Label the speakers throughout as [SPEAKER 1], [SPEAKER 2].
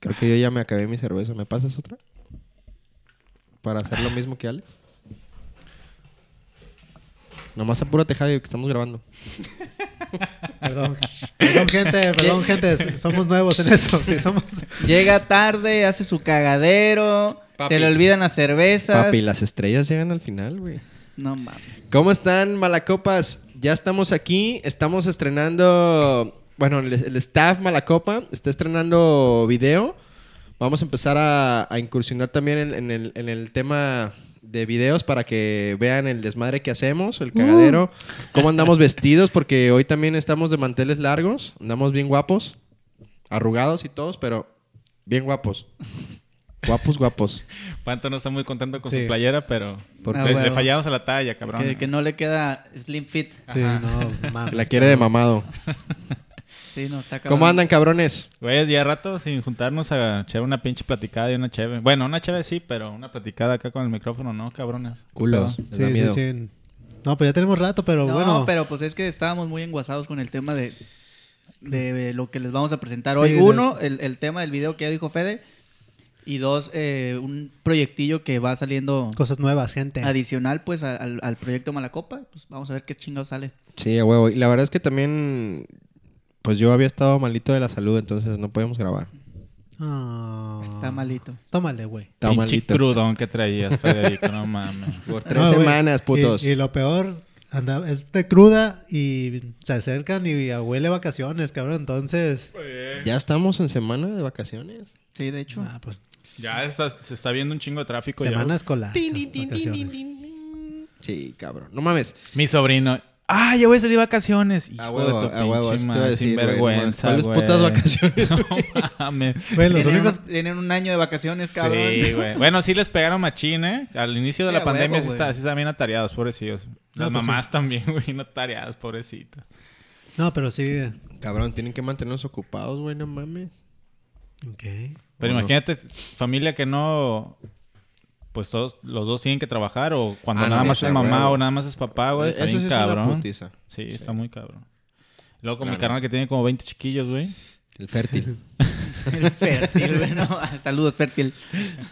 [SPEAKER 1] Creo que yo ya me acabé mi cerveza. ¿Me pasas otra? Para hacer lo mismo que Alex. Nomás apúrate, Javi, que estamos grabando.
[SPEAKER 2] Perdón. Perdón, gente. Perdón, gente. Somos nuevos en esto. Sí, somos.
[SPEAKER 3] Llega tarde, hace su cagadero,
[SPEAKER 1] Papi.
[SPEAKER 3] se le olvidan las cervezas.
[SPEAKER 1] Papi, las estrellas llegan al final, güey.
[SPEAKER 3] No mames.
[SPEAKER 1] ¿Cómo están, Malacopas? Ya estamos aquí, estamos estrenando, bueno, el, el staff Malacopa está estrenando video. Vamos a empezar a, a incursionar también en, en el, en el tema de videos para que vean el desmadre que hacemos, el cagadero, cómo andamos vestidos, porque hoy también estamos de manteles largos, andamos bien guapos, arrugados y todos, pero bien guapos. Guapos, guapos.
[SPEAKER 4] Panto no está muy contento con
[SPEAKER 2] Sí.
[SPEAKER 4] su playera, pero
[SPEAKER 1] ¿Por
[SPEAKER 3] Ah,
[SPEAKER 4] le,
[SPEAKER 3] huevo.
[SPEAKER 4] le fallamos a la talla, cabrón.
[SPEAKER 3] Que, que no le queda slim fit.
[SPEAKER 2] Sí, no, mames.
[SPEAKER 1] La quiere de mamado.
[SPEAKER 3] Sí, no, está cabrón.
[SPEAKER 1] ¿Cómo andan, cabrones?
[SPEAKER 4] Güey, ya rato sin juntarnos a echar una pinche platicada y una cheve. Bueno, una cheve sí, pero una platicada acá con el micrófono, ¿no, cabrones?
[SPEAKER 1] Culos.
[SPEAKER 2] Sí, sí, sí. No, pues ya tenemos rato, pero
[SPEAKER 3] no,
[SPEAKER 2] bueno.
[SPEAKER 3] pero pues es que estábamos muy enguasados con el tema de, de lo que les vamos a presentar
[SPEAKER 2] Sí,
[SPEAKER 3] hoy.
[SPEAKER 2] de-
[SPEAKER 3] Uno, el, el tema del video que ya dijo Fede. Y dos, eh, un proyectillo que va saliendo
[SPEAKER 2] Cosas nuevas, gente.
[SPEAKER 3] adicional pues a- al, al proyecto Malacopa. Pues vamos a ver qué chingado sale.
[SPEAKER 1] Sí, a huevo. Y la verdad es que también, pues yo había estado malito de la salud, entonces no podíamos grabar.
[SPEAKER 2] Ah.
[SPEAKER 3] Está malito.
[SPEAKER 2] Tómale, güey.
[SPEAKER 1] Estaba
[SPEAKER 4] pinche
[SPEAKER 1] malito.
[SPEAKER 4] crudón que traías, Federico, no mames.
[SPEAKER 1] Por tres
[SPEAKER 2] No, Ah, güey. Eh,
[SPEAKER 1] semanas, putos.
[SPEAKER 2] Y, y lo peor, anda, es de cruda y se acercan y a huele vacaciones, cabrón. Entonces, eh.
[SPEAKER 1] Ya estamos en semana de vacaciones.
[SPEAKER 3] Sí, de hecho.
[SPEAKER 2] ah, pues,
[SPEAKER 4] Ya está- se está viendo un chingo de tráfico. ya.
[SPEAKER 2] semana escolar. vacaciones.
[SPEAKER 1] Sí, cabrón. No mames.
[SPEAKER 4] Mi sobrino. Ah, ya voy a salir de vacaciones. Hijo
[SPEAKER 1] A huevo,
[SPEAKER 4] de tu
[SPEAKER 1] a huevo. Eso
[SPEAKER 4] pinche
[SPEAKER 1] te iba a
[SPEAKER 4] madre,
[SPEAKER 1] decir, güey, no mames.
[SPEAKER 4] sinvergüenza,
[SPEAKER 1] ¿Cuáles
[SPEAKER 4] güey.
[SPEAKER 1] putas vacaciones?
[SPEAKER 4] No mames.
[SPEAKER 2] Güey, los
[SPEAKER 3] tienen,
[SPEAKER 2] únicos.
[SPEAKER 3] un, tienen un año de vacaciones, cabrón.
[SPEAKER 4] Sí, güey. Bueno, sí les pegaron machín, ¿eh? Al inicio de
[SPEAKER 3] Sí,
[SPEAKER 4] la
[SPEAKER 3] a
[SPEAKER 4] pandemia
[SPEAKER 3] huevo,
[SPEAKER 4] sí,
[SPEAKER 3] güey.
[SPEAKER 4] está, sí estaban bien atareados, pobrecitos. Las
[SPEAKER 2] No, pues
[SPEAKER 4] mamás también, güey, no atareadas, pobrecitas.
[SPEAKER 2] No, pero sí.
[SPEAKER 1] cabrón, tienen que mantenernos ocupados, güey, no mames.
[SPEAKER 2] Ok.
[SPEAKER 4] Pero
[SPEAKER 2] Pues
[SPEAKER 1] Bueno.
[SPEAKER 4] imagínate, familia que no... Pues todos, los dos tienen que trabajar o cuando
[SPEAKER 1] Ah,
[SPEAKER 4] nada
[SPEAKER 1] no,
[SPEAKER 4] más
[SPEAKER 1] sí,
[SPEAKER 4] es
[SPEAKER 1] a
[SPEAKER 4] mamá
[SPEAKER 1] huevo. E-,
[SPEAKER 4] o nada más es papá, Ah, güey. Está
[SPEAKER 1] Eso sí es
[SPEAKER 4] bien
[SPEAKER 1] una
[SPEAKER 4] cabrón.
[SPEAKER 1] putiza.
[SPEAKER 4] sí, está muy cabrón. Luego con
[SPEAKER 1] La
[SPEAKER 4] mi carnal que tiene como 20 chiquillos, güey.
[SPEAKER 1] El fértil.
[SPEAKER 3] El fértil, güey. no, saludos, fértil.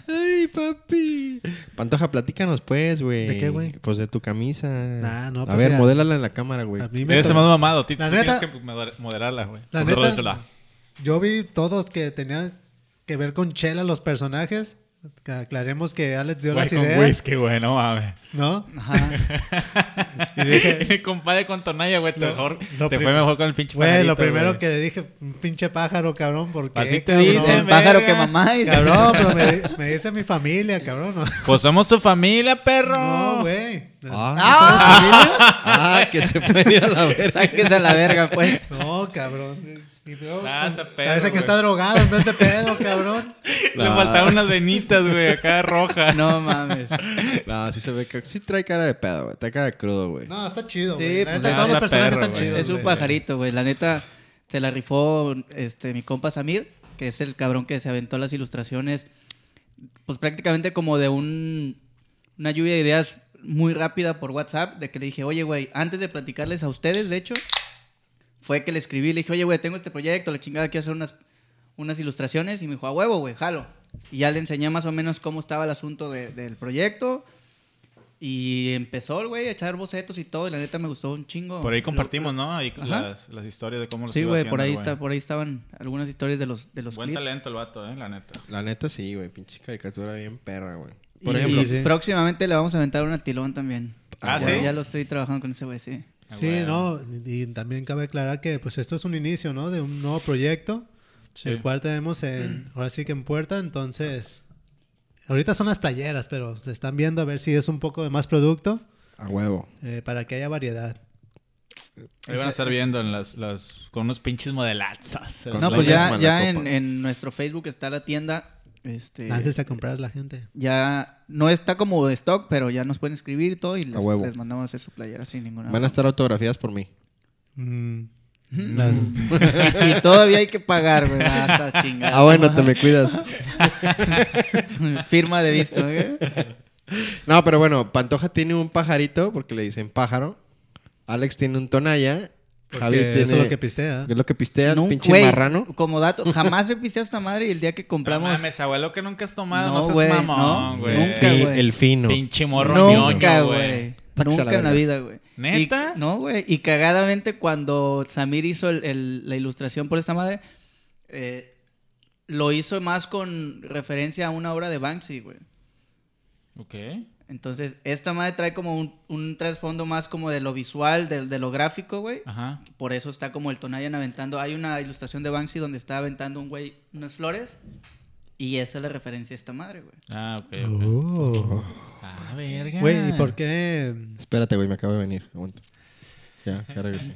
[SPEAKER 1] Ay, papi. Pantoja, platícanos, pues, güey.
[SPEAKER 2] ¿De qué, güey?
[SPEAKER 1] Pues de tu camisa.
[SPEAKER 2] Nah, no,
[SPEAKER 1] A
[SPEAKER 2] pues,
[SPEAKER 1] ver,
[SPEAKER 2] mira.
[SPEAKER 1] modélala en la cámara, güey.
[SPEAKER 2] A mí me
[SPEAKER 4] Eres el
[SPEAKER 2] tocó-
[SPEAKER 4] más mamado. Tú,
[SPEAKER 2] La
[SPEAKER 4] tú
[SPEAKER 2] neta-
[SPEAKER 4] tienes que moder- moderarla, güey.
[SPEAKER 2] La
[SPEAKER 4] Controlarla.
[SPEAKER 2] neta, yo vi todos que tenían que ver con Chela los personajes. Que Aclaremos que Alex dio
[SPEAKER 4] Güey,
[SPEAKER 2] las
[SPEAKER 4] con
[SPEAKER 2] ideas,
[SPEAKER 4] whisky, güey, no mames.
[SPEAKER 2] ¿no?
[SPEAKER 3] Ajá.
[SPEAKER 2] Y dije,
[SPEAKER 4] Mi compadre con Tonaya, güey, te,
[SPEAKER 2] Lo-
[SPEAKER 4] mejor,
[SPEAKER 2] lo
[SPEAKER 4] te
[SPEAKER 2] prim-
[SPEAKER 4] fue mejor con el pinche
[SPEAKER 2] güey, lo
[SPEAKER 4] pajarito,
[SPEAKER 2] primero
[SPEAKER 4] güey.
[SPEAKER 2] que le dije, un pinche pájaro, cabrón, porque
[SPEAKER 4] Así te
[SPEAKER 2] cabrón,
[SPEAKER 3] Dice el
[SPEAKER 4] verga.
[SPEAKER 3] pájaro que mamá. dice.
[SPEAKER 2] Cabrón, pero me, di- me dice mi familia, cabrón. No,
[SPEAKER 4] Pues somos su familia, perro.
[SPEAKER 2] No, güey.
[SPEAKER 1] Ah,
[SPEAKER 3] ¡Ah!
[SPEAKER 1] Ah, que se puede ir a la verga.
[SPEAKER 3] Sáquese a la verga, pues.
[SPEAKER 2] No, cabrón. Y luego, pues,
[SPEAKER 4] Ah, está pedo,
[SPEAKER 2] Parece que
[SPEAKER 4] güey.
[SPEAKER 2] está drogado en vez de pedo, cabrón.
[SPEAKER 4] Le faltaban unas venitas, güey, acá roja.
[SPEAKER 3] No mames.
[SPEAKER 1] No, sí se ve que sí trae cara de pedo, güey. Trae cara de crudo, güey.
[SPEAKER 2] No, está chido,
[SPEAKER 3] Sí,
[SPEAKER 2] güey. La
[SPEAKER 3] pues,
[SPEAKER 2] neta,
[SPEAKER 3] ah,
[SPEAKER 2] todos los
[SPEAKER 4] está
[SPEAKER 2] personajes
[SPEAKER 4] perro,
[SPEAKER 2] están
[SPEAKER 4] güey.
[SPEAKER 2] chidos.
[SPEAKER 3] Es un
[SPEAKER 2] güey.
[SPEAKER 3] pajarito, güey. La neta, se la rifó este, mi compa Samir, que es el cabrón que se aventó las ilustraciones, pues prácticamente como de un, una lluvia de ideas muy rápida por WhatsApp, de que le dije, oye, güey, antes de platicarles a ustedes, de hecho, fue que le escribí, le dije, oye, güey, tengo este proyecto, la chingada, quiero hacer unas, unas ilustraciones, y me dijo, a huevo, güey, jalo. Y ya le enseñé más o menos cómo estaba el asunto de- del proyecto. Y empezó el güey a echar bocetos y todo, y la neta me gustó un chingo.
[SPEAKER 4] Por ahí
[SPEAKER 3] Lo-
[SPEAKER 4] compartimos, ¿no? Ahí
[SPEAKER 3] Ajá.
[SPEAKER 4] las, las historias de cómo los
[SPEAKER 3] Sí,
[SPEAKER 4] iba
[SPEAKER 3] güey,
[SPEAKER 4] haciendo
[SPEAKER 3] por ahí
[SPEAKER 4] el
[SPEAKER 3] está,
[SPEAKER 4] güey.
[SPEAKER 3] por ahí estaban algunas historias de los de los
[SPEAKER 4] Buen
[SPEAKER 3] clips.
[SPEAKER 4] talento el vato, eh, la neta.
[SPEAKER 1] La neta sí, güey. Pinche caricatura bien perra, güey.
[SPEAKER 2] Por
[SPEAKER 3] y
[SPEAKER 2] ejemplo, sí.
[SPEAKER 3] próximamente le vamos a aventar un altilón también.
[SPEAKER 4] Ah,
[SPEAKER 3] Ya-
[SPEAKER 4] ¿sí?
[SPEAKER 3] Ya lo estoy trabajando con ese güey, sí.
[SPEAKER 4] Ah,
[SPEAKER 2] Sí,
[SPEAKER 4] güey.
[SPEAKER 2] no, y y también cabe aclarar que pues esto es un inicio, ¿no? De un nuevo proyecto,
[SPEAKER 4] Sí.
[SPEAKER 2] el cual tenemos en, ahora sí que en puerta, entonces, ahorita son las playeras, pero se están viendo a ver si es un poco de más producto
[SPEAKER 1] A huevo.
[SPEAKER 2] eh, para que haya variedad.
[SPEAKER 4] Ahí van
[SPEAKER 3] Ese-
[SPEAKER 4] a estar
[SPEAKER 3] ese-
[SPEAKER 4] viendo en las, las, con unos pinches modelazas.
[SPEAKER 1] Con-
[SPEAKER 3] No,
[SPEAKER 1] la
[SPEAKER 3] pues ya,
[SPEAKER 1] misma
[SPEAKER 3] ya
[SPEAKER 1] la
[SPEAKER 3] en,
[SPEAKER 1] copa. Ah,
[SPEAKER 3] en nuestro Facebook está la tienda. Este,
[SPEAKER 2] Láncense a comprar la gente.
[SPEAKER 3] ya no está como de stock, pero ya nos pueden escribir y todo y les,
[SPEAKER 1] huevo.
[SPEAKER 3] les mandamos a hacer su playera sin ninguna.
[SPEAKER 1] Van a estar autografiadas por mí.
[SPEAKER 2] Mm. Las-
[SPEAKER 3] Y, y todavía hay que pagar, güey. Hasta
[SPEAKER 1] Ah,
[SPEAKER 3] chingada.
[SPEAKER 1] bueno, te me cuidas.
[SPEAKER 3] Firma de visto, ¿eh?
[SPEAKER 1] No, pero bueno, Pantoja tiene un pajarito, porque le dicen pájaro. Alex tiene un tonalla.
[SPEAKER 2] Porque
[SPEAKER 1] Javi tiene-
[SPEAKER 2] eso es lo que pistea.
[SPEAKER 1] Es lo que pistean,
[SPEAKER 3] Nun-
[SPEAKER 1] pinche
[SPEAKER 3] güey,
[SPEAKER 1] marrano.
[SPEAKER 3] Como dato, jamás he pisteado esta madre y el día que
[SPEAKER 4] No
[SPEAKER 3] compramos.
[SPEAKER 4] mames, abuelo, que nunca has tomado, no,
[SPEAKER 3] No,
[SPEAKER 4] seas
[SPEAKER 3] güey,
[SPEAKER 4] mamón,
[SPEAKER 3] no,
[SPEAKER 4] güey.
[SPEAKER 3] nunca,
[SPEAKER 1] Fi-
[SPEAKER 3] güey.
[SPEAKER 1] el fino.
[SPEAKER 4] Pinche morro
[SPEAKER 3] Nunca,
[SPEAKER 4] ñoño,
[SPEAKER 3] güey.
[SPEAKER 1] Sáquese a la
[SPEAKER 3] Nunca en
[SPEAKER 1] verga.
[SPEAKER 3] la vida, güey. Y-
[SPEAKER 4] ¿Neta?
[SPEAKER 3] no, güey. Y cagadamente cuando Samir hizo el- el- la ilustración por esta madre, eh, lo hizo más con referencia a una obra de Banksy, güey.
[SPEAKER 4] Ok.
[SPEAKER 3] Entonces, esta madre trae como un, un trasfondo más como de lo visual, de, de lo gráfico, güey.
[SPEAKER 4] Ajá.
[SPEAKER 3] Por eso está como el Tonayan aventando. Hay una ilustración de Banksy donde está aventando un güey unas flores. Y esa es la referencia a esta madre, güey.
[SPEAKER 4] Ah, ok. ok.
[SPEAKER 2] Oh.
[SPEAKER 4] Ah, verga.
[SPEAKER 2] Güey, ¿y por qué?
[SPEAKER 1] Espérate, güey, me acabo de venir. Aguanta. Ya, ya regresé.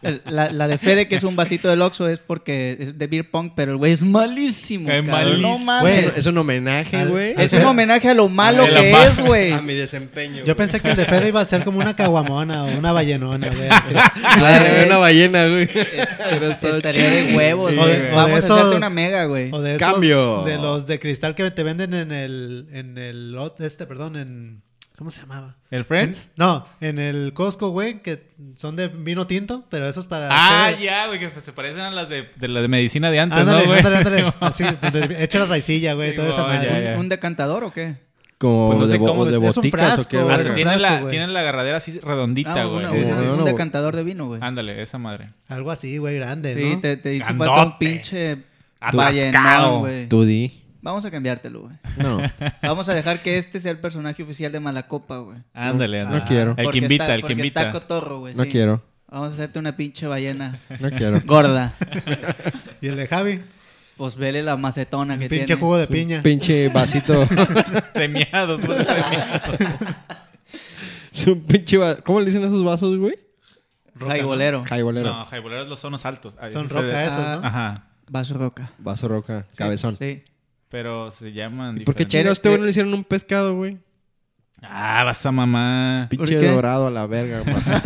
[SPEAKER 3] El- La, la de Fede, que es un vasito del Oxxo, es porque es de beer punk, pero el güey es malísimo.
[SPEAKER 4] Es
[SPEAKER 3] cabrón.
[SPEAKER 4] malísimo.
[SPEAKER 3] No
[SPEAKER 1] Es
[SPEAKER 3] mames.
[SPEAKER 1] un- es un homenaje,
[SPEAKER 2] Al-
[SPEAKER 1] güey.
[SPEAKER 3] Es un homenaje a lo malo
[SPEAKER 4] A la
[SPEAKER 3] que
[SPEAKER 4] ma-
[SPEAKER 3] es, güey.
[SPEAKER 1] A mi desempeño.
[SPEAKER 2] Yo pensé que el de Fede iba a ser como una caguamona o una ballenona, güey. así.
[SPEAKER 1] Ah, le veo una ballena, güey. Pero está
[SPEAKER 3] Estaría de
[SPEAKER 1] chido.
[SPEAKER 3] huevos,
[SPEAKER 2] O de-
[SPEAKER 3] güey.
[SPEAKER 2] o de
[SPEAKER 3] Vamos a hacerte
[SPEAKER 2] esos-
[SPEAKER 3] una mega, güey.
[SPEAKER 2] O de esos,
[SPEAKER 1] Cambio.
[SPEAKER 2] De los de cristal que te venden en el. En el. ot- Este, perdón, en. ¿Cómo se llamaba?
[SPEAKER 4] ¿El Friends?
[SPEAKER 2] En- no, en el Costco, güey, que son de vino tinto, pero esos para.
[SPEAKER 4] Ah,
[SPEAKER 2] hacer-
[SPEAKER 4] ya, güey, que se parecen a las de, de, la de medicina de antes,
[SPEAKER 2] Ándale,
[SPEAKER 4] ¿no, güey?
[SPEAKER 2] ándale, ándale. Así, de- echa la raicilla, güey,
[SPEAKER 4] Sí,
[SPEAKER 2] toda esa
[SPEAKER 4] güey,
[SPEAKER 2] madre.
[SPEAKER 4] ya,
[SPEAKER 3] ¿Un,
[SPEAKER 4] ya.
[SPEAKER 3] un decantador o qué?
[SPEAKER 1] Como
[SPEAKER 4] Pues no sé
[SPEAKER 1] de, bo-
[SPEAKER 4] cómo
[SPEAKER 1] de
[SPEAKER 4] es- es
[SPEAKER 2] un
[SPEAKER 1] boticas o qué,
[SPEAKER 2] frasco,
[SPEAKER 1] güey.
[SPEAKER 4] Ah,
[SPEAKER 2] güey.
[SPEAKER 4] tienen, la,
[SPEAKER 2] frasco, güey.
[SPEAKER 4] tienen la agarradera así redondita,
[SPEAKER 3] Ah,
[SPEAKER 4] güey.
[SPEAKER 3] una-
[SPEAKER 1] Sí,
[SPEAKER 3] una-
[SPEAKER 1] sí,
[SPEAKER 3] un
[SPEAKER 1] no,
[SPEAKER 3] decantador de vino, güey.
[SPEAKER 4] Ándale, esa madre.
[SPEAKER 2] Algo así, güey, grande,
[SPEAKER 3] Sí,
[SPEAKER 2] ¿no?
[SPEAKER 3] te, te hizo
[SPEAKER 4] Grandote.
[SPEAKER 3] falta un pinche
[SPEAKER 4] Atascado.
[SPEAKER 3] vallenón, güey.
[SPEAKER 1] Tú di.
[SPEAKER 3] Vamos a cambiártelo, güey.
[SPEAKER 1] No,
[SPEAKER 3] Vamos a dejar que este sea el personaje oficial de Malacopa, güey.
[SPEAKER 4] Ándale,
[SPEAKER 1] no
[SPEAKER 4] ándale.
[SPEAKER 1] quiero.
[SPEAKER 4] El
[SPEAKER 3] Porque
[SPEAKER 4] que invita,
[SPEAKER 3] está-
[SPEAKER 4] el que
[SPEAKER 3] porque
[SPEAKER 4] invita.
[SPEAKER 3] Está cotorro, güey.
[SPEAKER 1] no
[SPEAKER 3] sí.
[SPEAKER 1] quiero.
[SPEAKER 3] Vamos a hacerte una pinche ballena
[SPEAKER 1] No quiero.
[SPEAKER 3] gorda.
[SPEAKER 2] Y el de Javi,
[SPEAKER 3] Pues vele la macetona
[SPEAKER 2] un
[SPEAKER 3] que
[SPEAKER 2] pinche
[SPEAKER 3] tiene.
[SPEAKER 2] jugo de piña.
[SPEAKER 1] Pinche vasito.
[SPEAKER 4] De miados, güey.
[SPEAKER 1] Es un pinche va- ¿Cómo le dicen a esos vasos, güey?
[SPEAKER 3] Jaibolero.
[SPEAKER 1] Jaibolero.
[SPEAKER 4] No, jaiboleros los sonos altos. Ahí
[SPEAKER 2] Son
[SPEAKER 4] sí se-
[SPEAKER 2] roca esos, ¿no?
[SPEAKER 4] Ajá.
[SPEAKER 3] Vaso roca.
[SPEAKER 1] Vaso roca. Cabezón.
[SPEAKER 3] Sí.
[SPEAKER 4] Pero se llaman.
[SPEAKER 1] ¿Y por qué
[SPEAKER 4] diferente.
[SPEAKER 1] chingados este güey no le hicieron un pescado, güey?
[SPEAKER 4] Ah, vas a mamá.
[SPEAKER 1] Pinche
[SPEAKER 3] qué?
[SPEAKER 1] dorado a la verga. vasito.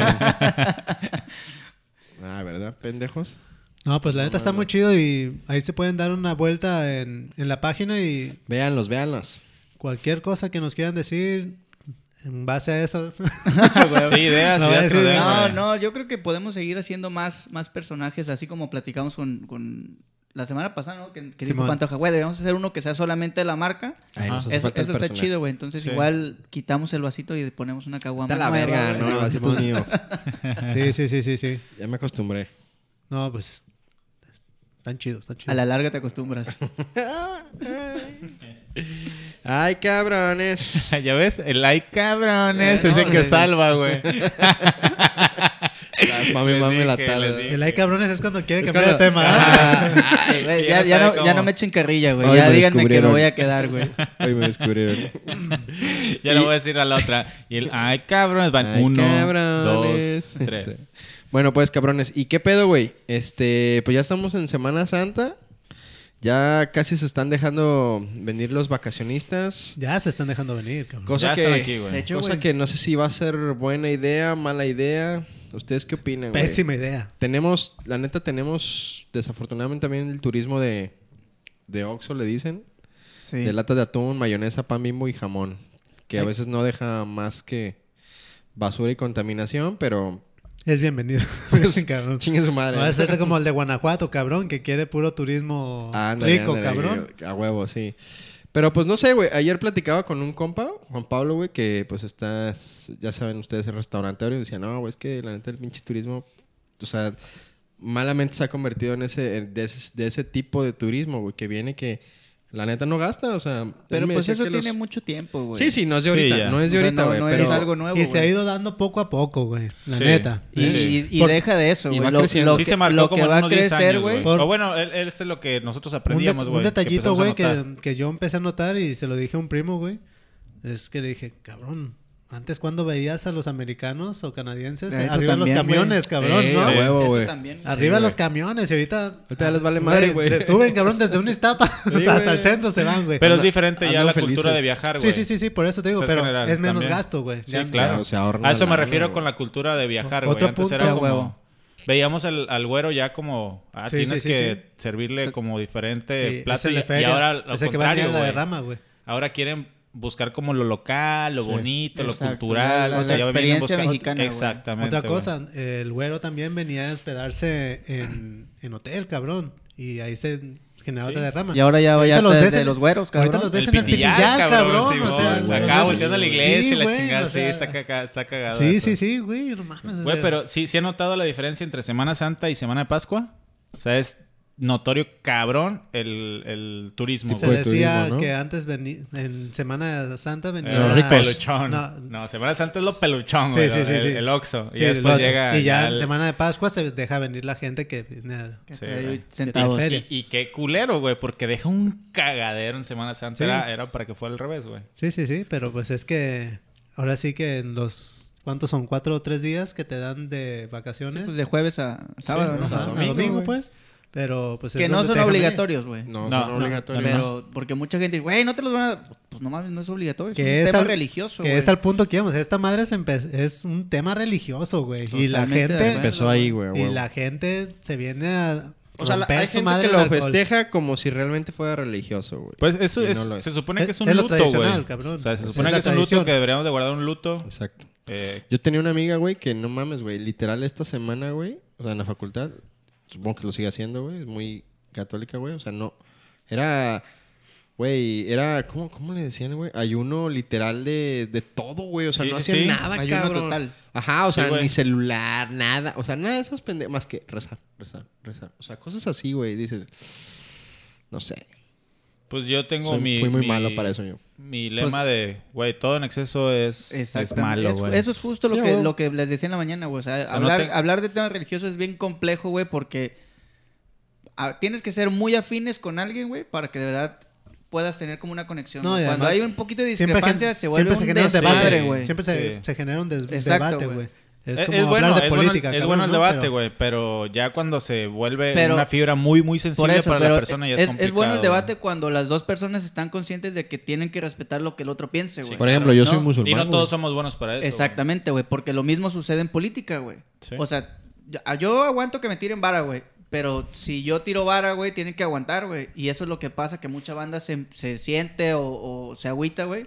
[SPEAKER 1] ah, ¿verdad, pendejos?
[SPEAKER 2] No, pues la neta está muy chido y ahí se pueden dar una vuelta en, en la página y
[SPEAKER 1] Véanlos, véanlos.
[SPEAKER 2] cualquier cosa que nos quieran decir en base a eso.
[SPEAKER 4] Sí, ideas,
[SPEAKER 2] No,
[SPEAKER 4] ideas que nos
[SPEAKER 2] sí,
[SPEAKER 4] den,
[SPEAKER 3] No,
[SPEAKER 4] güey.
[SPEAKER 3] no, yo creo que podemos seguir haciendo más, más personajes, así como platicamos con, con la semana pasada, ¿no? Que, que dijo
[SPEAKER 2] Simón.
[SPEAKER 3] Pantoja, güey, deberíamos hacer uno que sea solamente de la marca.
[SPEAKER 1] Ay, nos
[SPEAKER 4] Ajá.
[SPEAKER 1] hace
[SPEAKER 3] Ah, Eso,
[SPEAKER 1] falta el
[SPEAKER 3] eso está
[SPEAKER 1] personaje.
[SPEAKER 3] chido, güey. Entonces
[SPEAKER 4] Sí.
[SPEAKER 3] igual quitamos el vasito y ponemos una caguama.
[SPEAKER 1] Está la
[SPEAKER 3] nueva,
[SPEAKER 1] verga,
[SPEAKER 3] güey.
[SPEAKER 1] ¿no? El vasito es mío.
[SPEAKER 2] Sí, sí, sí, sí, sí.
[SPEAKER 1] Ya me acostumbré.
[SPEAKER 2] No, pues están chidos, están chidos.
[SPEAKER 3] A la larga te acostumbras.
[SPEAKER 1] Ay, cabrones.
[SPEAKER 4] Ya ves, el ay cabrones
[SPEAKER 3] Eh,
[SPEAKER 4] es
[SPEAKER 3] no,
[SPEAKER 4] el que
[SPEAKER 3] güey.
[SPEAKER 4] salva, güey.
[SPEAKER 1] Las mami,
[SPEAKER 4] Les
[SPEAKER 1] mami
[SPEAKER 4] dije,
[SPEAKER 1] la
[SPEAKER 4] les
[SPEAKER 1] tarde. Ah,
[SPEAKER 4] dije.
[SPEAKER 2] El like cabrones es cuando quieren
[SPEAKER 1] Es
[SPEAKER 2] cambiar de
[SPEAKER 1] cuando-
[SPEAKER 2] tema. ¿eh?
[SPEAKER 3] Ay, güey, ya,
[SPEAKER 4] Ya no
[SPEAKER 3] ya
[SPEAKER 4] sabe
[SPEAKER 3] no, ya
[SPEAKER 4] cómo.
[SPEAKER 3] no me echen carrilla, güey.
[SPEAKER 1] Ay,
[SPEAKER 3] ya
[SPEAKER 1] me
[SPEAKER 3] díganme que me
[SPEAKER 1] descubrieron.
[SPEAKER 3] voy a quedar, güey.
[SPEAKER 1] Hoy me descubrieron.
[SPEAKER 4] Ya le voy a decir a la otra. Y el ay cabrones van
[SPEAKER 1] Ay,
[SPEAKER 4] uno,
[SPEAKER 1] cabrones.
[SPEAKER 4] dos, tres.
[SPEAKER 1] Sí. Bueno, pues, cabrones. ¿Y qué pedo, güey? Este, pues ya estamos en Semana Santa. Ya casi se están dejando venir los vacacionistas.
[SPEAKER 2] Ya se están dejando venir, cabrón.
[SPEAKER 1] Cosa
[SPEAKER 4] Ya
[SPEAKER 1] que,
[SPEAKER 4] están aquí, güey.
[SPEAKER 3] De hecho,
[SPEAKER 1] cosa
[SPEAKER 3] güey.
[SPEAKER 1] que no sé si va a ser buena idea, mala idea. ¿Ustedes qué opinan, güey?
[SPEAKER 2] Pésima idea.
[SPEAKER 1] Tenemos, la neta, tenemos desafortunadamente también el turismo de, de Oxxo, le dicen.
[SPEAKER 3] Sí.
[SPEAKER 1] De latas de atún, mayonesa, pan bimbo y jamón. Que a
[SPEAKER 2] Ay.
[SPEAKER 1] veces no deja más que basura y contaminación, pero
[SPEAKER 2] Es bienvenido.
[SPEAKER 1] pues,
[SPEAKER 2] cabrón.
[SPEAKER 1] chingue su madre.
[SPEAKER 2] Va a ser como el de Guanajuato, cabrón, que quiere puro turismo
[SPEAKER 1] Ándale,
[SPEAKER 2] rico,
[SPEAKER 1] ándale,
[SPEAKER 2] cabrón.
[SPEAKER 1] A huevo, sí. Pero pues no sé, güey. Ayer platicaba con un compa, Juan Pablo, güey, que pues está, ya saben ustedes, el restaurantero y decía, no, güey, es que la neta el pinche turismo, o sea, malamente se ha convertido en ese, en- de, ese de ese tipo de turismo, güey, que viene que la neta no gasta, o sea. él
[SPEAKER 3] Pero
[SPEAKER 1] me
[SPEAKER 3] pues
[SPEAKER 1] decía
[SPEAKER 3] eso
[SPEAKER 1] que los-
[SPEAKER 3] tiene mucho tiempo, güey.
[SPEAKER 1] Sí, sí, no es de
[SPEAKER 4] Sí,
[SPEAKER 1] ahorita,
[SPEAKER 4] ya.
[SPEAKER 1] no es de
[SPEAKER 3] O sea,
[SPEAKER 1] ahorita,
[SPEAKER 3] no-
[SPEAKER 1] güey.
[SPEAKER 3] no
[SPEAKER 1] pero...
[SPEAKER 3] es algo nuevo.
[SPEAKER 2] y se ha
[SPEAKER 3] güey.
[SPEAKER 2] ido dando poco a poco, güey. La
[SPEAKER 4] Sí.
[SPEAKER 2] neta.
[SPEAKER 3] Y,
[SPEAKER 4] Sí.
[SPEAKER 3] y- y
[SPEAKER 2] Por-
[SPEAKER 3] deja de eso,
[SPEAKER 1] Y
[SPEAKER 3] güey.
[SPEAKER 1] va
[SPEAKER 3] Lo,
[SPEAKER 1] creciendo.
[SPEAKER 3] lo
[SPEAKER 4] Sí
[SPEAKER 3] que,
[SPEAKER 4] se marcó
[SPEAKER 3] lo que
[SPEAKER 4] como en
[SPEAKER 3] va a
[SPEAKER 4] unos 10
[SPEAKER 3] crecer,
[SPEAKER 4] años,
[SPEAKER 3] güey.
[SPEAKER 2] Por-
[SPEAKER 4] O bueno, él, él es lo que nosotros
[SPEAKER 2] Un, de-
[SPEAKER 4] aprendíamos,
[SPEAKER 2] un
[SPEAKER 4] güey. que
[SPEAKER 2] detallito,
[SPEAKER 4] empezamos a
[SPEAKER 2] güey,
[SPEAKER 4] notar.
[SPEAKER 2] que, que yo empecé a notar y se lo dije a un primo, güey. Es que le dije, cabrón, antes cuando veías a los americanos o canadienses
[SPEAKER 3] Eso
[SPEAKER 2] arriba de los
[SPEAKER 3] también,
[SPEAKER 2] camiones, cabrón,
[SPEAKER 1] Eh,
[SPEAKER 2] ¿no?
[SPEAKER 1] a
[SPEAKER 4] Sí.
[SPEAKER 1] huevo,
[SPEAKER 3] Eso
[SPEAKER 1] güey.
[SPEAKER 3] también, güey.
[SPEAKER 2] Arriba
[SPEAKER 1] Sí,
[SPEAKER 2] los
[SPEAKER 1] güey.
[SPEAKER 2] camiones y ahorita...
[SPEAKER 1] Ahorita ya les vale madre,
[SPEAKER 2] se-
[SPEAKER 1] güey.
[SPEAKER 2] se Suben, cabrón, desde una estapa
[SPEAKER 1] Sí,
[SPEAKER 2] hasta
[SPEAKER 1] güey.
[SPEAKER 2] el centro se van, güey.
[SPEAKER 4] Pero es diferente ya
[SPEAKER 1] andan
[SPEAKER 4] la
[SPEAKER 1] felices.
[SPEAKER 4] cultura de viajar, güey.
[SPEAKER 2] sí, sí, sí, sí, por eso te digo,
[SPEAKER 4] O sea, es
[SPEAKER 2] pero
[SPEAKER 4] general,
[SPEAKER 2] es menos
[SPEAKER 4] también.
[SPEAKER 2] gasto, güey.
[SPEAKER 4] Sí,
[SPEAKER 2] Ya-
[SPEAKER 4] claro.
[SPEAKER 1] Ya, se ahorran
[SPEAKER 4] A eso
[SPEAKER 1] la
[SPEAKER 4] me
[SPEAKER 1] lana,
[SPEAKER 4] refiero
[SPEAKER 1] güey.
[SPEAKER 4] con la cultura de viajar, güey.
[SPEAKER 2] Otro
[SPEAKER 4] Antes
[SPEAKER 2] punto,
[SPEAKER 4] era como...
[SPEAKER 3] huevo.
[SPEAKER 4] Veíamos al, al güero ya como... Ah,
[SPEAKER 2] Sí,
[SPEAKER 4] tienes
[SPEAKER 2] sí, sí,
[SPEAKER 4] que
[SPEAKER 2] sí.
[SPEAKER 4] servirle como
[SPEAKER 3] Sí,
[SPEAKER 4] diferente
[SPEAKER 2] Sí, es
[SPEAKER 4] plato.
[SPEAKER 2] el
[SPEAKER 4] Y,
[SPEAKER 2] de
[SPEAKER 4] eh, y
[SPEAKER 2] feria,
[SPEAKER 4] ahora al
[SPEAKER 2] es el que va a
[SPEAKER 4] contrario,
[SPEAKER 2] la
[SPEAKER 4] güey.
[SPEAKER 2] derrama, güey.
[SPEAKER 4] Ahora quieren buscar como lo local, lo
[SPEAKER 1] Sí.
[SPEAKER 4] bonito, lo
[SPEAKER 3] Exacto,
[SPEAKER 4] cultural.
[SPEAKER 3] la- la-
[SPEAKER 4] o sea,
[SPEAKER 3] la
[SPEAKER 4] ya vienen
[SPEAKER 3] experiencia
[SPEAKER 4] buscando-
[SPEAKER 3] mexicana, güey.
[SPEAKER 4] Exactamente.
[SPEAKER 2] Otra
[SPEAKER 4] güey.
[SPEAKER 2] cosa, el güero también venía a hospedarse en, en hotel, cabrón. Y ahí se generó otra derrama.
[SPEAKER 3] Y ahora ya
[SPEAKER 2] Ahorita
[SPEAKER 3] vaya
[SPEAKER 2] los
[SPEAKER 3] de,
[SPEAKER 2] ves
[SPEAKER 3] de
[SPEAKER 2] en-
[SPEAKER 3] los güeros,
[SPEAKER 2] ahorita
[SPEAKER 3] cabrón.
[SPEAKER 2] los ves
[SPEAKER 4] El
[SPEAKER 2] en el
[SPEAKER 4] pitillar,
[SPEAKER 2] pitillar,
[SPEAKER 4] cabrón,
[SPEAKER 2] cabrón.
[SPEAKER 4] sí,
[SPEAKER 2] o sea,
[SPEAKER 4] güey.
[SPEAKER 2] güey,
[SPEAKER 4] acá
[SPEAKER 2] sí,
[SPEAKER 4] volteando a la iglesia y la
[SPEAKER 2] güey,
[SPEAKER 4] chingada,
[SPEAKER 2] o
[SPEAKER 4] sí,
[SPEAKER 2] sea,
[SPEAKER 4] está, caca- está cagada.
[SPEAKER 2] Sí,
[SPEAKER 4] eso.
[SPEAKER 2] sí, sí, güey, no mames. o
[SPEAKER 4] Güey,
[SPEAKER 2] sea,
[SPEAKER 4] pero sí, sí han notado la diferencia entre Semana Santa y Semana de Pascua. O sea, es notorio cabrón el, el turismo.
[SPEAKER 2] Se
[SPEAKER 1] Tipo de
[SPEAKER 4] güey.
[SPEAKER 2] decía
[SPEAKER 1] turismo, ¿no?
[SPEAKER 2] que antes veni- en Semana Santa venía...
[SPEAKER 4] Los
[SPEAKER 1] Los
[SPEAKER 4] ricos.
[SPEAKER 1] ricos.
[SPEAKER 4] Eh, Peluchón. No,
[SPEAKER 2] No.
[SPEAKER 4] Semana Santa es lo peluchón,
[SPEAKER 2] Sí,
[SPEAKER 4] güey.
[SPEAKER 2] sí, sí,
[SPEAKER 4] el,
[SPEAKER 2] sí.
[SPEAKER 4] el Oxxo.
[SPEAKER 2] Sí,
[SPEAKER 4] y
[SPEAKER 2] el
[SPEAKER 4] después
[SPEAKER 2] otro.
[SPEAKER 4] llega...
[SPEAKER 2] y ya
[SPEAKER 4] al-
[SPEAKER 2] en Semana de Pascua se deja venir la gente que viene...
[SPEAKER 3] Que
[SPEAKER 4] Sí,
[SPEAKER 3] trae
[SPEAKER 4] güey.
[SPEAKER 3] centavos.
[SPEAKER 2] Que tiene
[SPEAKER 4] Y, y qué culero, güey, porque deja un cagadero en Semana Santa.
[SPEAKER 2] Sí.
[SPEAKER 4] Era, era para que fuera al revés, güey.
[SPEAKER 2] Sí, sí, sí, pero pues es que ahora sí que en los... ¿Cuántos son? ¿Cuatro o tres días que te dan de vacaciones?
[SPEAKER 3] Sí, pues de jueves a sábado,
[SPEAKER 4] Sí,
[SPEAKER 2] Ajá,
[SPEAKER 3] ¿no?
[SPEAKER 1] a
[SPEAKER 2] a
[SPEAKER 1] domingo,
[SPEAKER 2] domingo,
[SPEAKER 1] güey.
[SPEAKER 2] pues. Pero pues es
[SPEAKER 3] Que no
[SPEAKER 2] donde
[SPEAKER 3] son
[SPEAKER 2] te dejan
[SPEAKER 3] obligatorios, güey.
[SPEAKER 1] No,
[SPEAKER 4] No,
[SPEAKER 1] no,
[SPEAKER 4] no,
[SPEAKER 1] obligatorio.
[SPEAKER 3] Pero porque mucha gente dice, güey, no te los van a... Pues no mames, no es obligatorio.
[SPEAKER 2] venir.
[SPEAKER 3] Es un tema religioso,
[SPEAKER 2] Que
[SPEAKER 3] güey.
[SPEAKER 2] es al punto que íbamos. Esta madre se empe- es un tema religioso, güey. Y la
[SPEAKER 3] Totalmente de
[SPEAKER 2] gente...
[SPEAKER 3] acuerdo.
[SPEAKER 1] Empezó ahí, güey. a
[SPEAKER 2] Y
[SPEAKER 1] huevo.
[SPEAKER 2] la gente se viene a...
[SPEAKER 1] O sea, la-
[SPEAKER 2] romper
[SPEAKER 1] hay
[SPEAKER 2] su
[SPEAKER 1] gente
[SPEAKER 2] madre
[SPEAKER 1] que
[SPEAKER 2] al
[SPEAKER 1] lo
[SPEAKER 2] alcohol.
[SPEAKER 1] festeja como si realmente fuera religioso, güey.
[SPEAKER 4] Pues eso
[SPEAKER 1] Y
[SPEAKER 4] es,
[SPEAKER 1] no lo es.
[SPEAKER 4] se supone que es un
[SPEAKER 2] Es lo
[SPEAKER 4] luto,
[SPEAKER 2] tradicional,
[SPEAKER 4] güey.
[SPEAKER 2] cabrón.
[SPEAKER 4] O sea, se
[SPEAKER 2] Es
[SPEAKER 4] supone
[SPEAKER 2] la
[SPEAKER 4] que es un luto
[SPEAKER 2] tradición.
[SPEAKER 4] que deberíamos de guardar un luto.
[SPEAKER 1] Exacto.
[SPEAKER 4] Eh,
[SPEAKER 1] Yo tenía una amiga, güey, que no mames, güey. Literal, esta semana, güey, o sea, en la facultad, supongo que lo sigue haciendo, güey. Es muy católica, güey. O sea, no. Era. Güey, era. ¿Cómo, cómo le decían, güey? Ayuno literal de, de todo, güey. O sea,
[SPEAKER 4] Sí,
[SPEAKER 1] no
[SPEAKER 4] sí,
[SPEAKER 1] hacían
[SPEAKER 4] sí.
[SPEAKER 1] nada,
[SPEAKER 3] Ayuno
[SPEAKER 1] cabrón.
[SPEAKER 3] total.
[SPEAKER 1] Ajá, o
[SPEAKER 4] Sí,
[SPEAKER 1] sea,
[SPEAKER 4] güey.
[SPEAKER 1] ni celular, nada. O sea, nada de esas pendejos. Más que rezar, rezar, rezar. O sea, cosas así, güey. Dices. No sé.
[SPEAKER 4] pues yo tengo
[SPEAKER 1] Soy-
[SPEAKER 4] mi...
[SPEAKER 1] fui muy
[SPEAKER 4] mi-
[SPEAKER 1] malo para eso yo.
[SPEAKER 4] Mi lema de, güey, todo en exceso es, es
[SPEAKER 3] Exactamente.
[SPEAKER 4] malo,
[SPEAKER 3] Es-
[SPEAKER 4] güey.
[SPEAKER 3] Eso es justo
[SPEAKER 1] Sí,
[SPEAKER 3] lo, que,
[SPEAKER 1] güey.
[SPEAKER 3] lo que les decía en la mañana, güey. O sea,
[SPEAKER 4] sea, no
[SPEAKER 3] hablar,
[SPEAKER 4] te-
[SPEAKER 3] hablar de temas religiosos es bien complejo, güey, porque ah, tienes que ser muy afines con alguien, güey, para que de verdad puedas tener como una conexión.
[SPEAKER 2] No,
[SPEAKER 3] güey.
[SPEAKER 2] y
[SPEAKER 3] Cuando
[SPEAKER 2] además,
[SPEAKER 3] hay un poquito de
[SPEAKER 2] Siempre gen-
[SPEAKER 3] discrepancia, se
[SPEAKER 2] siempre
[SPEAKER 3] vuelve un
[SPEAKER 2] genera
[SPEAKER 3] desmadre,
[SPEAKER 4] Sí.
[SPEAKER 3] güey.
[SPEAKER 2] Siempre
[SPEAKER 4] Sí.
[SPEAKER 2] se, se genera un des-
[SPEAKER 3] Exacto,
[SPEAKER 2] debate,
[SPEAKER 3] güey.
[SPEAKER 2] güey. Es,
[SPEAKER 4] Eh, Es-
[SPEAKER 2] como
[SPEAKER 4] es
[SPEAKER 2] hablar de
[SPEAKER 4] es
[SPEAKER 2] política.
[SPEAKER 4] Bueno, es
[SPEAKER 2] cabrón,
[SPEAKER 4] bueno el
[SPEAKER 2] ¿no?
[SPEAKER 4] debate,
[SPEAKER 2] Pero-
[SPEAKER 4] güey, pero... ya cuando se vuelve
[SPEAKER 3] Pero-
[SPEAKER 4] una fibra muy, muy sensible
[SPEAKER 3] Por eso,
[SPEAKER 4] para
[SPEAKER 3] pero es,
[SPEAKER 4] la persona, ya es,
[SPEAKER 3] es
[SPEAKER 4] complicado.
[SPEAKER 3] bueno el
[SPEAKER 4] güey.
[SPEAKER 3] debate cuando las dos personas están conscientes de que tienen que respetar lo que el otro piense, güey.
[SPEAKER 1] Por ejemplo, yo
[SPEAKER 4] No,
[SPEAKER 1] soy
[SPEAKER 4] Y
[SPEAKER 1] musulmán.
[SPEAKER 4] no
[SPEAKER 1] güey.
[SPEAKER 4] todos somos buenos para eso. güey.
[SPEAKER 3] Exactamente, güey, porque lo mismo sucede en política, güey.
[SPEAKER 4] Sí.
[SPEAKER 3] O sea, ya- yo aguanto que me tiren vara, güey. Pero si yo tiro vara, güey, tienen que aguantar, güey. Y eso es lo que pasa, que mucha banda se, se siente o, o se agüita, güey.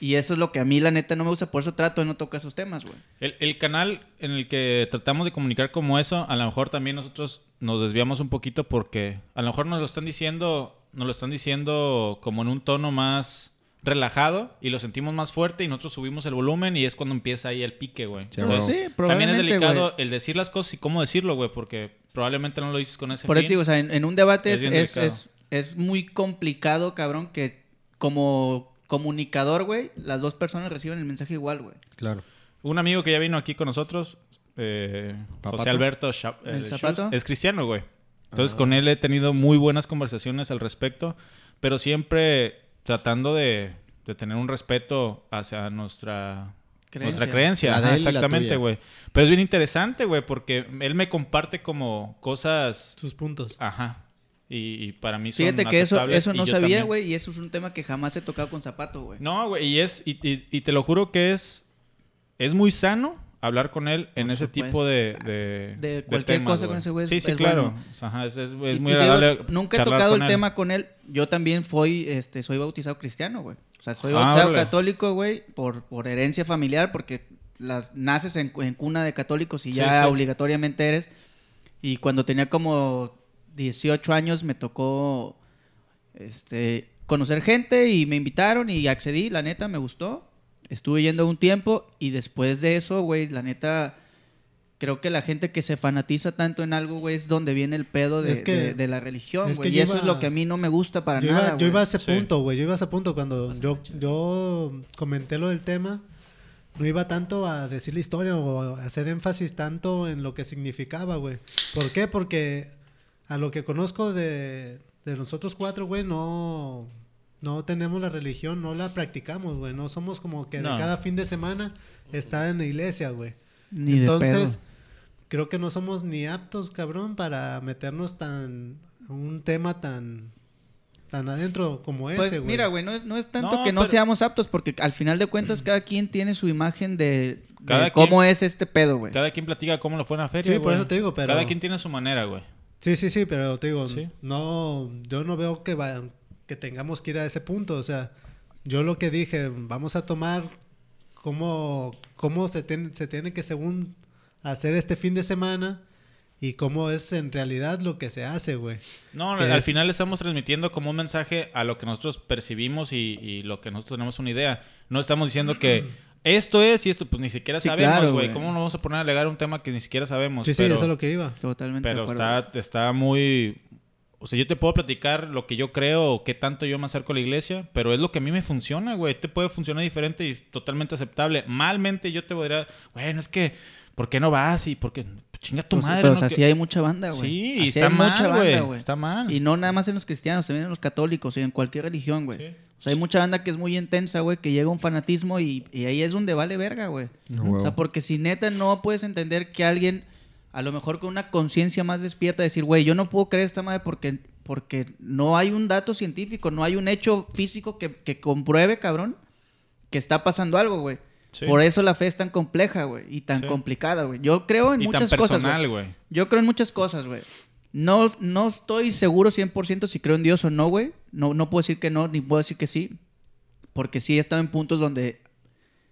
[SPEAKER 3] Y eso es lo que a mí, la neta, no me gusta. Por eso trato de no tocar esos temas, güey.
[SPEAKER 4] El, el canal en el que tratamos de comunicar como eso, a lo mejor también nosotros nos desviamos un poquito porque a lo mejor nos lo están diciendo, nos lo están diciendo como en un tono más relajado y lo sentimos más fuerte y nosotros subimos el volumen y es cuando empieza ahí el pique, güey.
[SPEAKER 1] Sí, Pues
[SPEAKER 3] sí,
[SPEAKER 4] también es
[SPEAKER 3] probablemente,
[SPEAKER 4] delicado
[SPEAKER 3] güey.
[SPEAKER 4] el decir las cosas y cómo decirlo, güey, porque probablemente no lo dices con ese
[SPEAKER 3] Por eso
[SPEAKER 4] fin.
[SPEAKER 3] te digo, o sea, en, en un debate
[SPEAKER 4] Es
[SPEAKER 3] es,
[SPEAKER 4] bien
[SPEAKER 3] es,
[SPEAKER 4] delicado.
[SPEAKER 3] es- es muy complicado, cabrón, que como comunicador, güey, las dos personas reciben el mensaje igual, güey.
[SPEAKER 1] Claro.
[SPEAKER 4] Un amigo que ya vino aquí con nosotros, eh,
[SPEAKER 1] Papato. Ah.
[SPEAKER 4] José Alberto Scha- eh,
[SPEAKER 3] ¿El zapato?
[SPEAKER 4] Schultz, es cristiano, güey. Entonces con él he tenido muy buenas conversaciones al respecto, pero siempre tratando de, de tener un respeto hacia nuestra
[SPEAKER 3] Creencia.
[SPEAKER 4] nuestra creencia.
[SPEAKER 1] La de
[SPEAKER 4] Ajá,
[SPEAKER 1] él y la
[SPEAKER 4] exactamente,
[SPEAKER 1] tuya.
[SPEAKER 4] güey. Pero es bien interesante, güey, porque él me comparte como cosas...
[SPEAKER 2] Sus puntos.
[SPEAKER 4] Ajá. Y, y para mí son
[SPEAKER 3] Fíjate que eso,
[SPEAKER 4] aceptables
[SPEAKER 3] eso
[SPEAKER 4] y
[SPEAKER 3] no
[SPEAKER 4] yo
[SPEAKER 3] sabía,
[SPEAKER 4] también.
[SPEAKER 3] güey, y eso es un tema que jamás he tocado con zapato, güey.
[SPEAKER 4] No, güey, y es, y, y- y te lo juro que es, es muy sano hablar con él en
[SPEAKER 3] Por supuesto.
[SPEAKER 4] ese
[SPEAKER 3] Ah,
[SPEAKER 4] tipo de, de,
[SPEAKER 3] De cualquier cosa con ese güey es-
[SPEAKER 4] Sí, sí,
[SPEAKER 3] es
[SPEAKER 4] claro.
[SPEAKER 3] bueno.
[SPEAKER 4] Ajá, es, es- es
[SPEAKER 3] Y-
[SPEAKER 4] muy
[SPEAKER 3] y te digo,
[SPEAKER 4] agradable.
[SPEAKER 3] nunca he
[SPEAKER 4] pues, charlar
[SPEAKER 3] tocado
[SPEAKER 4] con
[SPEAKER 3] el
[SPEAKER 4] él.
[SPEAKER 3] tema con él. Yo también fui, este, soy bautizado cristiano, güey. O sea, soy
[SPEAKER 4] Ah,
[SPEAKER 3] bautizado
[SPEAKER 4] órale.
[SPEAKER 3] católico, güey, por, por herencia familiar, porque las, naces en, cu- en cuna de católicos y
[SPEAKER 4] Sí,
[SPEAKER 3] ya
[SPEAKER 4] sí.
[SPEAKER 3] obligatoriamente eres. Y cuando tenía como 18 años me tocó este, conocer gente y me invitaron y accedí, la neta, me gustó. Estuve yendo un tiempo y después de eso, güey, la neta, creo que la gente que se fanatiza tanto en algo, güey, es donde viene el pedo de,
[SPEAKER 2] Es que-
[SPEAKER 3] de- de la religión,
[SPEAKER 2] es
[SPEAKER 3] güey.
[SPEAKER 2] que
[SPEAKER 3] y
[SPEAKER 2] yo
[SPEAKER 3] eso
[SPEAKER 2] iba-
[SPEAKER 3] es lo que a mí no me gusta para
[SPEAKER 2] yo,
[SPEAKER 3] nada,
[SPEAKER 2] iba, yo
[SPEAKER 3] güey.
[SPEAKER 2] iba a ese
[SPEAKER 4] Sí.
[SPEAKER 2] punto, güey. Yo iba a ese punto cuando yo, yo comenté lo del tema. No iba tanto a decir la historia o a hacer énfasis tanto en lo que significaba, güey. ¿Por qué? Porque a lo que conozco de, de nosotros cuatro, güey, no, no tenemos la religión, no la practicamos, güey. No somos como que de
[SPEAKER 4] No.
[SPEAKER 2] cada fin de semana estar en la iglesia, güey.
[SPEAKER 3] Ni de
[SPEAKER 2] Entonces,
[SPEAKER 3] pedo.
[SPEAKER 2] creo que no somos ni aptos, cabrón, para meternos tan a un tema tan tan adentro como
[SPEAKER 3] Pues
[SPEAKER 2] ese, güey.
[SPEAKER 3] mira, güey, no es, no es tanto
[SPEAKER 4] No,
[SPEAKER 3] que no Mm.
[SPEAKER 4] pero-
[SPEAKER 3] seamos aptos, porque al final de cuentas cada quien tiene su imagen de, de
[SPEAKER 4] Cada
[SPEAKER 3] cómo
[SPEAKER 4] quien-
[SPEAKER 3] es este pedo, güey.
[SPEAKER 4] Cada quien platica cómo lo fue en la feria.
[SPEAKER 2] Sí, por
[SPEAKER 4] güey.
[SPEAKER 2] eso te digo, pero-
[SPEAKER 4] Cada quien tiene su manera, güey.
[SPEAKER 2] Sí, sí, sí, pero te digo,
[SPEAKER 4] Sí.
[SPEAKER 2] no yo no veo que va- que tengamos que ir a ese punto, o sea, Yo lo que dije, vamos a tomar cómo, cómo se, tiene, se tiene que según hacer este fin de semana y cómo es en realidad lo que se hace, güey.
[SPEAKER 4] No,
[SPEAKER 2] que
[SPEAKER 4] al
[SPEAKER 2] es-
[SPEAKER 4] final estamos transmitiendo como un mensaje a lo que nosotros percibimos y, y lo que nosotros tenemos una idea. No estamos diciendo
[SPEAKER 2] Mm.
[SPEAKER 4] que esto es y esto, pues ni siquiera
[SPEAKER 3] Sí,
[SPEAKER 4] sabemos,
[SPEAKER 3] claro,
[SPEAKER 4] güey.
[SPEAKER 3] güey.
[SPEAKER 4] ¿Cómo nos vamos a poner a alegar un tema que ni siquiera sabemos?
[SPEAKER 2] Sí, sí,
[SPEAKER 4] Pero-
[SPEAKER 2] eso es lo que iba.
[SPEAKER 3] Totalmente. de
[SPEAKER 4] Pero
[SPEAKER 3] acuerdo.
[SPEAKER 4] está, está muy... O sea, yo te puedo platicar lo que yo creo o qué tanto yo me acerco a la iglesia, pero es lo que a mí me funciona, güey. Te puede funcionar diferente y totalmente aceptable. Malmente yo te podría... Bueno, es que... ¿Por qué no vas? Y por qué... Chinga tu
[SPEAKER 3] Pues,
[SPEAKER 4] madre.
[SPEAKER 3] pero
[SPEAKER 4] no
[SPEAKER 3] o sea,
[SPEAKER 4] que-
[SPEAKER 3] sí hay mucha banda, güey.
[SPEAKER 4] Sí,
[SPEAKER 3] Así
[SPEAKER 4] está
[SPEAKER 3] hay mucha
[SPEAKER 4] mal,
[SPEAKER 3] banda,
[SPEAKER 4] güey. Está mal.
[SPEAKER 3] Y no nada más en los cristianos, también en los católicos y en cualquier religión, güey.
[SPEAKER 4] Sí.
[SPEAKER 3] O sea, hay mucha banda que es muy intensa, güey, que llega a un fanatismo y, y ahí es donde vale verga, güey.
[SPEAKER 1] Ah,
[SPEAKER 3] O sea, porque si neta no puedes entender que alguien, a lo mejor con una conciencia más despierta, decir, güey, yo no puedo creer esta madre porque, porque no hay un dato científico, no hay un hecho físico que, que compruebe, cabrón, que está pasando algo, güey.
[SPEAKER 4] Sí.
[SPEAKER 3] Por eso la fe es tan compleja, güey, y tan
[SPEAKER 4] Sí.
[SPEAKER 3] complicada, güey. Yo creo en
[SPEAKER 4] Y tan
[SPEAKER 3] muchas cosas. güey.
[SPEAKER 4] personal, güey.
[SPEAKER 3] Yo creo en muchas cosas, güey. No, no estoy seguro 100% si creo en Dios o no, güey. No, no puedo decir que no, ni puedo decir que sí. Porque sí he estado en puntos donde...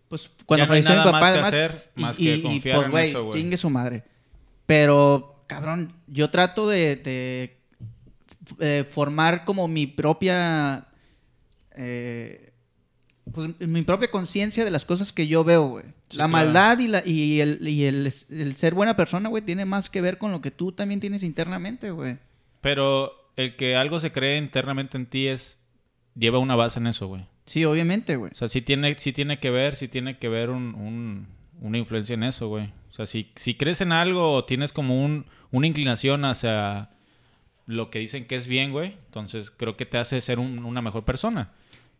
[SPEAKER 3] Pues cuando
[SPEAKER 4] Ya no hay
[SPEAKER 3] falleció mi
[SPEAKER 4] nada
[SPEAKER 3] papá,
[SPEAKER 4] más que
[SPEAKER 3] además...
[SPEAKER 4] hacer,
[SPEAKER 3] y-
[SPEAKER 4] más
[SPEAKER 3] y-
[SPEAKER 4] que
[SPEAKER 3] y,
[SPEAKER 4] confiar
[SPEAKER 3] pues,
[SPEAKER 4] en
[SPEAKER 3] güey,
[SPEAKER 4] eso, güey.
[SPEAKER 3] chingue su madre. Pero, cabrón, yo trato de, de, eh, formar como mi propia... eh, pues mi propia conciencia de las cosas que yo veo, güey.
[SPEAKER 4] Sí,
[SPEAKER 3] la
[SPEAKER 4] claro.
[SPEAKER 3] maldad y, la, y, el, y el- el ser buena persona, güey, tiene más que ver con lo que tú también tienes internamente, güey.
[SPEAKER 4] Pero el que algo se cree internamente en ti es... Lleva una base en eso, güey.
[SPEAKER 3] Sí, obviamente, güey.
[SPEAKER 4] O sea, sí tiene, sí tiene que ver, sí tiene que ver un- un- una influencia en eso, güey. O sea, si, si crees en algo o tienes como un, una inclinación hacia lo que dicen que es bien, güey, entonces creo que te hace ser un- una mejor persona.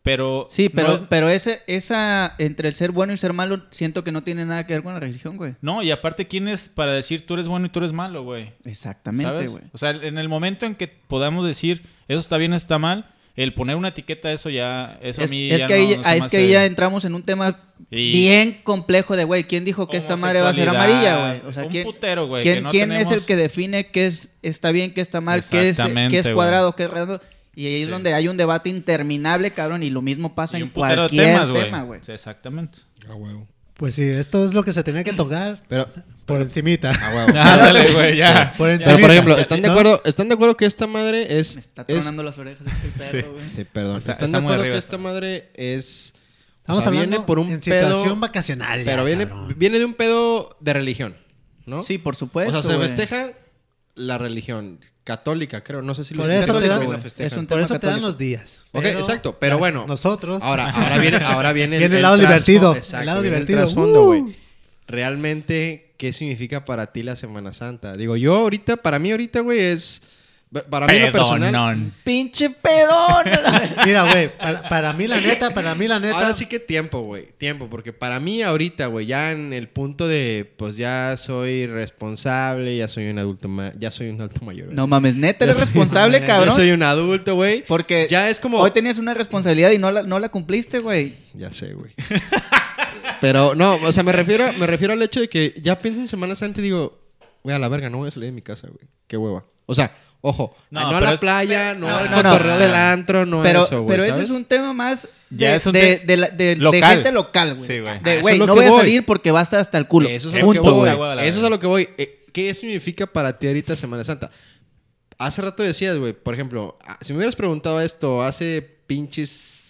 [SPEAKER 4] Pero...
[SPEAKER 3] Sí, pero,
[SPEAKER 4] No, es-
[SPEAKER 3] pero ese, esa entre el ser bueno y ser malo siento que no tiene nada que ver con la religión, güey.
[SPEAKER 4] no, y aparte, ¿quién es para decir tú eres bueno y tú eres malo, güey?
[SPEAKER 3] Exactamente,
[SPEAKER 4] ¿Sabes?
[SPEAKER 3] güey.
[SPEAKER 4] O sea, en el momento en que podamos decir eso está bien, está mal, el poner una etiqueta, eso ya, eso a
[SPEAKER 3] Es,
[SPEAKER 4] mí
[SPEAKER 3] es
[SPEAKER 4] ya
[SPEAKER 3] que,
[SPEAKER 4] no-
[SPEAKER 3] ahí,
[SPEAKER 4] no se
[SPEAKER 3] ah,
[SPEAKER 4] me
[SPEAKER 3] es que
[SPEAKER 4] hace-
[SPEAKER 3] ahí ya entramos en un tema
[SPEAKER 4] Y-
[SPEAKER 3] bien complejo de, güey, ¿quién dijo que esta madre va a ser amarilla, güey? O sea,
[SPEAKER 4] Un
[SPEAKER 3] ¿quién,
[SPEAKER 4] putero, güey,
[SPEAKER 3] quién,
[SPEAKER 4] que no
[SPEAKER 3] quién es el
[SPEAKER 4] tenemos-
[SPEAKER 3] que define qué es, está bien, qué está mal, qué es,
[SPEAKER 4] Exactamente,
[SPEAKER 3] qué es
[SPEAKER 4] güey.
[SPEAKER 3] cuadrado, qué es redondo? Y ahí es
[SPEAKER 4] Sí.
[SPEAKER 3] donde hay un debate interminable, cabrón, y lo mismo pasa
[SPEAKER 4] Y
[SPEAKER 3] en
[SPEAKER 4] un putero de
[SPEAKER 3] cualquier
[SPEAKER 4] temas,
[SPEAKER 3] tema, güey.
[SPEAKER 4] güey. Sí, exactamente.
[SPEAKER 1] A huevo.
[SPEAKER 2] Pues sí, esto es lo que se tenía que tocar
[SPEAKER 1] Pero,
[SPEAKER 2] por
[SPEAKER 1] a
[SPEAKER 2] encimita.
[SPEAKER 1] huevo.
[SPEAKER 3] Ah,
[SPEAKER 4] Ándale, güey, ya.
[SPEAKER 2] Por encimita.
[SPEAKER 1] Pero, por ejemplo, ¿están de
[SPEAKER 2] ¿No?
[SPEAKER 1] acuerdo, ¿están de acuerdo que esta madre es.
[SPEAKER 3] Me está
[SPEAKER 1] es-
[SPEAKER 3] tronando las orejas este perro, güey.
[SPEAKER 1] Sí, perdón.
[SPEAKER 4] Está-
[SPEAKER 1] ¿Están
[SPEAKER 4] está
[SPEAKER 1] de
[SPEAKER 4] muy
[SPEAKER 1] acuerdo
[SPEAKER 4] arriba
[SPEAKER 1] que
[SPEAKER 4] esto.
[SPEAKER 1] esta madre es. o
[SPEAKER 2] Estamos
[SPEAKER 1] sea,
[SPEAKER 2] hablando
[SPEAKER 1] viene por un
[SPEAKER 2] en
[SPEAKER 1] pedo.
[SPEAKER 2] situación vacacional. ya,
[SPEAKER 1] Pero viene,
[SPEAKER 2] cabrón.
[SPEAKER 1] viene de un pedo de religión, ¿no?
[SPEAKER 3] Sí, por supuesto.
[SPEAKER 1] O sea, se
[SPEAKER 3] güey.
[SPEAKER 1] festeja la religión católica, creo. No sé si
[SPEAKER 2] Por
[SPEAKER 1] los
[SPEAKER 2] eso te
[SPEAKER 1] cristianos
[SPEAKER 2] da-
[SPEAKER 1] también la
[SPEAKER 3] güey,
[SPEAKER 1] festejan.
[SPEAKER 3] es un
[SPEAKER 2] Por
[SPEAKER 3] tema
[SPEAKER 2] eso te dan
[SPEAKER 3] católico.
[SPEAKER 2] los días.
[SPEAKER 1] Ok, exacto, pero bueno.
[SPEAKER 2] Nosotros.
[SPEAKER 1] Ahora, ahora viene, ahora viene,
[SPEAKER 2] Viene el lado divertido,
[SPEAKER 1] Exacto,
[SPEAKER 2] el lado
[SPEAKER 1] viene
[SPEAKER 2] divertido,
[SPEAKER 1] trasfondo,
[SPEAKER 2] uh.
[SPEAKER 1] güey. Realmente, ¿qué significa para ti la Semana Santa? Digo, yo ahorita, para mí ahorita, güey, es... Para mí lo personal...
[SPEAKER 4] Perdonón.
[SPEAKER 3] Pinche pedón.
[SPEAKER 2] Mira, güey, para, para mí la neta, para mí la neta.
[SPEAKER 1] Ahora sí que tiempo, güey. Tiempo, porque para mí ahorita, güey, ya en el punto de, pues ya soy responsable, ya soy un adulto, ma- ya soy un adulto mayor.
[SPEAKER 3] no mames, neta, eres
[SPEAKER 1] Ya soy-
[SPEAKER 3] responsable,
[SPEAKER 1] Ya
[SPEAKER 3] cabrón.
[SPEAKER 1] soy un adulto, güey.
[SPEAKER 3] Porque
[SPEAKER 1] ya es como...
[SPEAKER 3] hoy tenías una responsabilidad y no la, no la cumpliste, güey.
[SPEAKER 1] Ya sé, güey. Pero no, o sea, me refiero, me refiero al hecho de que ya pienso en Semana Santa y digo, güey, a la verga, no voy a salir de mi casa, güey. Qué hueva. O sea, ojo,
[SPEAKER 4] No,
[SPEAKER 1] no, a la
[SPEAKER 4] pero es-
[SPEAKER 1] playa, no,
[SPEAKER 4] no,
[SPEAKER 1] al
[SPEAKER 4] no, no.
[SPEAKER 1] cotorreo del antro, no
[SPEAKER 3] pero
[SPEAKER 1] a eso, güey.
[SPEAKER 3] pero ese
[SPEAKER 1] ¿sabes?
[SPEAKER 3] es un tema más de,
[SPEAKER 4] Ya es un
[SPEAKER 3] de-
[SPEAKER 4] te-
[SPEAKER 3] de la- de- de
[SPEAKER 4] local.
[SPEAKER 3] gente local, güey.
[SPEAKER 4] Sí, güey.
[SPEAKER 1] Ah,
[SPEAKER 3] De,
[SPEAKER 1] eso
[SPEAKER 3] güey,
[SPEAKER 1] es lo
[SPEAKER 3] no
[SPEAKER 1] que
[SPEAKER 3] voy a
[SPEAKER 1] voy.
[SPEAKER 3] salir porque va a estar hasta el culo.
[SPEAKER 1] Eso es
[SPEAKER 4] Eh,
[SPEAKER 1] a lo que
[SPEAKER 4] punto,
[SPEAKER 1] voy,
[SPEAKER 4] güey.
[SPEAKER 1] güey. Eso es a lo que voy. Eh, ¿Qué significa para ti ahorita Semana Santa? Hace rato decías, güey, por ejemplo, ah, si me hubieras preguntado esto hace pinches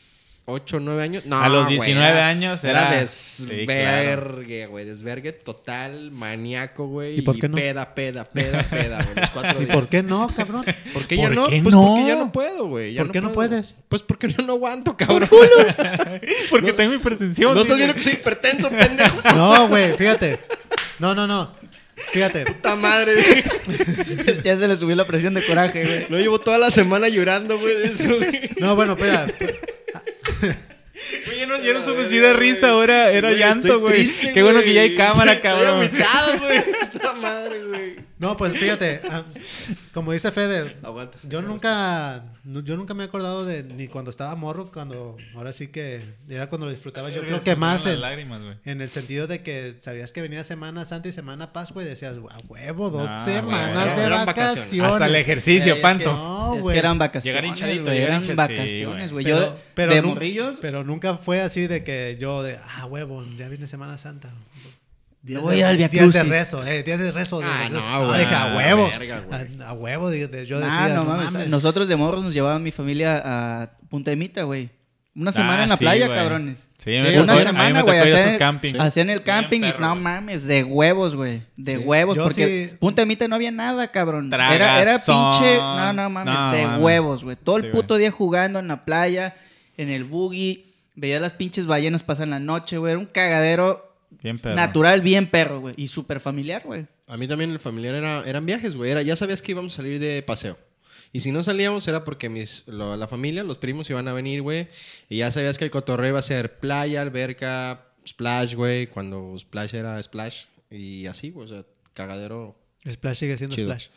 [SPEAKER 1] 8 o 9 años. No,
[SPEAKER 4] A los
[SPEAKER 1] güey,
[SPEAKER 4] 19
[SPEAKER 1] era-
[SPEAKER 4] años
[SPEAKER 1] Era,
[SPEAKER 4] era- Sí,
[SPEAKER 1] desvergue, güey. Desvergue total, maníaco, güey.
[SPEAKER 2] ¿Y por qué no?
[SPEAKER 1] peda, peda, peda, peda, güey. Los cuatro
[SPEAKER 2] ¿Y
[SPEAKER 1] días.
[SPEAKER 2] por qué no, cabrón?
[SPEAKER 1] ¿Por qué
[SPEAKER 2] ¿Por
[SPEAKER 1] ya no?
[SPEAKER 2] qué
[SPEAKER 1] pues
[SPEAKER 2] no?
[SPEAKER 1] porque ya no puedo, güey. ya
[SPEAKER 2] ¿Por qué no
[SPEAKER 1] puedo.
[SPEAKER 2] puedes?
[SPEAKER 1] Pues porque no, no aguanto, cabrón.
[SPEAKER 4] Porque tengo hipertensión.
[SPEAKER 1] No
[SPEAKER 4] dile.
[SPEAKER 1] estás viendo que soy hipertenso, pendejo.
[SPEAKER 2] No, güey, fíjate. No, no, no. Fíjate.
[SPEAKER 1] Puta madre, güey.
[SPEAKER 3] ya se le subió la presión de coraje, güey.
[SPEAKER 1] No llevo toda la semana llorando, güey, de eso, güey.
[SPEAKER 2] No, bueno, espera.
[SPEAKER 4] Güey, ya no, ya no supe si era risa, ahora era
[SPEAKER 1] Güey,
[SPEAKER 4] llanto,
[SPEAKER 1] estoy
[SPEAKER 4] güey.
[SPEAKER 1] triste,
[SPEAKER 4] Qué bueno que ya hay
[SPEAKER 1] güey.
[SPEAKER 4] cámara,
[SPEAKER 1] Estoy
[SPEAKER 4] cabrón.
[SPEAKER 1] agüitado, güey. Puta madre, güey.
[SPEAKER 2] No, pues fíjate. ah, Como dice Fede,
[SPEAKER 1] Aguanta.
[SPEAKER 2] Yo nunca, nu- yo nunca me he acordado de ni cuando estaba morro, cuando ahora sí que era cuando lo disfrutaba. Yo creo que más
[SPEAKER 4] Las
[SPEAKER 2] en,
[SPEAKER 4] lágrimas, güey.
[SPEAKER 2] en el sentido de que sabías que venía Semana Santa y Semana Pascua y decías, a huevo, dos
[SPEAKER 4] Ah,
[SPEAKER 2] semanas
[SPEAKER 1] güey,
[SPEAKER 2] de
[SPEAKER 1] eran vacaciones.
[SPEAKER 2] vacaciones.
[SPEAKER 1] Hasta
[SPEAKER 4] Hasta el
[SPEAKER 3] Ey, es
[SPEAKER 4] ejercicio,
[SPEAKER 3] que-
[SPEAKER 4] panto.
[SPEAKER 2] No, No,
[SPEAKER 3] es
[SPEAKER 2] güey.
[SPEAKER 3] que eran vacaciones.
[SPEAKER 4] Llegar hinchadito,
[SPEAKER 3] güey,
[SPEAKER 4] llegar
[SPEAKER 3] eran
[SPEAKER 4] hinchadito, sí,
[SPEAKER 3] vacaciones, güey.
[SPEAKER 2] Pero-
[SPEAKER 3] Pues Yo de-
[SPEAKER 2] pero
[SPEAKER 3] de
[SPEAKER 2] nu-
[SPEAKER 3] morrillos
[SPEAKER 2] Pero nunca fue así de que yo de, ah, huevo, ya viene Semana Santa. Días
[SPEAKER 3] voy a
[SPEAKER 2] de-
[SPEAKER 3] ir al Via
[SPEAKER 2] Días de
[SPEAKER 3] Crucis.
[SPEAKER 2] rezo, eh, días de rezo. de-
[SPEAKER 1] Ah, no,
[SPEAKER 2] ah,
[SPEAKER 1] güey,
[SPEAKER 2] dije,
[SPEAKER 1] a
[SPEAKER 2] a
[SPEAKER 1] la
[SPEAKER 2] huevo.
[SPEAKER 1] verga, güey.
[SPEAKER 2] a, a huevo, dije, de- yo
[SPEAKER 3] Nah,
[SPEAKER 2] decía,
[SPEAKER 3] no mames. Nosotros de morros nos llevaba mi familia a Punta Emita, güey. Una semana
[SPEAKER 4] Ah,
[SPEAKER 3] en la
[SPEAKER 4] sí,
[SPEAKER 3] playa,
[SPEAKER 4] güey.
[SPEAKER 3] cabrones.
[SPEAKER 4] Sí, a
[SPEAKER 1] Sí,
[SPEAKER 4] mí
[SPEAKER 1] una
[SPEAKER 4] me tocó- a mí
[SPEAKER 1] semana,
[SPEAKER 4] me tocó ir a esos camping.
[SPEAKER 3] Hacían el camping
[SPEAKER 4] Bien
[SPEAKER 3] y
[SPEAKER 4] perro,
[SPEAKER 3] no
[SPEAKER 4] güey.
[SPEAKER 3] mames, de huevos, güey. De
[SPEAKER 1] Sí.
[SPEAKER 3] huevos,
[SPEAKER 2] Yo
[SPEAKER 3] porque
[SPEAKER 2] sí-
[SPEAKER 3] Punta Emita no había nada, cabrón. Era, era
[SPEAKER 4] Tragazón.
[SPEAKER 3] pinche. No, no mames,
[SPEAKER 4] No,
[SPEAKER 3] de
[SPEAKER 4] mames.
[SPEAKER 3] huevos, güey. Todo
[SPEAKER 4] Sí,
[SPEAKER 3] el
[SPEAKER 4] güey.
[SPEAKER 3] puto día jugando en la playa, en el buggy. Veía las pinches ballenas pasar la noche, güey. Era un cagadero
[SPEAKER 4] Bien perro.
[SPEAKER 3] natural, bien perro, güey. Y súper familiar, güey.
[SPEAKER 1] A mí también el familiar era, eran viajes, güey. Era, ya sabías que íbamos a salir de paseo. Y si no salíamos era porque mis, lo- la familia, los primos iban a venir, güey. Y ya sabías que el cotorreo iba a ser playa, alberca, splash, güey. Cuando splash era splash. Y así, güey. O sea, cagadero.
[SPEAKER 2] Splash sigue siendo
[SPEAKER 1] Chido.
[SPEAKER 2] Splash.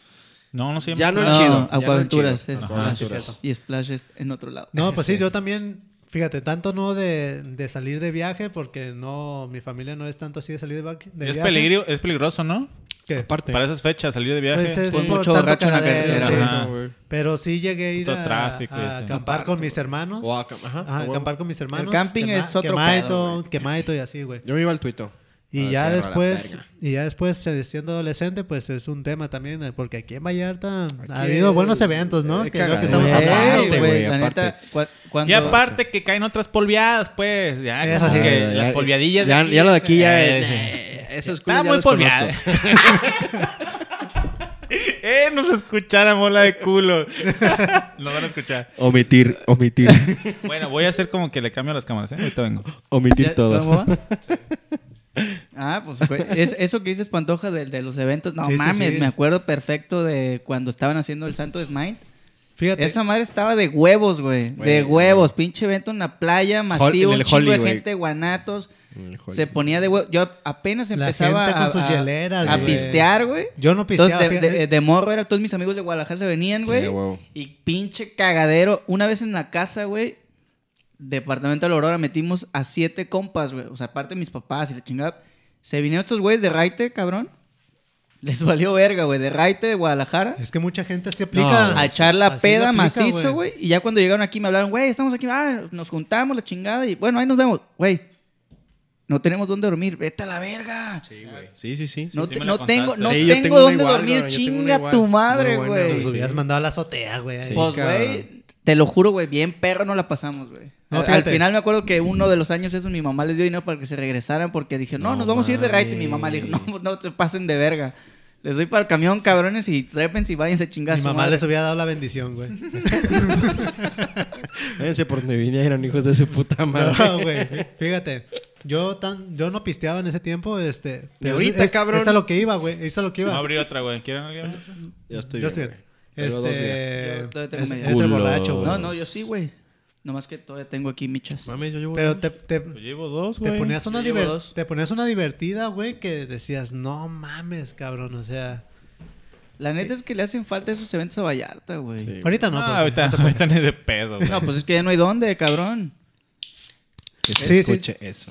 [SPEAKER 4] No, no siempre.
[SPEAKER 1] Ya no el
[SPEAKER 3] No,
[SPEAKER 1] chido. ya no el
[SPEAKER 3] Aguaventuras,
[SPEAKER 1] chido.
[SPEAKER 3] es
[SPEAKER 1] Aguaventuras.
[SPEAKER 3] Splash. Y Splash es en otro lado.
[SPEAKER 2] No, pues sí,
[SPEAKER 1] Sí.
[SPEAKER 2] yo también, fíjate, tanto no de, de salir de viaje, porque no, mi familia no es tanto así de salir de, va- de
[SPEAKER 4] Es,
[SPEAKER 2] viaje.
[SPEAKER 4] peligro, es peligroso, ¿no?
[SPEAKER 2] ¿Qué?
[SPEAKER 1] Aparte.
[SPEAKER 4] Para esas fechas, salir de viaje.
[SPEAKER 2] Pues es
[SPEAKER 3] Con
[SPEAKER 2] por
[SPEAKER 3] mucho
[SPEAKER 2] tanto
[SPEAKER 3] borracho en la
[SPEAKER 2] cagadero,
[SPEAKER 3] carretera,
[SPEAKER 2] sí.
[SPEAKER 4] Ajá.
[SPEAKER 1] güey.
[SPEAKER 2] Pero sí llegué a ir
[SPEAKER 4] Puto
[SPEAKER 2] a,
[SPEAKER 4] tráfico y
[SPEAKER 2] a
[SPEAKER 4] eso.
[SPEAKER 2] acampar con mis hermanos.
[SPEAKER 1] O a cam- ajá,
[SPEAKER 2] Ajá,
[SPEAKER 1] a huevo.
[SPEAKER 2] acampar con mis hermanos.
[SPEAKER 3] camping
[SPEAKER 2] quema-
[SPEAKER 3] es otro
[SPEAKER 2] Quemaito,
[SPEAKER 3] pedo, güey.
[SPEAKER 2] quemaito y así, güey.
[SPEAKER 1] Yo me iba al tuito.
[SPEAKER 2] Y
[SPEAKER 1] A
[SPEAKER 2] ya
[SPEAKER 1] cerrar la
[SPEAKER 2] después,
[SPEAKER 1] verga.
[SPEAKER 2] y ya después se- siendo adolescente, pues es un tema también, eh, porque aquí en Vallarta ha
[SPEAKER 1] Aquí
[SPEAKER 2] habido buenos
[SPEAKER 1] es-
[SPEAKER 2] eventos, ¿no?
[SPEAKER 1] eh,
[SPEAKER 2] Que es lo que
[SPEAKER 1] cagadero.
[SPEAKER 2] estamos
[SPEAKER 1] Güey,
[SPEAKER 2] hablando,
[SPEAKER 1] güey,
[SPEAKER 2] güey.
[SPEAKER 3] la
[SPEAKER 1] aparte.
[SPEAKER 3] neta, cua- cuando-
[SPEAKER 4] Y aparte que caen otras polviadas, pues. Ya,
[SPEAKER 2] Eso
[SPEAKER 4] como
[SPEAKER 2] sí.
[SPEAKER 4] que
[SPEAKER 1] Ya,
[SPEAKER 4] las
[SPEAKER 1] ya,
[SPEAKER 4] polviadillas.
[SPEAKER 1] ya- ya lo de aquí ya
[SPEAKER 4] eh,
[SPEAKER 1] es-
[SPEAKER 4] sí.
[SPEAKER 1] Esos
[SPEAKER 4] Está
[SPEAKER 1] culos ya
[SPEAKER 4] muy
[SPEAKER 1] los
[SPEAKER 4] polviada.
[SPEAKER 1] conozco.
[SPEAKER 4] Eh, nos escucharan, mola de culo. lo van a escuchar.
[SPEAKER 5] Omitir, omitir,
[SPEAKER 4] Bueno, voy a hacer como que le cambio las cámaras, ¿eh? Ahorita vengo.
[SPEAKER 5] omitir
[SPEAKER 3] ¿Ya- cómo
[SPEAKER 5] todo.
[SPEAKER 3] va? Ah, pues güey, es- eso que dices, Pantoja, de, de los eventos. No
[SPEAKER 2] Sí, sí,
[SPEAKER 3] mames,
[SPEAKER 2] sí.
[SPEAKER 3] me acuerdo perfecto de cuando estaban haciendo el Santo Smite.
[SPEAKER 2] Fíjate,
[SPEAKER 3] Esa madre estaba de huevos, güey.
[SPEAKER 1] Güey,
[SPEAKER 3] De huevos. Pinche evento en la playa, masivo,
[SPEAKER 1] en
[SPEAKER 3] un
[SPEAKER 1] el
[SPEAKER 3] chingo
[SPEAKER 1] Holly,
[SPEAKER 3] de
[SPEAKER 1] güey.
[SPEAKER 3] gente, guanatos.
[SPEAKER 1] El joder.
[SPEAKER 3] Se ponía de huevos. Yo apenas
[SPEAKER 2] La
[SPEAKER 3] empezaba
[SPEAKER 2] gente con
[SPEAKER 3] a,
[SPEAKER 2] sus
[SPEAKER 3] a-
[SPEAKER 2] hieleras,
[SPEAKER 3] a
[SPEAKER 2] güey.
[SPEAKER 3] pistear, güey.
[SPEAKER 2] yo no pisteaba,
[SPEAKER 3] Entonces, de,
[SPEAKER 2] fíjate.
[SPEAKER 3] de- de morro era, todos mis amigos de Guadalajara se venían,
[SPEAKER 1] Sí,
[SPEAKER 3] güey.
[SPEAKER 1] a huevo.
[SPEAKER 3] y pinche cagadero. Una vez en la casa, güey, departamento de la Aurora, metimos a siete compas, güey. O sea, aparte de mis papás y la chingada. Se vinieron estos güeyes de Raite, cabrón. Les valió verga, güey. De Raite, de Guadalajara.
[SPEAKER 2] Es que mucha gente se aplica.
[SPEAKER 3] A echar la
[SPEAKER 2] Así
[SPEAKER 3] peda
[SPEAKER 2] aplica,
[SPEAKER 3] macizo, güey. Y ya cuando llegaron aquí me hablaron, güey, estamos aquí, ah, nos juntamos la chingada y bueno, ahí nos vemos, güey. No tenemos dónde dormir, vete a la verga.
[SPEAKER 1] Sí, güey. Sí, sí, sí.
[SPEAKER 3] No,
[SPEAKER 4] sí
[SPEAKER 3] te-
[SPEAKER 4] me la
[SPEAKER 3] no tengo,
[SPEAKER 4] contaste.
[SPEAKER 3] no
[SPEAKER 1] Sí, yo
[SPEAKER 3] tengo,
[SPEAKER 1] tengo una
[SPEAKER 3] dónde
[SPEAKER 1] igual,
[SPEAKER 3] dormir,
[SPEAKER 1] cabrón, yo tengo una
[SPEAKER 3] chinga
[SPEAKER 1] igual.
[SPEAKER 3] tu madre,
[SPEAKER 1] Muy buena,
[SPEAKER 3] güey.
[SPEAKER 2] Nos hubieras mandado a la azotea, güey. ahí.
[SPEAKER 1] Sí.
[SPEAKER 3] Pues,
[SPEAKER 1] cabrón.
[SPEAKER 3] güey, te lo juro, güey, bien perro no la pasamos, güey.
[SPEAKER 2] No,
[SPEAKER 3] Al- Al
[SPEAKER 2] fíjate.
[SPEAKER 3] final me acuerdo que uno de los años esos mi mamá les dio dinero para que se regresaran porque dije, no,
[SPEAKER 1] No
[SPEAKER 3] nos vamos a ir de raite. Y mi
[SPEAKER 1] mames.
[SPEAKER 3] mamá le dijo, no, no se pasen de verga. Les doy para el camión, cabrones, y trépense y váyanse chingados.
[SPEAKER 2] Mi mamá les hubiera dado la bendición, güey.
[SPEAKER 1] Váyanse por donde vinieron, hijos de su puta madre.
[SPEAKER 2] No, güey. Fíjate. Yo tan, yo no pisteaba en ese tiempo, este. pero
[SPEAKER 1] ahorita,
[SPEAKER 2] es- es-
[SPEAKER 1] cabrón.
[SPEAKER 2] Es a lo que iba, güey. Es a lo que
[SPEAKER 4] Voy
[SPEAKER 2] iba.
[SPEAKER 4] a abrir otra, güey. ¿Quieren alguien? otra?
[SPEAKER 1] Yo estoy
[SPEAKER 2] yo
[SPEAKER 1] bien.
[SPEAKER 2] estoy
[SPEAKER 1] güey. Tengo
[SPEAKER 2] bien.
[SPEAKER 1] dos bien.
[SPEAKER 2] Este.
[SPEAKER 3] Yo todavía tengo
[SPEAKER 2] Es,
[SPEAKER 3] media.
[SPEAKER 2] es el
[SPEAKER 4] Culo.
[SPEAKER 2] borracho, güey.
[SPEAKER 3] No, no, yo sí, güey. Nomás que todavía tengo aquí michas.
[SPEAKER 1] Mames, yo llevo.
[SPEAKER 2] Pero te, te,
[SPEAKER 4] Pues llevo dos,
[SPEAKER 2] te
[SPEAKER 4] güey.
[SPEAKER 2] ponías una
[SPEAKER 3] Yo llevo
[SPEAKER 2] diver-
[SPEAKER 3] dos.
[SPEAKER 2] te ponías una divertida, güey, que decías, no mames, cabrón. O sea.
[SPEAKER 3] La neta es que le hacen falta esos eventos a Vallarta, güey.
[SPEAKER 1] Sí.
[SPEAKER 2] Ahorita no,
[SPEAKER 3] Ah,
[SPEAKER 4] No,
[SPEAKER 2] porque-
[SPEAKER 4] ahorita ahorita ni de pedo, güey.
[SPEAKER 3] No, pues es que ya no hay dónde, cabrón.
[SPEAKER 1] Que se
[SPEAKER 2] Sí, sí.
[SPEAKER 1] escuche eso.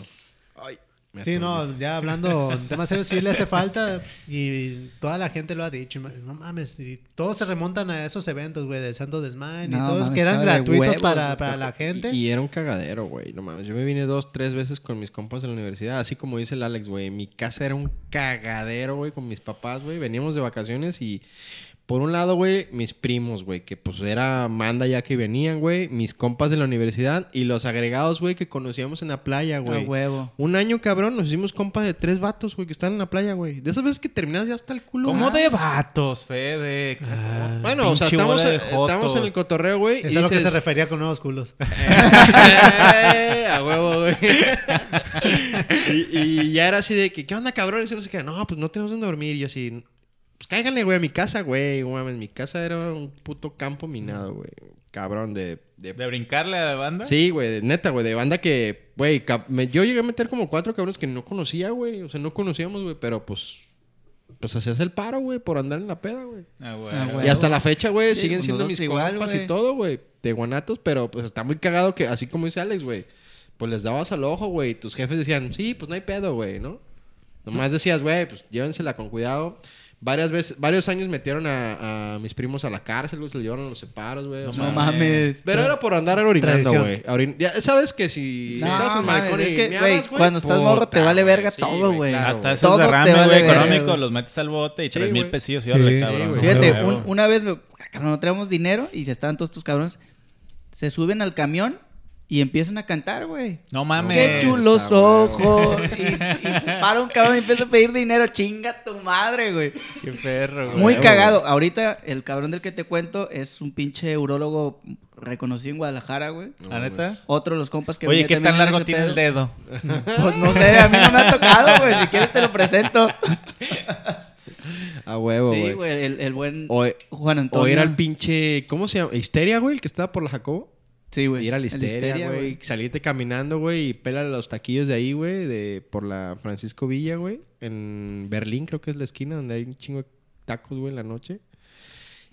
[SPEAKER 1] Ay, me
[SPEAKER 2] Sí, no,
[SPEAKER 1] aturdiste.
[SPEAKER 2] ya hablando en temas serios, sí le hace falta y toda la gente lo ha dicho, ma- no mames, y todos se remontan a esos eventos, güey, del Santos Desmán y
[SPEAKER 3] No,
[SPEAKER 2] todos
[SPEAKER 3] mames,
[SPEAKER 2] que eran
[SPEAKER 3] estaba de
[SPEAKER 2] gratuitos
[SPEAKER 3] huevos,
[SPEAKER 2] para,
[SPEAKER 3] güey,
[SPEAKER 2] para la gente.
[SPEAKER 1] Y, y era un cagadero, güey. No mames. Yo me vine dos, tres veces con mis compas de la universidad. Así como dice el Alex, güey. Mi casa era un cagadero, güey, con mis papás, güey. Veníamos de vacaciones y. Por un lado, güey, mis primos, güey, que pues era manda ya que venían, güey. Mis compas de la universidad y los agregados, güey, que conocíamos en la playa,
[SPEAKER 3] A
[SPEAKER 1] güey.
[SPEAKER 3] huevo.
[SPEAKER 1] Un año, cabrón, nos hicimos compas de tres vatos, güey, que están en la playa, güey. De esas veces que terminas ya hasta el culo.
[SPEAKER 4] ¿Cómo
[SPEAKER 1] güey.
[SPEAKER 4] de vatos, Fede?
[SPEAKER 3] Ah,
[SPEAKER 1] Bueno, o sea,
[SPEAKER 4] Pinche
[SPEAKER 1] estamos,
[SPEAKER 4] bola de
[SPEAKER 1] estamos
[SPEAKER 4] jotos.
[SPEAKER 1] en el cotorreo, güey.
[SPEAKER 2] Eso
[SPEAKER 1] y
[SPEAKER 2] es a lo que
[SPEAKER 1] dices,
[SPEAKER 2] se refería con nuevos culos.
[SPEAKER 1] "Eh, a huevo, güey. y, y ya era así de que, ¿qué onda, cabrón? Y se nos queda, no, pues no tenemos dónde dormir. Y yo así, pues cáiganle, güey, a mi casa, güey. No mames, mi casa era un puto campo minado, güey. Cabrón, de- de
[SPEAKER 4] ¿De brincarle a la banda?
[SPEAKER 1] Sí, güey, de- neta, güey, de banda que, güey, cap- me- yo llegué a meter como cuatro cabrones que no conocía, güey, o sea, no conocíamos, güey, pero pues, pues hacías el paro, güey, por andar en la peda, güey.
[SPEAKER 4] Ah, güey.
[SPEAKER 3] Ah, güey.
[SPEAKER 1] Y hasta la fecha, güey,
[SPEAKER 3] Sí,
[SPEAKER 1] siguen
[SPEAKER 3] pues
[SPEAKER 1] siendo
[SPEAKER 3] nosotros
[SPEAKER 1] mis
[SPEAKER 3] igual,
[SPEAKER 1] compas
[SPEAKER 3] güey.
[SPEAKER 1] y todo, güey, de guanatos, pero pues está muy cagado que, así como dice Alex, güey, pues les dabas al ojo, güey, y tus jefes decían, sí, pues no hay pedo, güey, ¿no? Nomás decías, güey, pues llévensela con cuidado. Varias veces, varios años metieron a, a mis primos a la cárcel, güey, se lo llevaron a los separos, güey. o
[SPEAKER 4] No
[SPEAKER 1] sea,
[SPEAKER 3] No mames.
[SPEAKER 1] Pero era por andar orinando, güey.
[SPEAKER 2] Tradición.
[SPEAKER 1] Orin- ya Sabes que si
[SPEAKER 3] No,
[SPEAKER 1] estás en
[SPEAKER 3] mames,
[SPEAKER 1] maricón
[SPEAKER 3] es
[SPEAKER 1] y
[SPEAKER 3] que,
[SPEAKER 1] meabas,
[SPEAKER 3] güey, cuando estás morro te
[SPEAKER 1] puta,
[SPEAKER 3] vale
[SPEAKER 1] güey.
[SPEAKER 3] verga
[SPEAKER 1] Sí,
[SPEAKER 3] todo, güey.
[SPEAKER 1] claro,
[SPEAKER 4] Hasta
[SPEAKER 3] Todo
[SPEAKER 4] esos
[SPEAKER 3] te
[SPEAKER 4] derrames,
[SPEAKER 3] vale
[SPEAKER 4] güey,
[SPEAKER 3] verga,
[SPEAKER 4] económicos,
[SPEAKER 3] güey.
[SPEAKER 4] los metes al bote y
[SPEAKER 1] Sí,
[SPEAKER 4] tres mil
[SPEAKER 1] güey.
[SPEAKER 4] pesillos y
[SPEAKER 2] Sí,
[SPEAKER 4] órale,
[SPEAKER 2] sí,
[SPEAKER 4] cabrón.
[SPEAKER 1] güey.
[SPEAKER 3] Fíjate,
[SPEAKER 2] Sí,
[SPEAKER 3] un- una vez, me- cabrón, no traemos dinero y estaban todos estos cabrones. Se suben al camión y empiezan a cantar, güey.
[SPEAKER 4] No mames.
[SPEAKER 3] Qué chulos
[SPEAKER 1] Esa, güey.
[SPEAKER 3] ojos. Y, y se para un cabrón y empieza a pedir dinero. Chinga tu madre, güey.
[SPEAKER 4] Qué perro, güey.
[SPEAKER 3] Muy
[SPEAKER 1] Huevo,
[SPEAKER 3] cagado. Ahorita el cabrón del que te cuento es un pinche urólogo reconocido en Guadalajara, güey.
[SPEAKER 1] No,
[SPEAKER 4] ¿La neta?
[SPEAKER 1] mames.
[SPEAKER 3] Otro de los compas que
[SPEAKER 4] Oye,
[SPEAKER 3] venía
[SPEAKER 4] ¿qué
[SPEAKER 3] también
[SPEAKER 4] tan
[SPEAKER 3] en
[SPEAKER 4] largo
[SPEAKER 3] ese
[SPEAKER 4] tiene
[SPEAKER 3] pedo.
[SPEAKER 4] el dedo?
[SPEAKER 3] Pues no sé, a mí no me ha tocado, güey. Si quieres te lo presento.
[SPEAKER 1] A huevo,
[SPEAKER 3] Sí,
[SPEAKER 1] güey.
[SPEAKER 3] güey, el, el buen
[SPEAKER 1] o,
[SPEAKER 3] Juan Antonio.
[SPEAKER 1] o era el pinche, ¿cómo se llama? Histeria, güey, el que estaba por la Jacobo.
[SPEAKER 3] Sí, güey.
[SPEAKER 1] Y era la
[SPEAKER 3] el
[SPEAKER 1] histeria, güey. Salirte caminando, güey, y pela los taquillos de ahí, güey, de por la Francisco Villa, güey. En Berlín, creo que es la esquina donde hay un chingo de tacos, güey, en la noche.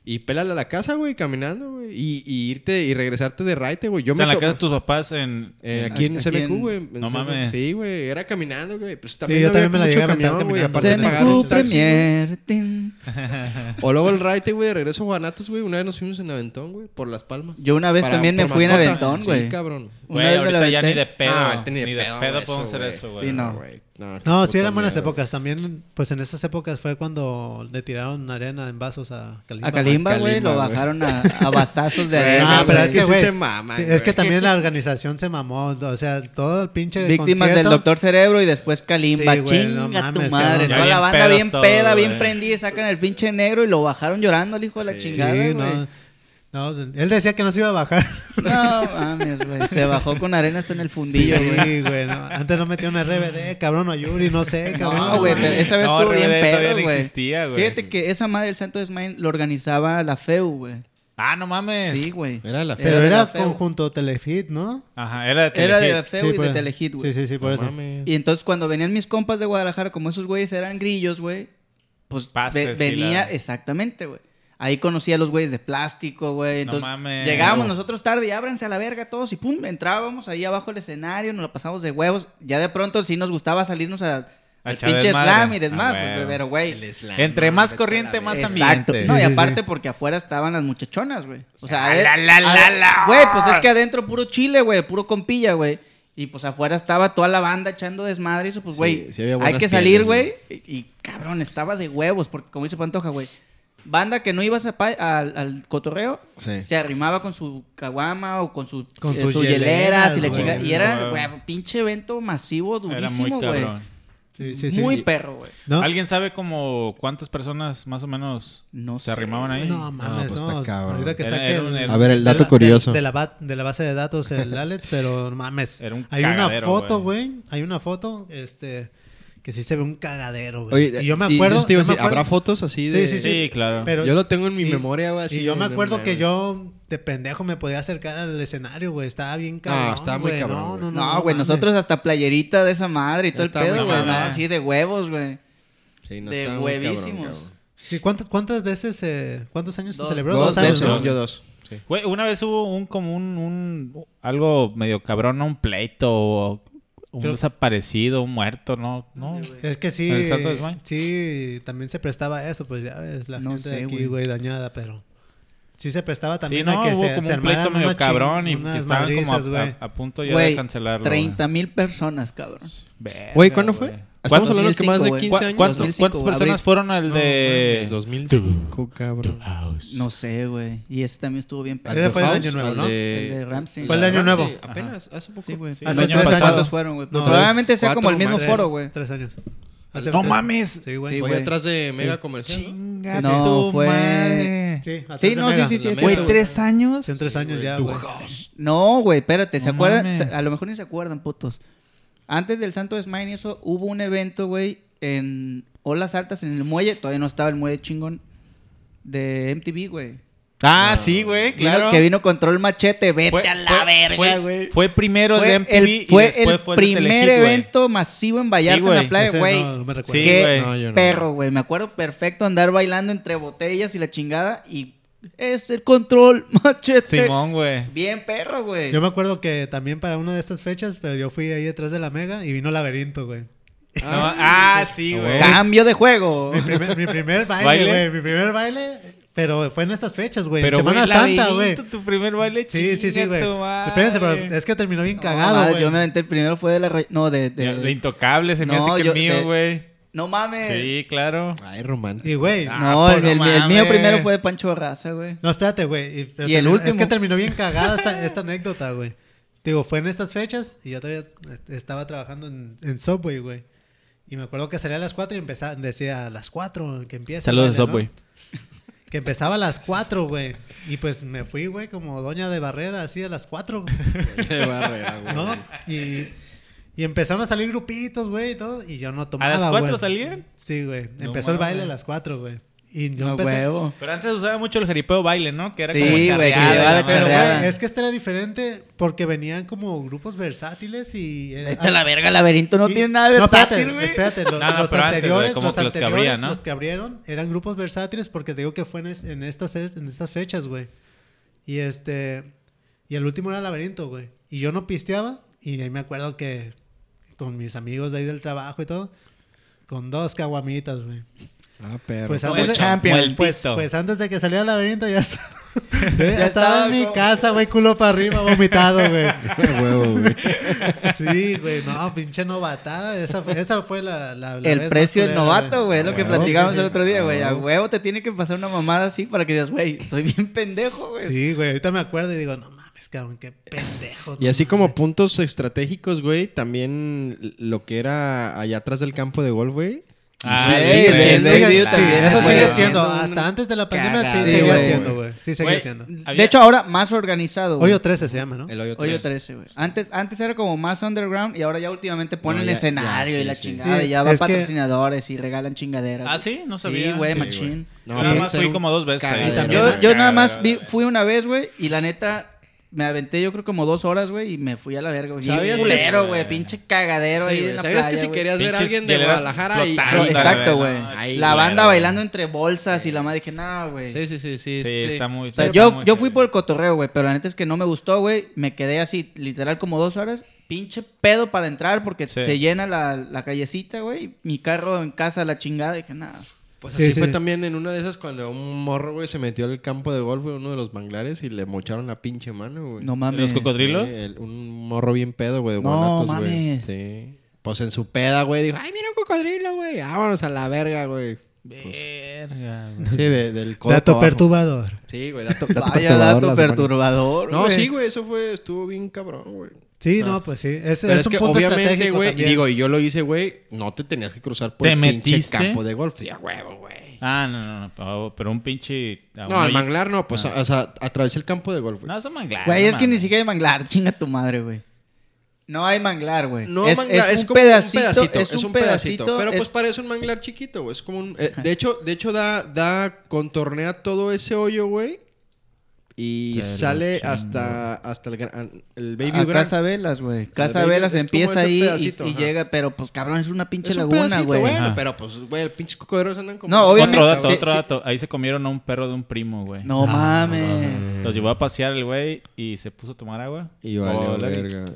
[SPEAKER 1] Y pélale a la casa, güey, caminando, güey. Y, y irte y regresarte de raite, güey. Yo
[SPEAKER 4] O sea, en
[SPEAKER 1] me
[SPEAKER 4] la
[SPEAKER 1] to-
[SPEAKER 4] casa de tus papás en...
[SPEAKER 1] eh, aquí en
[SPEAKER 3] Aquí
[SPEAKER 1] CMQ,
[SPEAKER 3] en-
[SPEAKER 1] güey. en
[SPEAKER 4] No
[SPEAKER 1] CMQ.
[SPEAKER 4] mames.
[SPEAKER 1] Sí, güey. Era caminando, güey. Pues
[SPEAKER 2] yo
[SPEAKER 1] también, no
[SPEAKER 2] también me la
[SPEAKER 1] había
[SPEAKER 2] llegué a
[SPEAKER 1] mucho
[SPEAKER 2] aventar
[SPEAKER 1] camión, güey.
[SPEAKER 2] caminando.
[SPEAKER 1] Aparte de
[SPEAKER 2] CMQ
[SPEAKER 1] pagar un taxi.
[SPEAKER 3] Premier. tin.
[SPEAKER 1] O luego el raite, güey, de regreso a Guanatos, güey. Una vez nos fuimos en Aventón, güey, por Las Palmas.
[SPEAKER 3] Yo una vez
[SPEAKER 1] Para-
[SPEAKER 3] también me
[SPEAKER 1] por
[SPEAKER 3] fui en
[SPEAKER 1] mascota.
[SPEAKER 3] Aventón,
[SPEAKER 1] Sí,
[SPEAKER 3] güey.
[SPEAKER 1] cabrón.
[SPEAKER 3] Una
[SPEAKER 4] Güey,
[SPEAKER 3] vez me lo
[SPEAKER 4] ahorita ya
[SPEAKER 3] aventé.
[SPEAKER 4] ni de pedo.
[SPEAKER 1] Ah, ni de pedo,
[SPEAKER 4] pedo
[SPEAKER 1] eso,
[SPEAKER 4] podemos hacer
[SPEAKER 1] güey.
[SPEAKER 4] eso, güey.
[SPEAKER 3] Sí, no.
[SPEAKER 1] güey.
[SPEAKER 2] No,
[SPEAKER 1] qué
[SPEAKER 2] sí
[SPEAKER 1] puta
[SPEAKER 2] eran buenas
[SPEAKER 1] mierda.
[SPEAKER 2] épocas. También, pues en esas épocas fue cuando le tiraron arena en vasos a Kalimba.
[SPEAKER 3] A Kalimba, güey,
[SPEAKER 1] Kalimba,
[SPEAKER 3] lo
[SPEAKER 1] güey.
[SPEAKER 3] bajaron a, a basazos de
[SPEAKER 1] Güey,
[SPEAKER 3] arena.
[SPEAKER 1] no, pero es
[SPEAKER 3] güey.
[SPEAKER 1] que sí
[SPEAKER 2] güey,
[SPEAKER 1] se maman,
[SPEAKER 2] sí, Es que
[SPEAKER 1] güey.
[SPEAKER 2] también la organización se mamó. O sea, todo el pinche
[SPEAKER 3] Víctimas del
[SPEAKER 2] concierto-
[SPEAKER 3] Doctor Cerebro y después Kalimba.
[SPEAKER 2] Sí, güey, no
[SPEAKER 3] Chinga tu
[SPEAKER 2] mames,
[SPEAKER 3] madre.
[SPEAKER 2] cabrón.
[SPEAKER 4] Ya
[SPEAKER 3] Toda la
[SPEAKER 4] bien
[SPEAKER 3] banda
[SPEAKER 4] pedos
[SPEAKER 3] bien
[SPEAKER 4] todos,
[SPEAKER 3] peda, bien
[SPEAKER 4] güey.
[SPEAKER 3] prendida y sacan el pinche negro y lo bajaron llorando al hijo de la
[SPEAKER 2] Sí,
[SPEAKER 3] chingada, güey.
[SPEAKER 2] no, no, él decía que no se iba a bajar.
[SPEAKER 3] No mames, güey. Se bajó con arena hasta en el fundillo,
[SPEAKER 2] Sí,
[SPEAKER 3] güey.
[SPEAKER 2] güey. no. Antes no metió una RBD, cabrón, o Yuri, no sé, cabrón.
[SPEAKER 3] No, güey, pero esa vez
[SPEAKER 4] No,
[SPEAKER 3] estuvo bien
[SPEAKER 4] RBD todavía
[SPEAKER 3] pedo,
[SPEAKER 4] no
[SPEAKER 3] güey.
[SPEAKER 4] existía, güey.
[SPEAKER 3] Fíjate que esa madre del Santo Desmain lo organizaba la FEU, güey.
[SPEAKER 4] Ah, no mames.
[SPEAKER 3] Sí, güey.
[SPEAKER 1] Era la
[SPEAKER 2] Pero
[SPEAKER 3] de
[SPEAKER 2] era,
[SPEAKER 3] la FEU.
[SPEAKER 2] conjunto Telefit, ¿no?
[SPEAKER 4] Ajá, era de
[SPEAKER 3] Era de la
[SPEAKER 4] Telehit.
[SPEAKER 3] FEU y
[SPEAKER 2] por-
[SPEAKER 3] de Telehit, güey.
[SPEAKER 2] Sí, sí, sí, por
[SPEAKER 1] No
[SPEAKER 2] eso.
[SPEAKER 1] mames.
[SPEAKER 3] Y entonces cuando venían mis compas de Guadalajara, como esos güeyes eran grillos, güey, pues
[SPEAKER 4] Pases,
[SPEAKER 3] ve-
[SPEAKER 4] sí,
[SPEAKER 3] venía
[SPEAKER 4] la-
[SPEAKER 3] exactamente, güey. Ahí conocí a los güeyes de plástico, güey. Entonces
[SPEAKER 4] mames.
[SPEAKER 3] llegábamos nosotros tarde y ábranse a la verga todos y pum, entrábamos ahí abajo del escenario, nos la pasamos de huevos. Ya de pronto sí nos gustaba salirnos a- al
[SPEAKER 4] echar
[SPEAKER 3] pinche
[SPEAKER 4] desmadre.
[SPEAKER 3] slam y
[SPEAKER 4] Ah,
[SPEAKER 3] demás, güey.
[SPEAKER 4] huevo.
[SPEAKER 3] Pero, güey,
[SPEAKER 1] El slam,
[SPEAKER 4] Entre
[SPEAKER 1] no,
[SPEAKER 4] más
[SPEAKER 1] vete a la
[SPEAKER 4] corriente, más
[SPEAKER 1] verga.
[SPEAKER 3] Exacto.
[SPEAKER 4] ambiente.
[SPEAKER 3] No, y
[SPEAKER 2] Sí, sí,
[SPEAKER 3] aparte
[SPEAKER 2] sí.
[SPEAKER 3] porque afuera estaban las muchachonas, güey. O sea,
[SPEAKER 4] Ah,
[SPEAKER 3] eh,
[SPEAKER 4] la, la,
[SPEAKER 3] a-
[SPEAKER 4] la, la.
[SPEAKER 3] güey, pues es que adentro puro chile, güey, puro compilla, güey. Y pues afuera estaba toda la banda echando desmadre y eso, pues,
[SPEAKER 1] Sí,
[SPEAKER 3] güey,
[SPEAKER 1] sí había
[SPEAKER 3] hay
[SPEAKER 1] buenas
[SPEAKER 3] que salir,
[SPEAKER 1] pieles,
[SPEAKER 3] güey. Y, y, cabrón, estaba de huevos, porque como dice Pantoja, güey. Banda que no ibas a pa- al, al cotorreo,
[SPEAKER 1] Sí.
[SPEAKER 3] se arrimaba con su caguama o con, su,
[SPEAKER 2] Con
[SPEAKER 3] eh,
[SPEAKER 2] sus
[SPEAKER 3] hieleras y la
[SPEAKER 2] hieleras,
[SPEAKER 3] chinga.
[SPEAKER 2] güey.
[SPEAKER 3] Y era,
[SPEAKER 4] Wow.
[SPEAKER 3] güey, pinche evento masivo,
[SPEAKER 4] Era muy
[SPEAKER 3] durísimo, güey.
[SPEAKER 4] cabrón.
[SPEAKER 2] Sí, sí, sí.
[SPEAKER 3] Muy perro, güey.
[SPEAKER 2] ¿No?
[SPEAKER 4] ¿Alguien sabe como cuántas personas más o menos
[SPEAKER 3] No
[SPEAKER 4] se
[SPEAKER 3] sé,
[SPEAKER 4] arrimaban ahí?
[SPEAKER 2] No, mames,
[SPEAKER 1] No, pues está
[SPEAKER 2] no.
[SPEAKER 1] cabrón.
[SPEAKER 2] Ahorita que
[SPEAKER 4] Era-
[SPEAKER 2] saque
[SPEAKER 4] era un-
[SPEAKER 2] el-
[SPEAKER 4] era
[SPEAKER 1] A ver, el dato
[SPEAKER 2] de-
[SPEAKER 1] curioso.
[SPEAKER 2] De, la, ba- de la base de datos, el Alex, pero no mames.
[SPEAKER 4] Era un
[SPEAKER 2] hay una
[SPEAKER 4] cagadero,
[SPEAKER 2] foto,
[SPEAKER 4] güey.
[SPEAKER 2] güey. Hay una foto, este, que sí se ve un cagadero, güey.
[SPEAKER 1] Oye,
[SPEAKER 2] y yo me
[SPEAKER 1] y
[SPEAKER 2] acuerdo.
[SPEAKER 1] eso te iba a
[SPEAKER 2] yo me
[SPEAKER 1] decir, ¿habrá
[SPEAKER 2] acuerdo-
[SPEAKER 1] fotos así
[SPEAKER 2] Sí,
[SPEAKER 1] de...?
[SPEAKER 2] sí,
[SPEAKER 4] Sí, claro.
[SPEAKER 2] pero-
[SPEAKER 1] Yo lo tengo en mi
[SPEAKER 2] y-
[SPEAKER 1] memoria, güey. así
[SPEAKER 2] Y yo me
[SPEAKER 1] de-
[SPEAKER 2] acuerdo
[SPEAKER 1] no,
[SPEAKER 2] que
[SPEAKER 1] mames.
[SPEAKER 2] yo, de pendejo, me podía acercar al escenario, güey. Estaba bien cabrón.
[SPEAKER 1] Ah, estaba muy
[SPEAKER 2] güey.
[SPEAKER 1] cabrón,
[SPEAKER 2] No,
[SPEAKER 1] güey.
[SPEAKER 2] no, no,
[SPEAKER 3] No,
[SPEAKER 2] no
[SPEAKER 3] güey,
[SPEAKER 2] mames.
[SPEAKER 3] nosotros hasta playerita de esa madre y
[SPEAKER 1] Ya
[SPEAKER 3] todo el
[SPEAKER 1] está muy
[SPEAKER 3] pedo, güey. No,
[SPEAKER 4] cabrón.
[SPEAKER 3] así de huevos, güey.
[SPEAKER 1] Sí, no
[SPEAKER 3] de
[SPEAKER 1] estaba muy cabrón,
[SPEAKER 3] huevísimos.
[SPEAKER 1] cabrón.
[SPEAKER 2] Sí, ¿cuántas, ¿Cuántas veces, eh, cuántos años
[SPEAKER 3] Dos-
[SPEAKER 2] se celebró?
[SPEAKER 1] Dos
[SPEAKER 2] años,
[SPEAKER 1] veces,
[SPEAKER 2] ¿no?
[SPEAKER 1] yo dos. Sí.
[SPEAKER 4] Güey, una vez hubo un como un, un- algo medio cabrón, ¿no? un pleito o un
[SPEAKER 2] Creo-
[SPEAKER 4] desaparecido, un muerto, ¿no? No.
[SPEAKER 3] ¿Dónde, güey?
[SPEAKER 2] Es que sí,
[SPEAKER 4] ¿El Santo Desmayo?
[SPEAKER 2] sí, también se prestaba eso, pues ya ves, la
[SPEAKER 3] No
[SPEAKER 2] gente
[SPEAKER 3] sé,
[SPEAKER 2] de aquí,
[SPEAKER 3] güey.
[SPEAKER 2] güey, dañada, pero sí se prestaba
[SPEAKER 4] Sí,
[SPEAKER 2] también
[SPEAKER 4] no,
[SPEAKER 2] a que
[SPEAKER 4] hubo
[SPEAKER 2] se,
[SPEAKER 4] como
[SPEAKER 2] se
[SPEAKER 4] un pleito
[SPEAKER 2] armaran
[SPEAKER 4] medio
[SPEAKER 2] unas
[SPEAKER 4] cabrón
[SPEAKER 2] ching-
[SPEAKER 4] y que
[SPEAKER 2] unas
[SPEAKER 4] estaban como
[SPEAKER 2] madrizas,
[SPEAKER 4] a- a,
[SPEAKER 2] güey.
[SPEAKER 4] a punto ya
[SPEAKER 3] Güey,
[SPEAKER 4] de cancelarlo. güey.
[SPEAKER 3] 30 mil personas, cabrón.
[SPEAKER 4] Verga,
[SPEAKER 1] Güey, ¿cuándo fue?
[SPEAKER 4] güey.
[SPEAKER 1] Estamos hablando que
[SPEAKER 3] 2005,
[SPEAKER 1] más de
[SPEAKER 3] güey.
[SPEAKER 1] 15
[SPEAKER 4] ¿Cuá-
[SPEAKER 1] años.
[SPEAKER 4] ¿Cuántos,
[SPEAKER 3] 2005,
[SPEAKER 4] cuántas personas
[SPEAKER 3] abril.
[SPEAKER 4] fueron al de...?
[SPEAKER 1] Mames, 2005, cabrón.
[SPEAKER 4] Pues,
[SPEAKER 3] No sé, güey. Y ese también estuvo bien
[SPEAKER 1] Al
[SPEAKER 3] perro.
[SPEAKER 2] Ese
[SPEAKER 1] de
[SPEAKER 2] fue el
[SPEAKER 1] House,
[SPEAKER 2] año nuevo,
[SPEAKER 1] al
[SPEAKER 2] ¿no?
[SPEAKER 1] de-
[SPEAKER 3] El de Ramsey.
[SPEAKER 2] Fue el de año
[SPEAKER 1] Ramsey,
[SPEAKER 2] nuevo.
[SPEAKER 1] Apenas, hace poco.
[SPEAKER 3] Sí, güey.
[SPEAKER 4] Sí,
[SPEAKER 2] hace
[SPEAKER 3] No sé
[SPEAKER 2] tres
[SPEAKER 3] cuántos
[SPEAKER 2] años.
[SPEAKER 3] fueron, güey.
[SPEAKER 2] No,
[SPEAKER 3] Pero probablemente
[SPEAKER 1] tres,
[SPEAKER 3] sea como el
[SPEAKER 1] cuatro,
[SPEAKER 3] mismo
[SPEAKER 1] madre.
[SPEAKER 3] foro, güey.
[SPEAKER 2] Tres años. Hace
[SPEAKER 4] ¡No
[SPEAKER 2] tres-
[SPEAKER 4] mames!
[SPEAKER 2] Sí, güey.
[SPEAKER 3] Sí,
[SPEAKER 1] Fue
[SPEAKER 3] güey.
[SPEAKER 1] atrás de Mega Comercial, ¿no?
[SPEAKER 4] Chinga
[SPEAKER 3] No,
[SPEAKER 4] tu
[SPEAKER 3] fue-
[SPEAKER 4] madre.
[SPEAKER 2] Sí, atrás
[SPEAKER 3] Sí,
[SPEAKER 2] de
[SPEAKER 3] no, sí,
[SPEAKER 2] Mega.
[SPEAKER 3] sí, sí,
[SPEAKER 1] la
[SPEAKER 3] es
[SPEAKER 1] mega,
[SPEAKER 4] Güey,
[SPEAKER 3] cierto,
[SPEAKER 4] ¿tres años?
[SPEAKER 2] Son tres años ya,
[SPEAKER 1] Tu
[SPEAKER 2] güey.
[SPEAKER 1] House.
[SPEAKER 3] No, güey, espérate. ¿Se
[SPEAKER 4] No
[SPEAKER 3] acuerdan?
[SPEAKER 4] mames.
[SPEAKER 3] Se- A lo mejor ni se acuerdan, putos. Antes del Santo Desmayo y eso, hubo un evento, güey, en Olas Altas, en el muelle. Todavía no estaba el muelle chingón de MTV, güey.
[SPEAKER 4] Ah, sí, güey,
[SPEAKER 3] Vino-
[SPEAKER 4] claro.
[SPEAKER 3] Que vino control machete. Vete
[SPEAKER 4] Fue-
[SPEAKER 3] a la
[SPEAKER 4] fue-
[SPEAKER 3] verga,
[SPEAKER 4] fue-
[SPEAKER 3] güey.
[SPEAKER 4] Fue primero el de MTV
[SPEAKER 3] el,
[SPEAKER 4] y
[SPEAKER 3] fue
[SPEAKER 4] después
[SPEAKER 3] el
[SPEAKER 4] fue el de
[SPEAKER 3] primer
[SPEAKER 4] Telehit, güey.
[SPEAKER 3] evento masivo en Vallarta
[SPEAKER 4] Sí, güey.
[SPEAKER 3] en la playa,
[SPEAKER 2] Ese
[SPEAKER 3] güey.
[SPEAKER 2] no, no me recuerdo.
[SPEAKER 4] Sí,
[SPEAKER 3] Qué
[SPEAKER 4] güey.
[SPEAKER 1] No, yo no.
[SPEAKER 3] perro, güey. Me acuerdo perfecto andar bailando entre botellas y la chingada y es el control machete.
[SPEAKER 4] Simón, güey.
[SPEAKER 3] Bien perro, güey.
[SPEAKER 2] Yo me acuerdo que también para una de estas fechas, pero yo fui ahí detrás de la Mega y vino Laberinto, güey.
[SPEAKER 4] No, ah, sí, güey.
[SPEAKER 3] Cambio de juego.
[SPEAKER 2] Mi primer, mi primer baile,
[SPEAKER 4] ¿Baile?
[SPEAKER 2] güey. Mi primer baile. Pero fue en estas fechas, güey. en
[SPEAKER 4] Pero,
[SPEAKER 2] Semana
[SPEAKER 4] güey,
[SPEAKER 2] Santa,
[SPEAKER 4] laberinto,
[SPEAKER 2] güey.
[SPEAKER 4] Tu primer baile,
[SPEAKER 2] Sí, sí, sí,
[SPEAKER 4] chinga
[SPEAKER 2] güey.
[SPEAKER 4] tu madre.
[SPEAKER 2] Espérense, pero es que terminó bien
[SPEAKER 3] No,
[SPEAKER 2] cagado,
[SPEAKER 3] madre,
[SPEAKER 2] güey.
[SPEAKER 3] yo me aventé el primero fue de la... ro- No, de... de-
[SPEAKER 4] Ya, De intocable, se me
[SPEAKER 3] eh, No,
[SPEAKER 4] hace que
[SPEAKER 3] yo- eh,
[SPEAKER 4] el mío,
[SPEAKER 3] de-
[SPEAKER 4] güey.
[SPEAKER 3] No mames.
[SPEAKER 4] Sí, claro.
[SPEAKER 1] Ay, romántico.
[SPEAKER 2] Y, güey.
[SPEAKER 4] Ah,
[SPEAKER 3] No,
[SPEAKER 4] pues,
[SPEAKER 3] el,
[SPEAKER 4] no
[SPEAKER 3] el- el mío
[SPEAKER 4] mames.
[SPEAKER 3] primero fue de Pancho Barraza, güey.
[SPEAKER 2] No, espérate, güey. pero
[SPEAKER 3] Y el
[SPEAKER 2] terminó- Es
[SPEAKER 3] último.
[SPEAKER 2] que terminó bien cagada esta, esta anécdota, güey. Te Digo, fue en estas fechas y yo todavía estaba trabajando en, en Subway, güey. Y me acuerdo que salía a las 4 y empezaba, decía a las 4 que empieza. el
[SPEAKER 4] Saludos,
[SPEAKER 2] baile", ¿no?
[SPEAKER 4] Subway.
[SPEAKER 2] Que empezaba a las 4, güey. Y pues me fui, güey, como doña de barrera, así a las 4,
[SPEAKER 1] Qué barrera, güey.
[SPEAKER 2] ¿no? Y, y empezaron a salir grupitos, güey, y todo. Y yo no tomaba,
[SPEAKER 4] las cuatro
[SPEAKER 2] güey.
[SPEAKER 4] salían?
[SPEAKER 2] Sí, güey.
[SPEAKER 4] No
[SPEAKER 2] Empezó el baile a
[SPEAKER 4] mames.
[SPEAKER 2] las 4, güey. Y yo
[SPEAKER 3] No,
[SPEAKER 2] empecé,
[SPEAKER 3] huevo.
[SPEAKER 4] Pero antes usaba mucho el jeripeo baile, ¿no? Que era
[SPEAKER 3] Sí,
[SPEAKER 4] como
[SPEAKER 3] güey, que
[SPEAKER 4] charreada,
[SPEAKER 3] llevaba la
[SPEAKER 4] ¿no?
[SPEAKER 2] Pero, güey,
[SPEAKER 3] charreada.
[SPEAKER 2] es que este era diferente porque venían como grupos versátiles y... era-
[SPEAKER 3] Esta la verga, laberinto no
[SPEAKER 2] y-
[SPEAKER 3] tiene nada de versátil,
[SPEAKER 2] espérate,
[SPEAKER 3] güey.
[SPEAKER 2] espérate, los,
[SPEAKER 4] No, no,
[SPEAKER 2] los
[SPEAKER 4] pero antes, güey,
[SPEAKER 2] anteriores,
[SPEAKER 4] como
[SPEAKER 2] los
[SPEAKER 4] que los que
[SPEAKER 2] anteriores,
[SPEAKER 4] abrían, ¿no?
[SPEAKER 2] los que abrieron eran grupos versátiles porque te digo que fue en, es- en estas, en estas fechas, güey. Y este... Y el último era laberinto, güey. Y yo no pisteaba y ahí me acuerdo que con mis amigos de ahí del trabajo y todo, con dos caguamitas, güey.
[SPEAKER 1] Ah, perro.
[SPEAKER 2] Pues
[SPEAKER 3] Como
[SPEAKER 2] antes, de,
[SPEAKER 3] champion.
[SPEAKER 2] pues- pues,
[SPEAKER 4] Maldito.
[SPEAKER 2] pues antes de que saliera el laberinto ya estaba, ya
[SPEAKER 3] estaba
[SPEAKER 2] estaba en mi
[SPEAKER 3] como-
[SPEAKER 2] casa, güey, culo para arriba, vomitado, güey.
[SPEAKER 1] A huevo, güey.
[SPEAKER 2] Sí, güey, no, pinche novatada. Esa fue, esa fue la, Pues la, la vez
[SPEAKER 3] El
[SPEAKER 2] más
[SPEAKER 3] precio del
[SPEAKER 2] culera, Ah,
[SPEAKER 3] novato, güey, es lo que
[SPEAKER 1] huevo,
[SPEAKER 3] platicamos
[SPEAKER 2] sí, sí.
[SPEAKER 3] el otro día, güey.
[SPEAKER 1] A
[SPEAKER 3] A
[SPEAKER 1] huevo.
[SPEAKER 3] huevo te tiene que pasar una mamada así para que digas, güey, estoy bien pendejo, güey.
[SPEAKER 2] Sí, güey, ahorita me acuerdo y digo, no mames, cabrón, qué pendejo.
[SPEAKER 1] Y
[SPEAKER 2] no
[SPEAKER 1] así como
[SPEAKER 2] mames.
[SPEAKER 1] puntos estratégicos, güey, también lo que era allá atrás del campo de golf, güey.
[SPEAKER 4] Ah,
[SPEAKER 1] Sí,
[SPEAKER 4] el
[SPEAKER 1] sigue
[SPEAKER 4] Lady
[SPEAKER 1] siendo,
[SPEAKER 4] Lady
[SPEAKER 1] güey.
[SPEAKER 3] Lady
[SPEAKER 2] Sí,
[SPEAKER 3] también,
[SPEAKER 2] eso
[SPEAKER 3] güey.
[SPEAKER 2] sigue siendo.
[SPEAKER 1] Siendo un
[SPEAKER 2] Hasta antes de la pandemia
[SPEAKER 1] cagado,
[SPEAKER 2] sí seguía
[SPEAKER 3] güey.
[SPEAKER 2] siendo, güey. Sí seguía
[SPEAKER 4] Güey,
[SPEAKER 2] siendo.
[SPEAKER 3] De
[SPEAKER 4] Había-
[SPEAKER 3] hecho, ahora más organizado. güey.
[SPEAKER 2] Hoyo 13 se llama, ¿no?
[SPEAKER 1] El hoyo 3.
[SPEAKER 3] Hoyo 13, güey. Antes, antes era como más underground y ahora ya últimamente ponen
[SPEAKER 1] ya-
[SPEAKER 3] escenario
[SPEAKER 1] ya, sí,
[SPEAKER 3] y la
[SPEAKER 1] sí.
[SPEAKER 3] chingada
[SPEAKER 2] Sí,
[SPEAKER 3] y ya van
[SPEAKER 2] es que-
[SPEAKER 3] patrocinadores y regalan chingaderas.
[SPEAKER 4] Ah,
[SPEAKER 3] güey.
[SPEAKER 4] ¿sí? No sabía.
[SPEAKER 3] Sí, güey,
[SPEAKER 4] Sí,
[SPEAKER 3] machín.
[SPEAKER 4] Yo nada más
[SPEAKER 1] ser
[SPEAKER 4] fui
[SPEAKER 1] un
[SPEAKER 4] como dos veces ahí.
[SPEAKER 1] cagadero,
[SPEAKER 4] Y
[SPEAKER 3] Yo,
[SPEAKER 4] también-
[SPEAKER 1] güey.
[SPEAKER 3] yo
[SPEAKER 4] Verga,
[SPEAKER 3] nada más
[SPEAKER 4] verga,
[SPEAKER 3] vi-
[SPEAKER 4] verga.
[SPEAKER 3] fui una vez, güey, y la neta me aventé yo creo como dos horas, güey, y me fui a la verga, güey.
[SPEAKER 1] ¿Sabías
[SPEAKER 3] Bien
[SPEAKER 1] que
[SPEAKER 3] culero,
[SPEAKER 4] sí?
[SPEAKER 3] güey, pinche cagadero
[SPEAKER 1] Sí,
[SPEAKER 3] ahí
[SPEAKER 1] güey.
[SPEAKER 3] en la
[SPEAKER 1] ¿Sabías
[SPEAKER 3] playa,
[SPEAKER 1] que si
[SPEAKER 3] güey?
[SPEAKER 1] querías ver a
[SPEAKER 4] Pinches
[SPEAKER 1] alguien de
[SPEAKER 4] hieleras
[SPEAKER 1] Guadalajara y...
[SPEAKER 4] flotando,
[SPEAKER 1] y-
[SPEAKER 4] la
[SPEAKER 3] Exacto,
[SPEAKER 4] verga,
[SPEAKER 3] güey.
[SPEAKER 4] no,
[SPEAKER 1] ahí,
[SPEAKER 3] la
[SPEAKER 4] culero,
[SPEAKER 3] banda
[SPEAKER 4] güey.
[SPEAKER 3] bailando entre bolsas y la madre dije, no, güey.
[SPEAKER 1] Sí, sí, sí, sí.
[SPEAKER 4] Sí, está muy...
[SPEAKER 3] O sea, yo, yo fui por el cotorreo, güey, pero la neta es que no me gustó, güey. Me quedé así, literal, como dos horas. Pinche pedo para entrar porque
[SPEAKER 4] Sí.
[SPEAKER 3] se llena la, la callecita, güey. Mi carro en casa, la chingada. Dije, nada.
[SPEAKER 1] Pues
[SPEAKER 2] Sí,
[SPEAKER 1] así
[SPEAKER 2] sí.
[SPEAKER 1] fue también en una de esas cuando un morro, güey, se metió al campo de golf, güey, uno de los manglares y le mocharon la pinche mano, güey.
[SPEAKER 3] No mames.
[SPEAKER 4] ¿Los cocodrilos?
[SPEAKER 1] Sí, el- un morro bien pedo, güey, de
[SPEAKER 3] No
[SPEAKER 1] Guanatos, güey.
[SPEAKER 3] mames.
[SPEAKER 1] Sí. Pues en su peda, güey, dijo, ay, mira un cocodrilo, güey. Vámonos a la verga, güey. Pues,
[SPEAKER 4] Verga, güey.
[SPEAKER 1] sí, de- del codo
[SPEAKER 2] Dato
[SPEAKER 1] para abajo.
[SPEAKER 2] perturbador.
[SPEAKER 1] Sí, güey, dato, dato
[SPEAKER 3] Vaya dato
[SPEAKER 1] la semana.
[SPEAKER 3] perturbador.
[SPEAKER 1] No, sí, güey, eso fue, estuvo bien cabrón, güey.
[SPEAKER 2] Sí,
[SPEAKER 1] Ah.
[SPEAKER 2] no, pues sí. Es,
[SPEAKER 1] Pero
[SPEAKER 2] es
[SPEAKER 1] es,
[SPEAKER 2] un
[SPEAKER 1] que
[SPEAKER 2] punto
[SPEAKER 1] obviamente,
[SPEAKER 2] estratégico
[SPEAKER 1] güey, y
[SPEAKER 2] también.
[SPEAKER 1] digo, y yo lo hice, güey, no te tenías que cruzar por
[SPEAKER 4] ¿Te
[SPEAKER 1] el pinche
[SPEAKER 4] metiste?
[SPEAKER 1] campo de golf. Sí, a huevo, güey.
[SPEAKER 4] Ah, no, no, no. pero- Pero un pinche...
[SPEAKER 1] No,
[SPEAKER 4] a un
[SPEAKER 1] al
[SPEAKER 4] hoyo-
[SPEAKER 1] manglar no,
[SPEAKER 3] Ah.
[SPEAKER 1] pues, o sea, atravesé el campo de golf, güey.
[SPEAKER 4] No, es un manglar.
[SPEAKER 3] Güey,
[SPEAKER 1] Ah,
[SPEAKER 4] no
[SPEAKER 3] es que ni
[SPEAKER 4] mames.
[SPEAKER 3] siquiera hay manglar. Chinga tu madre, güey. No hay manglar, güey.
[SPEAKER 1] No es, manglar, es,
[SPEAKER 3] un
[SPEAKER 1] como
[SPEAKER 3] pedacito,
[SPEAKER 1] un pedacito,
[SPEAKER 3] Es un pedacito.
[SPEAKER 1] Pero
[SPEAKER 3] es-
[SPEAKER 1] pues parece un manglar chiquito, güey. Es como un. eh, de hecho, de hecho da, da, contornea todo ese hoyo, güey. Y
[SPEAKER 4] Pero
[SPEAKER 1] sale
[SPEAKER 4] chingo.
[SPEAKER 1] hasta, hasta el, gran- el Baby
[SPEAKER 3] a
[SPEAKER 1] Grand.
[SPEAKER 3] Casa Velas, güey. Casa
[SPEAKER 1] baby-
[SPEAKER 3] Velas
[SPEAKER 1] es como
[SPEAKER 3] empieza
[SPEAKER 1] ese
[SPEAKER 3] ahí y-
[SPEAKER 1] pedacito,
[SPEAKER 3] y,
[SPEAKER 1] ajá.
[SPEAKER 3] llega, pero pues cabrón, es una pinche
[SPEAKER 1] Es un
[SPEAKER 3] laguna,
[SPEAKER 1] pedacito,
[SPEAKER 3] güey.
[SPEAKER 1] Bueno,
[SPEAKER 4] Ajá.
[SPEAKER 1] pero pues, güey, el pinche cocodrilo andan como.
[SPEAKER 3] No, obviamente,
[SPEAKER 4] Otro dato,
[SPEAKER 3] sí,
[SPEAKER 4] otro
[SPEAKER 3] sí.
[SPEAKER 4] dato. Ahí se comieron a un perro de un primo, güey.
[SPEAKER 3] No mames.
[SPEAKER 4] Los llevó a pasear el güey y se puso a tomar agua.
[SPEAKER 1] Y vale,
[SPEAKER 4] Hola,
[SPEAKER 1] verga.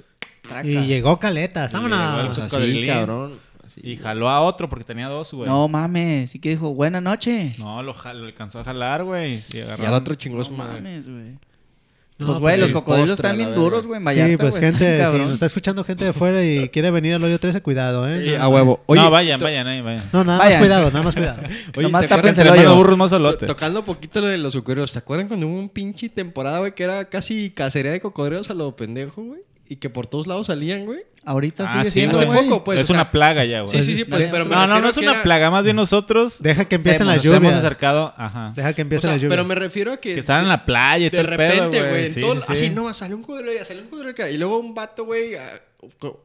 [SPEAKER 3] Traca.
[SPEAKER 2] Y llegó caletas.
[SPEAKER 4] Y llegó el
[SPEAKER 1] Pues
[SPEAKER 2] Vámonos.
[SPEAKER 4] Cos-
[SPEAKER 1] así,
[SPEAKER 4] cocodrilín.
[SPEAKER 1] cabrón. Así.
[SPEAKER 4] Y jaló a otro porque tenía dos, güey.
[SPEAKER 3] No mames, sí que dijo, buena noche.
[SPEAKER 4] No, lo, ja- lo alcanzó a jalar, güey. Y,
[SPEAKER 1] Y al otro chingó
[SPEAKER 3] No
[SPEAKER 1] su madre.
[SPEAKER 3] mames, güey.
[SPEAKER 2] No,
[SPEAKER 3] pues,
[SPEAKER 2] pues,
[SPEAKER 3] güey, los
[SPEAKER 1] sí,
[SPEAKER 3] cocodrilos
[SPEAKER 1] postre, la
[SPEAKER 3] están bien
[SPEAKER 1] verga.
[SPEAKER 3] duros, güey, en Vallarta,
[SPEAKER 2] Sí, pues
[SPEAKER 3] güey, están
[SPEAKER 2] gente, si
[SPEAKER 3] cabrón.
[SPEAKER 2] nos está escuchando gente de fuera y quiere venir al hoyo 13, cuidado, ¿eh?
[SPEAKER 1] Sí, a huevo. Oye,
[SPEAKER 4] no, vayan, vayan, ahí, vayan.
[SPEAKER 2] No, nada
[SPEAKER 3] Vayan.
[SPEAKER 2] más cuidado, nada más cuidado.
[SPEAKER 1] Oye,
[SPEAKER 3] Nomás
[SPEAKER 1] ¿te acuerdas
[SPEAKER 3] tápense el
[SPEAKER 1] de-
[SPEAKER 3] hoyo.
[SPEAKER 4] Mano burro, más
[SPEAKER 1] To-
[SPEAKER 4] olote.
[SPEAKER 1] Tocando un poquito lo de los cocodrilos, ¿se acuerdan cuando hubo un pinche temporada, güey, que era casi cacería de cocodrilos a lo pendejo, güey? Y que por todos lados salían, güey.
[SPEAKER 3] Ahorita
[SPEAKER 4] Ah,
[SPEAKER 3] sigue
[SPEAKER 4] sí,
[SPEAKER 3] siendo,
[SPEAKER 1] hace
[SPEAKER 3] güey.
[SPEAKER 1] poco, pues, o
[SPEAKER 4] es
[SPEAKER 1] sea,
[SPEAKER 4] una plaga ya, güey.
[SPEAKER 1] Sí, sí, sí, pues, pero me
[SPEAKER 4] No, no,
[SPEAKER 1] refiero
[SPEAKER 4] no es
[SPEAKER 1] que
[SPEAKER 4] una
[SPEAKER 1] era-
[SPEAKER 4] plaga. Más bien nosotros
[SPEAKER 2] Deja que empiecen las
[SPEAKER 4] nos hemos
[SPEAKER 2] lluvias.
[SPEAKER 4] acercado... Ajá.
[SPEAKER 2] Deja
[SPEAKER 1] O
[SPEAKER 2] que empiecen
[SPEAKER 1] sea,
[SPEAKER 2] las lluvias.
[SPEAKER 1] pero me refiero a que...
[SPEAKER 4] Que estaban en la playa
[SPEAKER 1] de
[SPEAKER 4] y todo el pedo,
[SPEAKER 1] repente, güey, en
[SPEAKER 4] Sí,
[SPEAKER 1] todo-
[SPEAKER 4] sí, sí.
[SPEAKER 1] así no, salió un cocodrilo, ya salió un cocodrilo acá. Y luego un vato, güey, a- co-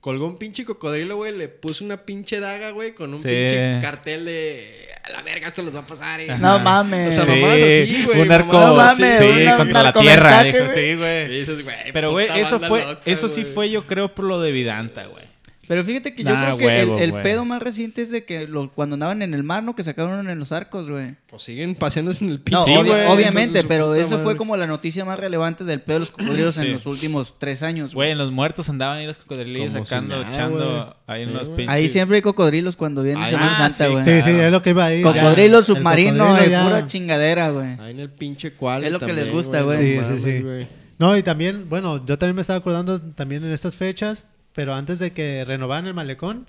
[SPEAKER 1] colgó un pinche cocodrilo, güey, le puso una pinche daga, güey, con un
[SPEAKER 4] Sí.
[SPEAKER 1] pinche cartel de... A la verga, esto los va a pasar, eh".
[SPEAKER 3] No mames.
[SPEAKER 1] O sea,
[SPEAKER 4] Sí,
[SPEAKER 1] mamadas así, güey,
[SPEAKER 4] Un arco...
[SPEAKER 1] mamadas
[SPEAKER 3] así, güey.
[SPEAKER 4] sí,
[SPEAKER 3] Un
[SPEAKER 4] contra la tierra.
[SPEAKER 3] narcomensaje,
[SPEAKER 4] dijo,
[SPEAKER 3] güey.
[SPEAKER 4] Sí,
[SPEAKER 1] Y
[SPEAKER 4] güey.
[SPEAKER 1] dices, güey,
[SPEAKER 4] Pero,
[SPEAKER 1] puta
[SPEAKER 4] güey, eso
[SPEAKER 1] banda
[SPEAKER 4] fue...
[SPEAKER 1] loca,
[SPEAKER 4] Eso sí
[SPEAKER 1] güey.
[SPEAKER 4] fue, yo creo, por lo de Vidanta, güey.
[SPEAKER 3] Pero fíjate que yo
[SPEAKER 4] Nah,
[SPEAKER 3] creo que
[SPEAKER 4] huevo,
[SPEAKER 3] el- el,
[SPEAKER 4] güey.
[SPEAKER 3] pedo más reciente es de que lo- cuando andaban en el mar, ¿no? Que sacaron en los arcos, güey.
[SPEAKER 1] Pues siguen paseándose en el
[SPEAKER 3] No,
[SPEAKER 1] piso.
[SPEAKER 4] Sí,
[SPEAKER 3] obvia-
[SPEAKER 4] güey,
[SPEAKER 3] obviamente,
[SPEAKER 1] entonces,
[SPEAKER 3] pero
[SPEAKER 1] puta
[SPEAKER 3] eso fue
[SPEAKER 1] madre.
[SPEAKER 3] como la noticia más relevante del pedo de los cocodrilos
[SPEAKER 4] Sí.
[SPEAKER 3] en los últimos tres años.
[SPEAKER 4] Güey, en los muertos andaban ahí los cocodrilillos
[SPEAKER 1] Como si
[SPEAKER 4] sacando,
[SPEAKER 1] nada,
[SPEAKER 4] echando
[SPEAKER 1] güey.
[SPEAKER 4] ahí en
[SPEAKER 1] Sí,
[SPEAKER 4] los
[SPEAKER 1] güey.
[SPEAKER 4] pinches.
[SPEAKER 3] Ahí siempre hay cocodrilos cuando viene
[SPEAKER 1] Ay,
[SPEAKER 3] Semana
[SPEAKER 4] ah,
[SPEAKER 3] Santa,
[SPEAKER 4] sí,
[SPEAKER 3] güey.
[SPEAKER 4] claro.
[SPEAKER 2] Sí, sí, es lo que iba a ir.
[SPEAKER 3] Cocodrilo submarino, güey, pura
[SPEAKER 2] chingada.
[SPEAKER 3] chingadera, güey.
[SPEAKER 1] Ahí en el pinche cual.
[SPEAKER 3] Es lo que les gusta,
[SPEAKER 2] güey.
[SPEAKER 1] No
[SPEAKER 2] Sí, sí,
[SPEAKER 1] mames,
[SPEAKER 2] sí.
[SPEAKER 1] güey.
[SPEAKER 2] No, y también, bueno, yo también me estaba acordando también en estas fechas, pero antes de que renovaran el malecón,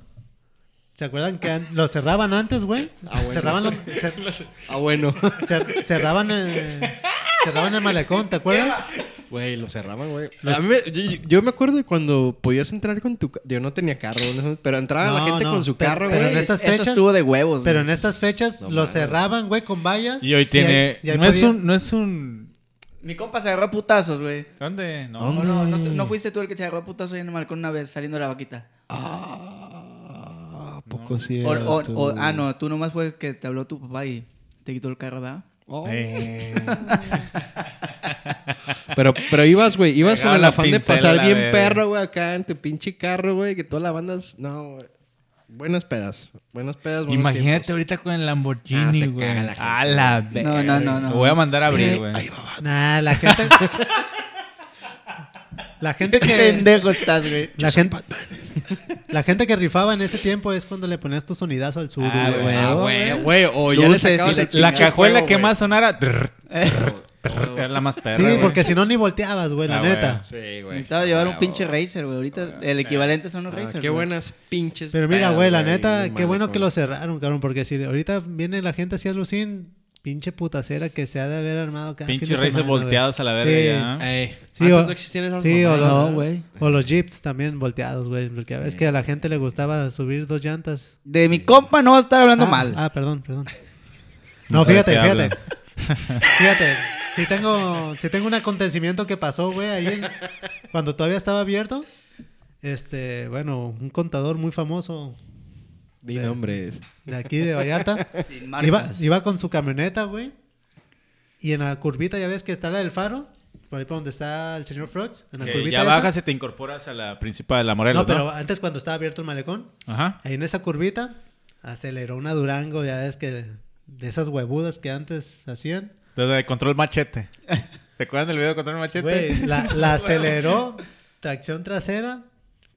[SPEAKER 2] ¿se acuerdan que an- lo cerraban antes, güey?
[SPEAKER 1] Ah, bueno.
[SPEAKER 2] Cerraban, lo- cer-
[SPEAKER 1] Ah, bueno.
[SPEAKER 2] cer- cerraban, eh, cerraban el malecón, ¿te acuerdas?
[SPEAKER 1] Güey, lo cerraban, güey. A mí me- yo, yo me acuerdo de cuando podías entrar con tu... ca- Yo no tenía carro, ¿no? pero entraba la
[SPEAKER 2] No,
[SPEAKER 1] gente
[SPEAKER 2] no,
[SPEAKER 1] con su
[SPEAKER 2] pero-
[SPEAKER 1] carro,
[SPEAKER 2] pero
[SPEAKER 1] güey.
[SPEAKER 2] en estas
[SPEAKER 3] Eso
[SPEAKER 2] fechas-
[SPEAKER 3] estuvo de huevos,
[SPEAKER 2] Pero
[SPEAKER 3] güey.
[SPEAKER 2] en estas fechas
[SPEAKER 1] No
[SPEAKER 2] lo
[SPEAKER 1] mames.
[SPEAKER 2] cerraban, güey, con vallas.
[SPEAKER 4] Y hoy tiene.
[SPEAKER 2] y ahí- y ahí
[SPEAKER 4] no, es
[SPEAKER 2] podías-
[SPEAKER 4] un, no es un.
[SPEAKER 3] Mi compa se agarró a putazos, güey.
[SPEAKER 4] ¿Dónde? No.
[SPEAKER 3] No, no, no, te- no fuiste tú el que se agarró a putazos ahí en el balcón una vez saliendo de la vaquita.
[SPEAKER 1] Ah, poco
[SPEAKER 3] O- o- o- ah, no, tú nomás fue que te habló tu papá y te quitó el carro, ¿verdad?
[SPEAKER 1] Oh.
[SPEAKER 4] Eh,
[SPEAKER 1] Pero, pero ibas, güey, ibas con
[SPEAKER 4] Pegaba
[SPEAKER 1] el
[SPEAKER 4] la
[SPEAKER 1] afán de
[SPEAKER 4] pincel a
[SPEAKER 1] pasar
[SPEAKER 4] la
[SPEAKER 1] bien
[SPEAKER 4] verga.
[SPEAKER 1] perro, güey, acá en tu pinche carro, güey, que todas las bandas... No, güey. Buenas pedas. Buenas pedas, buenos
[SPEAKER 4] Imagínate
[SPEAKER 1] tiempos.
[SPEAKER 4] ahorita con
[SPEAKER 1] Ah,
[SPEAKER 4] el
[SPEAKER 1] se
[SPEAKER 4] Lamborghini, güey.
[SPEAKER 1] caga la gente.
[SPEAKER 4] a la
[SPEAKER 3] No,
[SPEAKER 4] verga,
[SPEAKER 3] no, no,
[SPEAKER 4] güey.
[SPEAKER 3] no.
[SPEAKER 4] Lo voy a mandar a abrir, güey.
[SPEAKER 2] Nah, la gente... la gente
[SPEAKER 3] Qué
[SPEAKER 2] que...
[SPEAKER 3] pendejo estás, güey.
[SPEAKER 2] La gente, la gente que rifaba en ese tiempo es cuando le ponías tu sonidazo al sur,
[SPEAKER 4] Ah,
[SPEAKER 2] güey.
[SPEAKER 4] güey.
[SPEAKER 1] Ah,
[SPEAKER 3] güey.
[SPEAKER 1] güey, güey. O ya le
[SPEAKER 3] Luces y
[SPEAKER 1] sacabas
[SPEAKER 3] la
[SPEAKER 1] el
[SPEAKER 4] La
[SPEAKER 1] pinche
[SPEAKER 4] cajuela
[SPEAKER 1] fuego,
[SPEAKER 4] que
[SPEAKER 1] güey.
[SPEAKER 4] más sonara. trrr,
[SPEAKER 3] Eh,
[SPEAKER 4] trrr, era la más perra.
[SPEAKER 2] Sí,
[SPEAKER 4] Ah, güey.
[SPEAKER 2] porque si no ni volteabas, güey, la
[SPEAKER 4] Ah,
[SPEAKER 2] neta.
[SPEAKER 4] güey.
[SPEAKER 1] Sí, güey.
[SPEAKER 3] necesitaba llevar un
[SPEAKER 1] Ah,
[SPEAKER 3] pinche racer, güey. Ahorita el equivalente son los
[SPEAKER 1] Ah,
[SPEAKER 3] racers.
[SPEAKER 1] qué
[SPEAKER 3] güey.
[SPEAKER 1] buenas pinches.
[SPEAKER 2] Pero mira,
[SPEAKER 1] pedas,
[SPEAKER 2] güey, la
[SPEAKER 1] güey,
[SPEAKER 2] neta,
[SPEAKER 1] en el
[SPEAKER 2] qué bueno que
[SPEAKER 1] malecón.
[SPEAKER 2] lo cerraron, cabrón, porque si ahorita viene la gente así a lucín, pinche putacera que se ha de haber armado cada fin
[SPEAKER 4] Pinche
[SPEAKER 2] de
[SPEAKER 4] raíces
[SPEAKER 2] semana,
[SPEAKER 4] volteadas a la verga
[SPEAKER 2] Sí.
[SPEAKER 4] ya.
[SPEAKER 1] Ey,
[SPEAKER 2] Sí,
[SPEAKER 1] antes
[SPEAKER 2] o-
[SPEAKER 1] no existían esas
[SPEAKER 2] sí, o
[SPEAKER 1] mamadas,
[SPEAKER 2] lo-
[SPEAKER 3] No, güey.
[SPEAKER 2] güey. O los jeeps también volteados, güey, porque a veces que a la gente le gustaba subir dos llantas.
[SPEAKER 3] De mi compa no vas a estar hablando
[SPEAKER 2] ah,
[SPEAKER 3] mal.
[SPEAKER 2] Ah, perdón, perdón.
[SPEAKER 4] No
[SPEAKER 2] No,
[SPEAKER 4] sé de
[SPEAKER 2] fíjate,
[SPEAKER 4] qué
[SPEAKER 2] fíjate.
[SPEAKER 4] hablan.
[SPEAKER 2] Fíjate, si tengo, si tengo un acontecimiento que pasó, güey, ahí en- cuando todavía estaba abierto. Este, bueno, un contador muy famoso
[SPEAKER 1] Di nombres.
[SPEAKER 2] de aquí de Vallarta.
[SPEAKER 3] Sin
[SPEAKER 2] Iba,
[SPEAKER 3] marcas.
[SPEAKER 2] iba con su camioneta, güey. Y en la curvita, ya ves que está la del faro. Por ahí por donde está el señor Frogs. En la
[SPEAKER 4] Que
[SPEAKER 2] curvita
[SPEAKER 4] ya
[SPEAKER 2] esa.
[SPEAKER 4] bajas y te incorporas a la principal, la Morelos,
[SPEAKER 2] No, pero antes cuando estaba abierto el malecón.
[SPEAKER 4] Ajá.
[SPEAKER 2] Ahí en esa curvita, aceleró una Durango, ya ves que... De esas huevudas que antes hacían.
[SPEAKER 4] Desde Control Machete. ¿Se acuerdan del video de Control Machete?
[SPEAKER 2] Güey, la, la aceleró. Tracción trasera.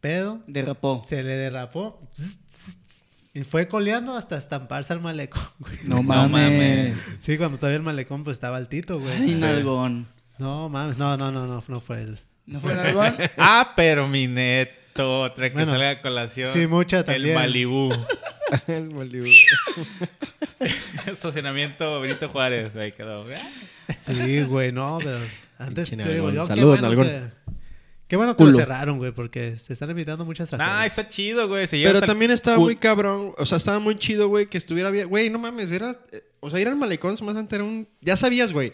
[SPEAKER 2] Pedo.
[SPEAKER 3] Derrapó.
[SPEAKER 2] Se le derrapó. zzz, zzz, zzz, Y fue coleando hasta estamparse al malecón, güey.
[SPEAKER 3] No
[SPEAKER 4] mames.
[SPEAKER 3] mames.
[SPEAKER 2] Sí, cuando todavía el malecón pues estaba altito, güey.
[SPEAKER 3] Ay, nalgón.
[SPEAKER 2] No, mames, no, no, no, no, no fue él.
[SPEAKER 3] ¿No fue nalgón?
[SPEAKER 4] Ah, pero mi neto, otra que
[SPEAKER 2] Bueno,
[SPEAKER 4] sale a colación.
[SPEAKER 2] sí, mucha
[SPEAKER 4] El
[SPEAKER 2] también.
[SPEAKER 4] Malibú.
[SPEAKER 1] El Malibu.
[SPEAKER 4] Estacionamiento Benito Juárez. Ahí quedó. Ah.
[SPEAKER 2] Sí, güey, no, pero antes
[SPEAKER 1] Pinche
[SPEAKER 2] te digo
[SPEAKER 1] nalgón.
[SPEAKER 2] yo, qué
[SPEAKER 1] Saludos,
[SPEAKER 2] bueno
[SPEAKER 1] nalgón.
[SPEAKER 2] que- Qué bueno que lo
[SPEAKER 1] Culo.
[SPEAKER 2] cerraron, güey, porque se están evitando muchas tragedias.
[SPEAKER 4] Nah, está chido, güey. se lleva
[SPEAKER 1] Pero
[SPEAKER 4] hasta el
[SPEAKER 1] también estaba
[SPEAKER 4] cu-
[SPEAKER 1] muy cabrón. O sea, estaba muy chido, güey, que estuviera bien. Güey, no mames, era. eh, O sea, ir al malecón más antes era un. Ya sabías, güey.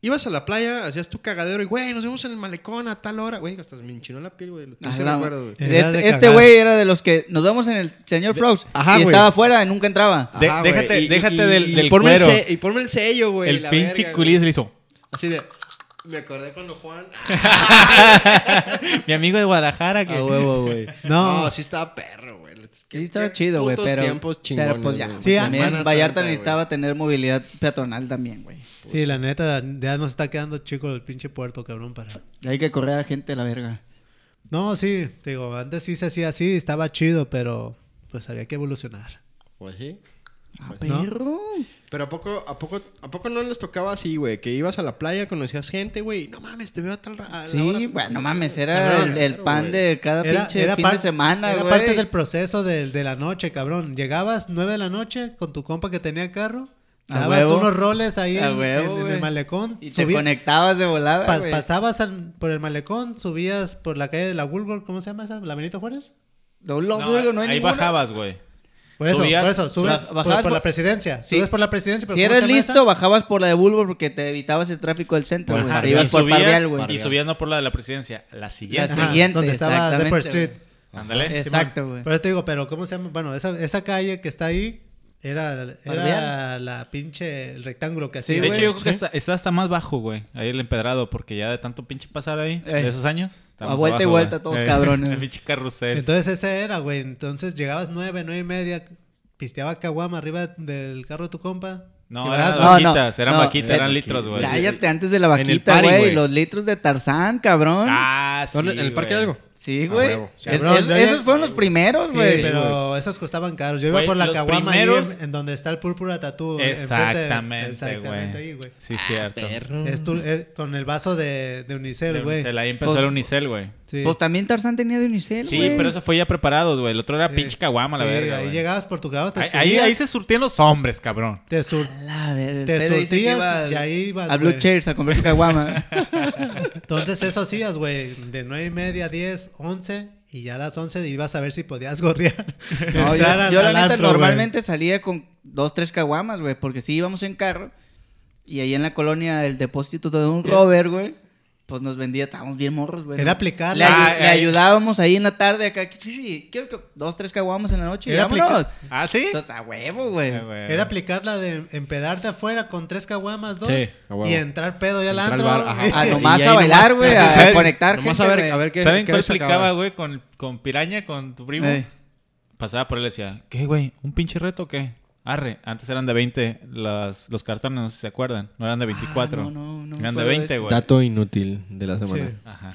[SPEAKER 1] Ibas a la playa, hacías tu cagadero y, güey, nos vemos en el malecón a tal hora. Güey, hasta me enchinó la piel, güey. Lo
[SPEAKER 3] Ah,
[SPEAKER 1] pinche
[SPEAKER 3] la-
[SPEAKER 1] recuerdo, güey.
[SPEAKER 2] Era de
[SPEAKER 3] Este- Este
[SPEAKER 2] cagar.
[SPEAKER 3] güey era de los que nos vamos en el señor Frogs
[SPEAKER 1] Ajá,
[SPEAKER 3] y
[SPEAKER 1] güey.
[SPEAKER 3] estaba afuera y nunca entraba.
[SPEAKER 4] De-
[SPEAKER 1] Ajá, güey,
[SPEAKER 4] déjate-
[SPEAKER 1] y-
[SPEAKER 4] déjate
[SPEAKER 1] y-
[SPEAKER 4] del-
[SPEAKER 1] y
[SPEAKER 4] del
[SPEAKER 1] ponme el
[SPEAKER 4] cuero.
[SPEAKER 1] se- y ponme el sello, güey.
[SPEAKER 4] El
[SPEAKER 1] la
[SPEAKER 4] pinche
[SPEAKER 1] verga,
[SPEAKER 4] culí
[SPEAKER 1] güey.
[SPEAKER 4] se le hizo.
[SPEAKER 1] Así de. Me acordé cuando Juan.
[SPEAKER 4] Mi amigo de Guadalajara que.
[SPEAKER 1] A huevo, güey.
[SPEAKER 2] No.
[SPEAKER 1] sí estaba perro, güey.
[SPEAKER 3] Sí, estaba chido, güey,
[SPEAKER 1] Putos
[SPEAKER 3] pero,
[SPEAKER 1] tiempos chingones.
[SPEAKER 3] pero pues ya.
[SPEAKER 1] güey.
[SPEAKER 2] Sí,
[SPEAKER 3] también
[SPEAKER 1] Semana
[SPEAKER 3] Vallarta
[SPEAKER 1] Santa, güey.
[SPEAKER 3] necesitaba tener movilidad peatonal también, güey.
[SPEAKER 2] Sí, la neta, ya nos está quedando chico el pinche puerto, cabrón, para...
[SPEAKER 3] Hay que correr a la gente de la verga.
[SPEAKER 2] No, sí, te digo, antes sí se hacía así, estaba chido, pero pues había que evolucionar.
[SPEAKER 1] Pues sí.
[SPEAKER 3] Ah,
[SPEAKER 1] Pues
[SPEAKER 2] no.
[SPEAKER 3] perro.
[SPEAKER 1] Pero a poco, a poco, a poco no les tocaba así, güey. Que ibas a la playa, conocías gente, güey. No mames, te veo a tal ra- a la hora-
[SPEAKER 3] Sí, bueno, no mames,
[SPEAKER 1] Cabrón,
[SPEAKER 3] era el, el
[SPEAKER 1] claro,
[SPEAKER 3] pan
[SPEAKER 1] güey.
[SPEAKER 3] de cada Ah, pinche fin
[SPEAKER 2] par-
[SPEAKER 3] de semana,
[SPEAKER 2] era
[SPEAKER 3] güey.
[SPEAKER 2] parte del proceso del- de, la noche, cabrón. Llegabas 9 de la noche con tu compa que tenía carro,
[SPEAKER 3] A
[SPEAKER 2] dabas
[SPEAKER 3] huevo.
[SPEAKER 2] unos roles ahí
[SPEAKER 3] A
[SPEAKER 2] en,
[SPEAKER 3] huevo,
[SPEAKER 2] en- en
[SPEAKER 3] güey.
[SPEAKER 2] el malecón.
[SPEAKER 3] Y te
[SPEAKER 2] subí-
[SPEAKER 3] conectabas de volada,
[SPEAKER 2] Pa-
[SPEAKER 3] güey.
[SPEAKER 2] pasabas al- por el malecón, subías por la calle de la Woolworth, ¿cómo se llama esa? ¿La Benito Juárez?
[SPEAKER 3] No,
[SPEAKER 4] No,
[SPEAKER 3] lo- no, hay
[SPEAKER 4] ahí
[SPEAKER 3] ninguna.
[SPEAKER 4] bajabas, güey.
[SPEAKER 2] Por eso,
[SPEAKER 4] Subías-
[SPEAKER 2] por eso, subes
[SPEAKER 3] subas-
[SPEAKER 2] por,
[SPEAKER 3] bajabas
[SPEAKER 2] por
[SPEAKER 3] por-
[SPEAKER 2] la presidencia.
[SPEAKER 3] Sí.
[SPEAKER 2] Subes por la presidencia. pero
[SPEAKER 3] Si
[SPEAKER 2] ¿cómo
[SPEAKER 3] eres
[SPEAKER 2] se llama esa?
[SPEAKER 3] listo, bajabas por la de Bulbo porque te evitabas el tráfico del centro,
[SPEAKER 1] Por
[SPEAKER 3] güey.
[SPEAKER 1] Pardeal.
[SPEAKER 3] Te ibas
[SPEAKER 4] Y
[SPEAKER 3] por
[SPEAKER 4] subías-
[SPEAKER 3] Pardeal,
[SPEAKER 4] Y
[SPEAKER 3] güey.
[SPEAKER 4] subías no por la de la presidencia, la siguiente.
[SPEAKER 3] La siguiente,
[SPEAKER 2] donde estaba Depor
[SPEAKER 3] exactamente,
[SPEAKER 2] Street.
[SPEAKER 3] güey.
[SPEAKER 4] Ándale.
[SPEAKER 3] Exacto, güey.
[SPEAKER 2] Por eso te digo, pero ¿cómo se llama? Bueno, esa, esa calle que está ahí, Era, era
[SPEAKER 3] Barbear.
[SPEAKER 2] la pinche el rectángulo que hacía.
[SPEAKER 3] Sí,
[SPEAKER 4] de hecho,
[SPEAKER 2] güey.
[SPEAKER 4] yo creo que
[SPEAKER 2] Sí.
[SPEAKER 4] está, está hasta más bajo, güey. Ahí el empedrado, porque ya de tanto pinche pasar ahí,
[SPEAKER 3] Ey.
[SPEAKER 4] de esos años. está
[SPEAKER 3] A
[SPEAKER 4] más
[SPEAKER 3] vuelta y
[SPEAKER 4] abajo,
[SPEAKER 3] vuelta,
[SPEAKER 4] güey.
[SPEAKER 3] todos
[SPEAKER 4] Ey,
[SPEAKER 3] cabrones.
[SPEAKER 4] El pinche carrusel.
[SPEAKER 2] Entonces ese era, güey. Entonces llegabas nueve, nueve y media, pisteaba caguama arriba del carro de tu compa.
[SPEAKER 4] No,
[SPEAKER 2] y
[SPEAKER 4] era
[SPEAKER 2] vas-
[SPEAKER 4] la- vaquitas, eran vaquitas, eran
[SPEAKER 3] eh,
[SPEAKER 4] litros, pues, güey.
[SPEAKER 3] Cállate antes de la
[SPEAKER 1] En el
[SPEAKER 3] vaquita,
[SPEAKER 1] party,
[SPEAKER 3] güey.
[SPEAKER 1] güey.
[SPEAKER 3] Los litros de Tarzán, cabrón.
[SPEAKER 4] Ah, sí.
[SPEAKER 1] ¿Dónde- ¿En el parque
[SPEAKER 4] güey.
[SPEAKER 1] algo?
[SPEAKER 3] Sí,
[SPEAKER 1] A
[SPEAKER 3] güey.
[SPEAKER 1] huevo.
[SPEAKER 3] Es-
[SPEAKER 2] Cabrón,
[SPEAKER 3] es-
[SPEAKER 2] yo ya-
[SPEAKER 3] esos fueron los primeros,
[SPEAKER 2] Sí,
[SPEAKER 3] güey.
[SPEAKER 2] pero esos costaban caros. Yo iba
[SPEAKER 4] Güey,
[SPEAKER 2] por la
[SPEAKER 4] los
[SPEAKER 2] caguama ahí
[SPEAKER 4] primeros-
[SPEAKER 2] en, en donde está el púrpura tatú.
[SPEAKER 4] Exactamente,
[SPEAKER 2] ahí,
[SPEAKER 4] güey.
[SPEAKER 2] güey. Ah,
[SPEAKER 4] Sí, cierto.
[SPEAKER 3] Mm.
[SPEAKER 1] Perro.
[SPEAKER 4] Este,
[SPEAKER 2] Es tu- es con el vaso de, de
[SPEAKER 4] De
[SPEAKER 2] unicel, güey.
[SPEAKER 4] Unicel, ahí empezó
[SPEAKER 3] Pues-
[SPEAKER 4] el Unicel, güey.
[SPEAKER 2] Sí.
[SPEAKER 3] Pues también Tarzán tenía de Unicel,
[SPEAKER 4] Sí,
[SPEAKER 3] güey.
[SPEAKER 4] pero eso fue ya preparado, güey. El otro era
[SPEAKER 2] Sí.
[SPEAKER 4] pinche caguama, la
[SPEAKER 2] Sí,
[SPEAKER 4] verga.
[SPEAKER 2] Ahí
[SPEAKER 4] güey.
[SPEAKER 2] llegabas por tu caguama, te
[SPEAKER 4] Ahí- ahí,
[SPEAKER 2] subías,
[SPEAKER 4] ahí se surtían los hombres, cabrón.
[SPEAKER 2] te sur-
[SPEAKER 3] La ver- el
[SPEAKER 2] Te
[SPEAKER 3] Tere dice que
[SPEAKER 2] surtías
[SPEAKER 3] iba
[SPEAKER 2] y ahí ibas,
[SPEAKER 3] A Blue
[SPEAKER 2] güey.
[SPEAKER 3] Chairs a comprar caguama.
[SPEAKER 2] Entonces eso hacías, güey. De nueve y media, 10, 11. Y ya a las 11 ibas a ver si podías gorrear.
[SPEAKER 3] No, yo,
[SPEAKER 2] Entrar al-
[SPEAKER 3] yo la
[SPEAKER 2] al
[SPEAKER 3] neta
[SPEAKER 2] antro, güey.
[SPEAKER 3] normalmente salía con dos, tres caguamas, güey, porque si íbamos en carro y ahí en la colonia el depósito de un rover, güey, pues nos vendía, estábamos bien morros, güey.
[SPEAKER 2] Eh. Era
[SPEAKER 3] ¿no?
[SPEAKER 2] aplicar
[SPEAKER 3] Le,
[SPEAKER 2] la-
[SPEAKER 3] ayu- le
[SPEAKER 4] Ah, eh.
[SPEAKER 3] ayudábamos ahí en la tarde acá, "Chuy, quiero que dos, tres caguamas en la noche y
[SPEAKER 2] Era aplicar-
[SPEAKER 3] vámonos.
[SPEAKER 4] ¿Ah, sí?
[SPEAKER 3] Entonces, a huevo, güey.
[SPEAKER 4] Eh, güey.
[SPEAKER 2] Era aplicar la de empedarte afuera con tres caguamas, dos.
[SPEAKER 1] Sí, a huevo.
[SPEAKER 2] Y entrar pedo ya al
[SPEAKER 1] Entrar
[SPEAKER 2] antro.
[SPEAKER 1] al bar, ajá.
[SPEAKER 3] A
[SPEAKER 1] Y
[SPEAKER 3] nomás
[SPEAKER 1] ahí
[SPEAKER 3] a
[SPEAKER 1] nomás-
[SPEAKER 3] bailar, güey, a
[SPEAKER 4] ¿Sabes?
[SPEAKER 3] conectar
[SPEAKER 1] Nomás
[SPEAKER 3] gente,
[SPEAKER 1] a ver,
[SPEAKER 3] güey.
[SPEAKER 1] a ver qué.
[SPEAKER 4] ¿Saben
[SPEAKER 1] qué
[SPEAKER 4] cuál
[SPEAKER 1] se acaba?
[SPEAKER 4] aplicaba, güey? Con, con Piraña, con tu primo.
[SPEAKER 3] Eh.
[SPEAKER 4] Pasaba por él y decía, ¿qué, güey? ¿Un pinche reto o qué? Arre, antes eran de 20 las, los cartones, no sé si se acuerdan. No eran de 24.
[SPEAKER 3] Ah, no, no, no me
[SPEAKER 4] Eran
[SPEAKER 3] acuerdo
[SPEAKER 4] de
[SPEAKER 3] de
[SPEAKER 4] 20,
[SPEAKER 3] eso.
[SPEAKER 4] güey.
[SPEAKER 1] Dato inútil de la semana.
[SPEAKER 2] Sí.
[SPEAKER 4] Ajá.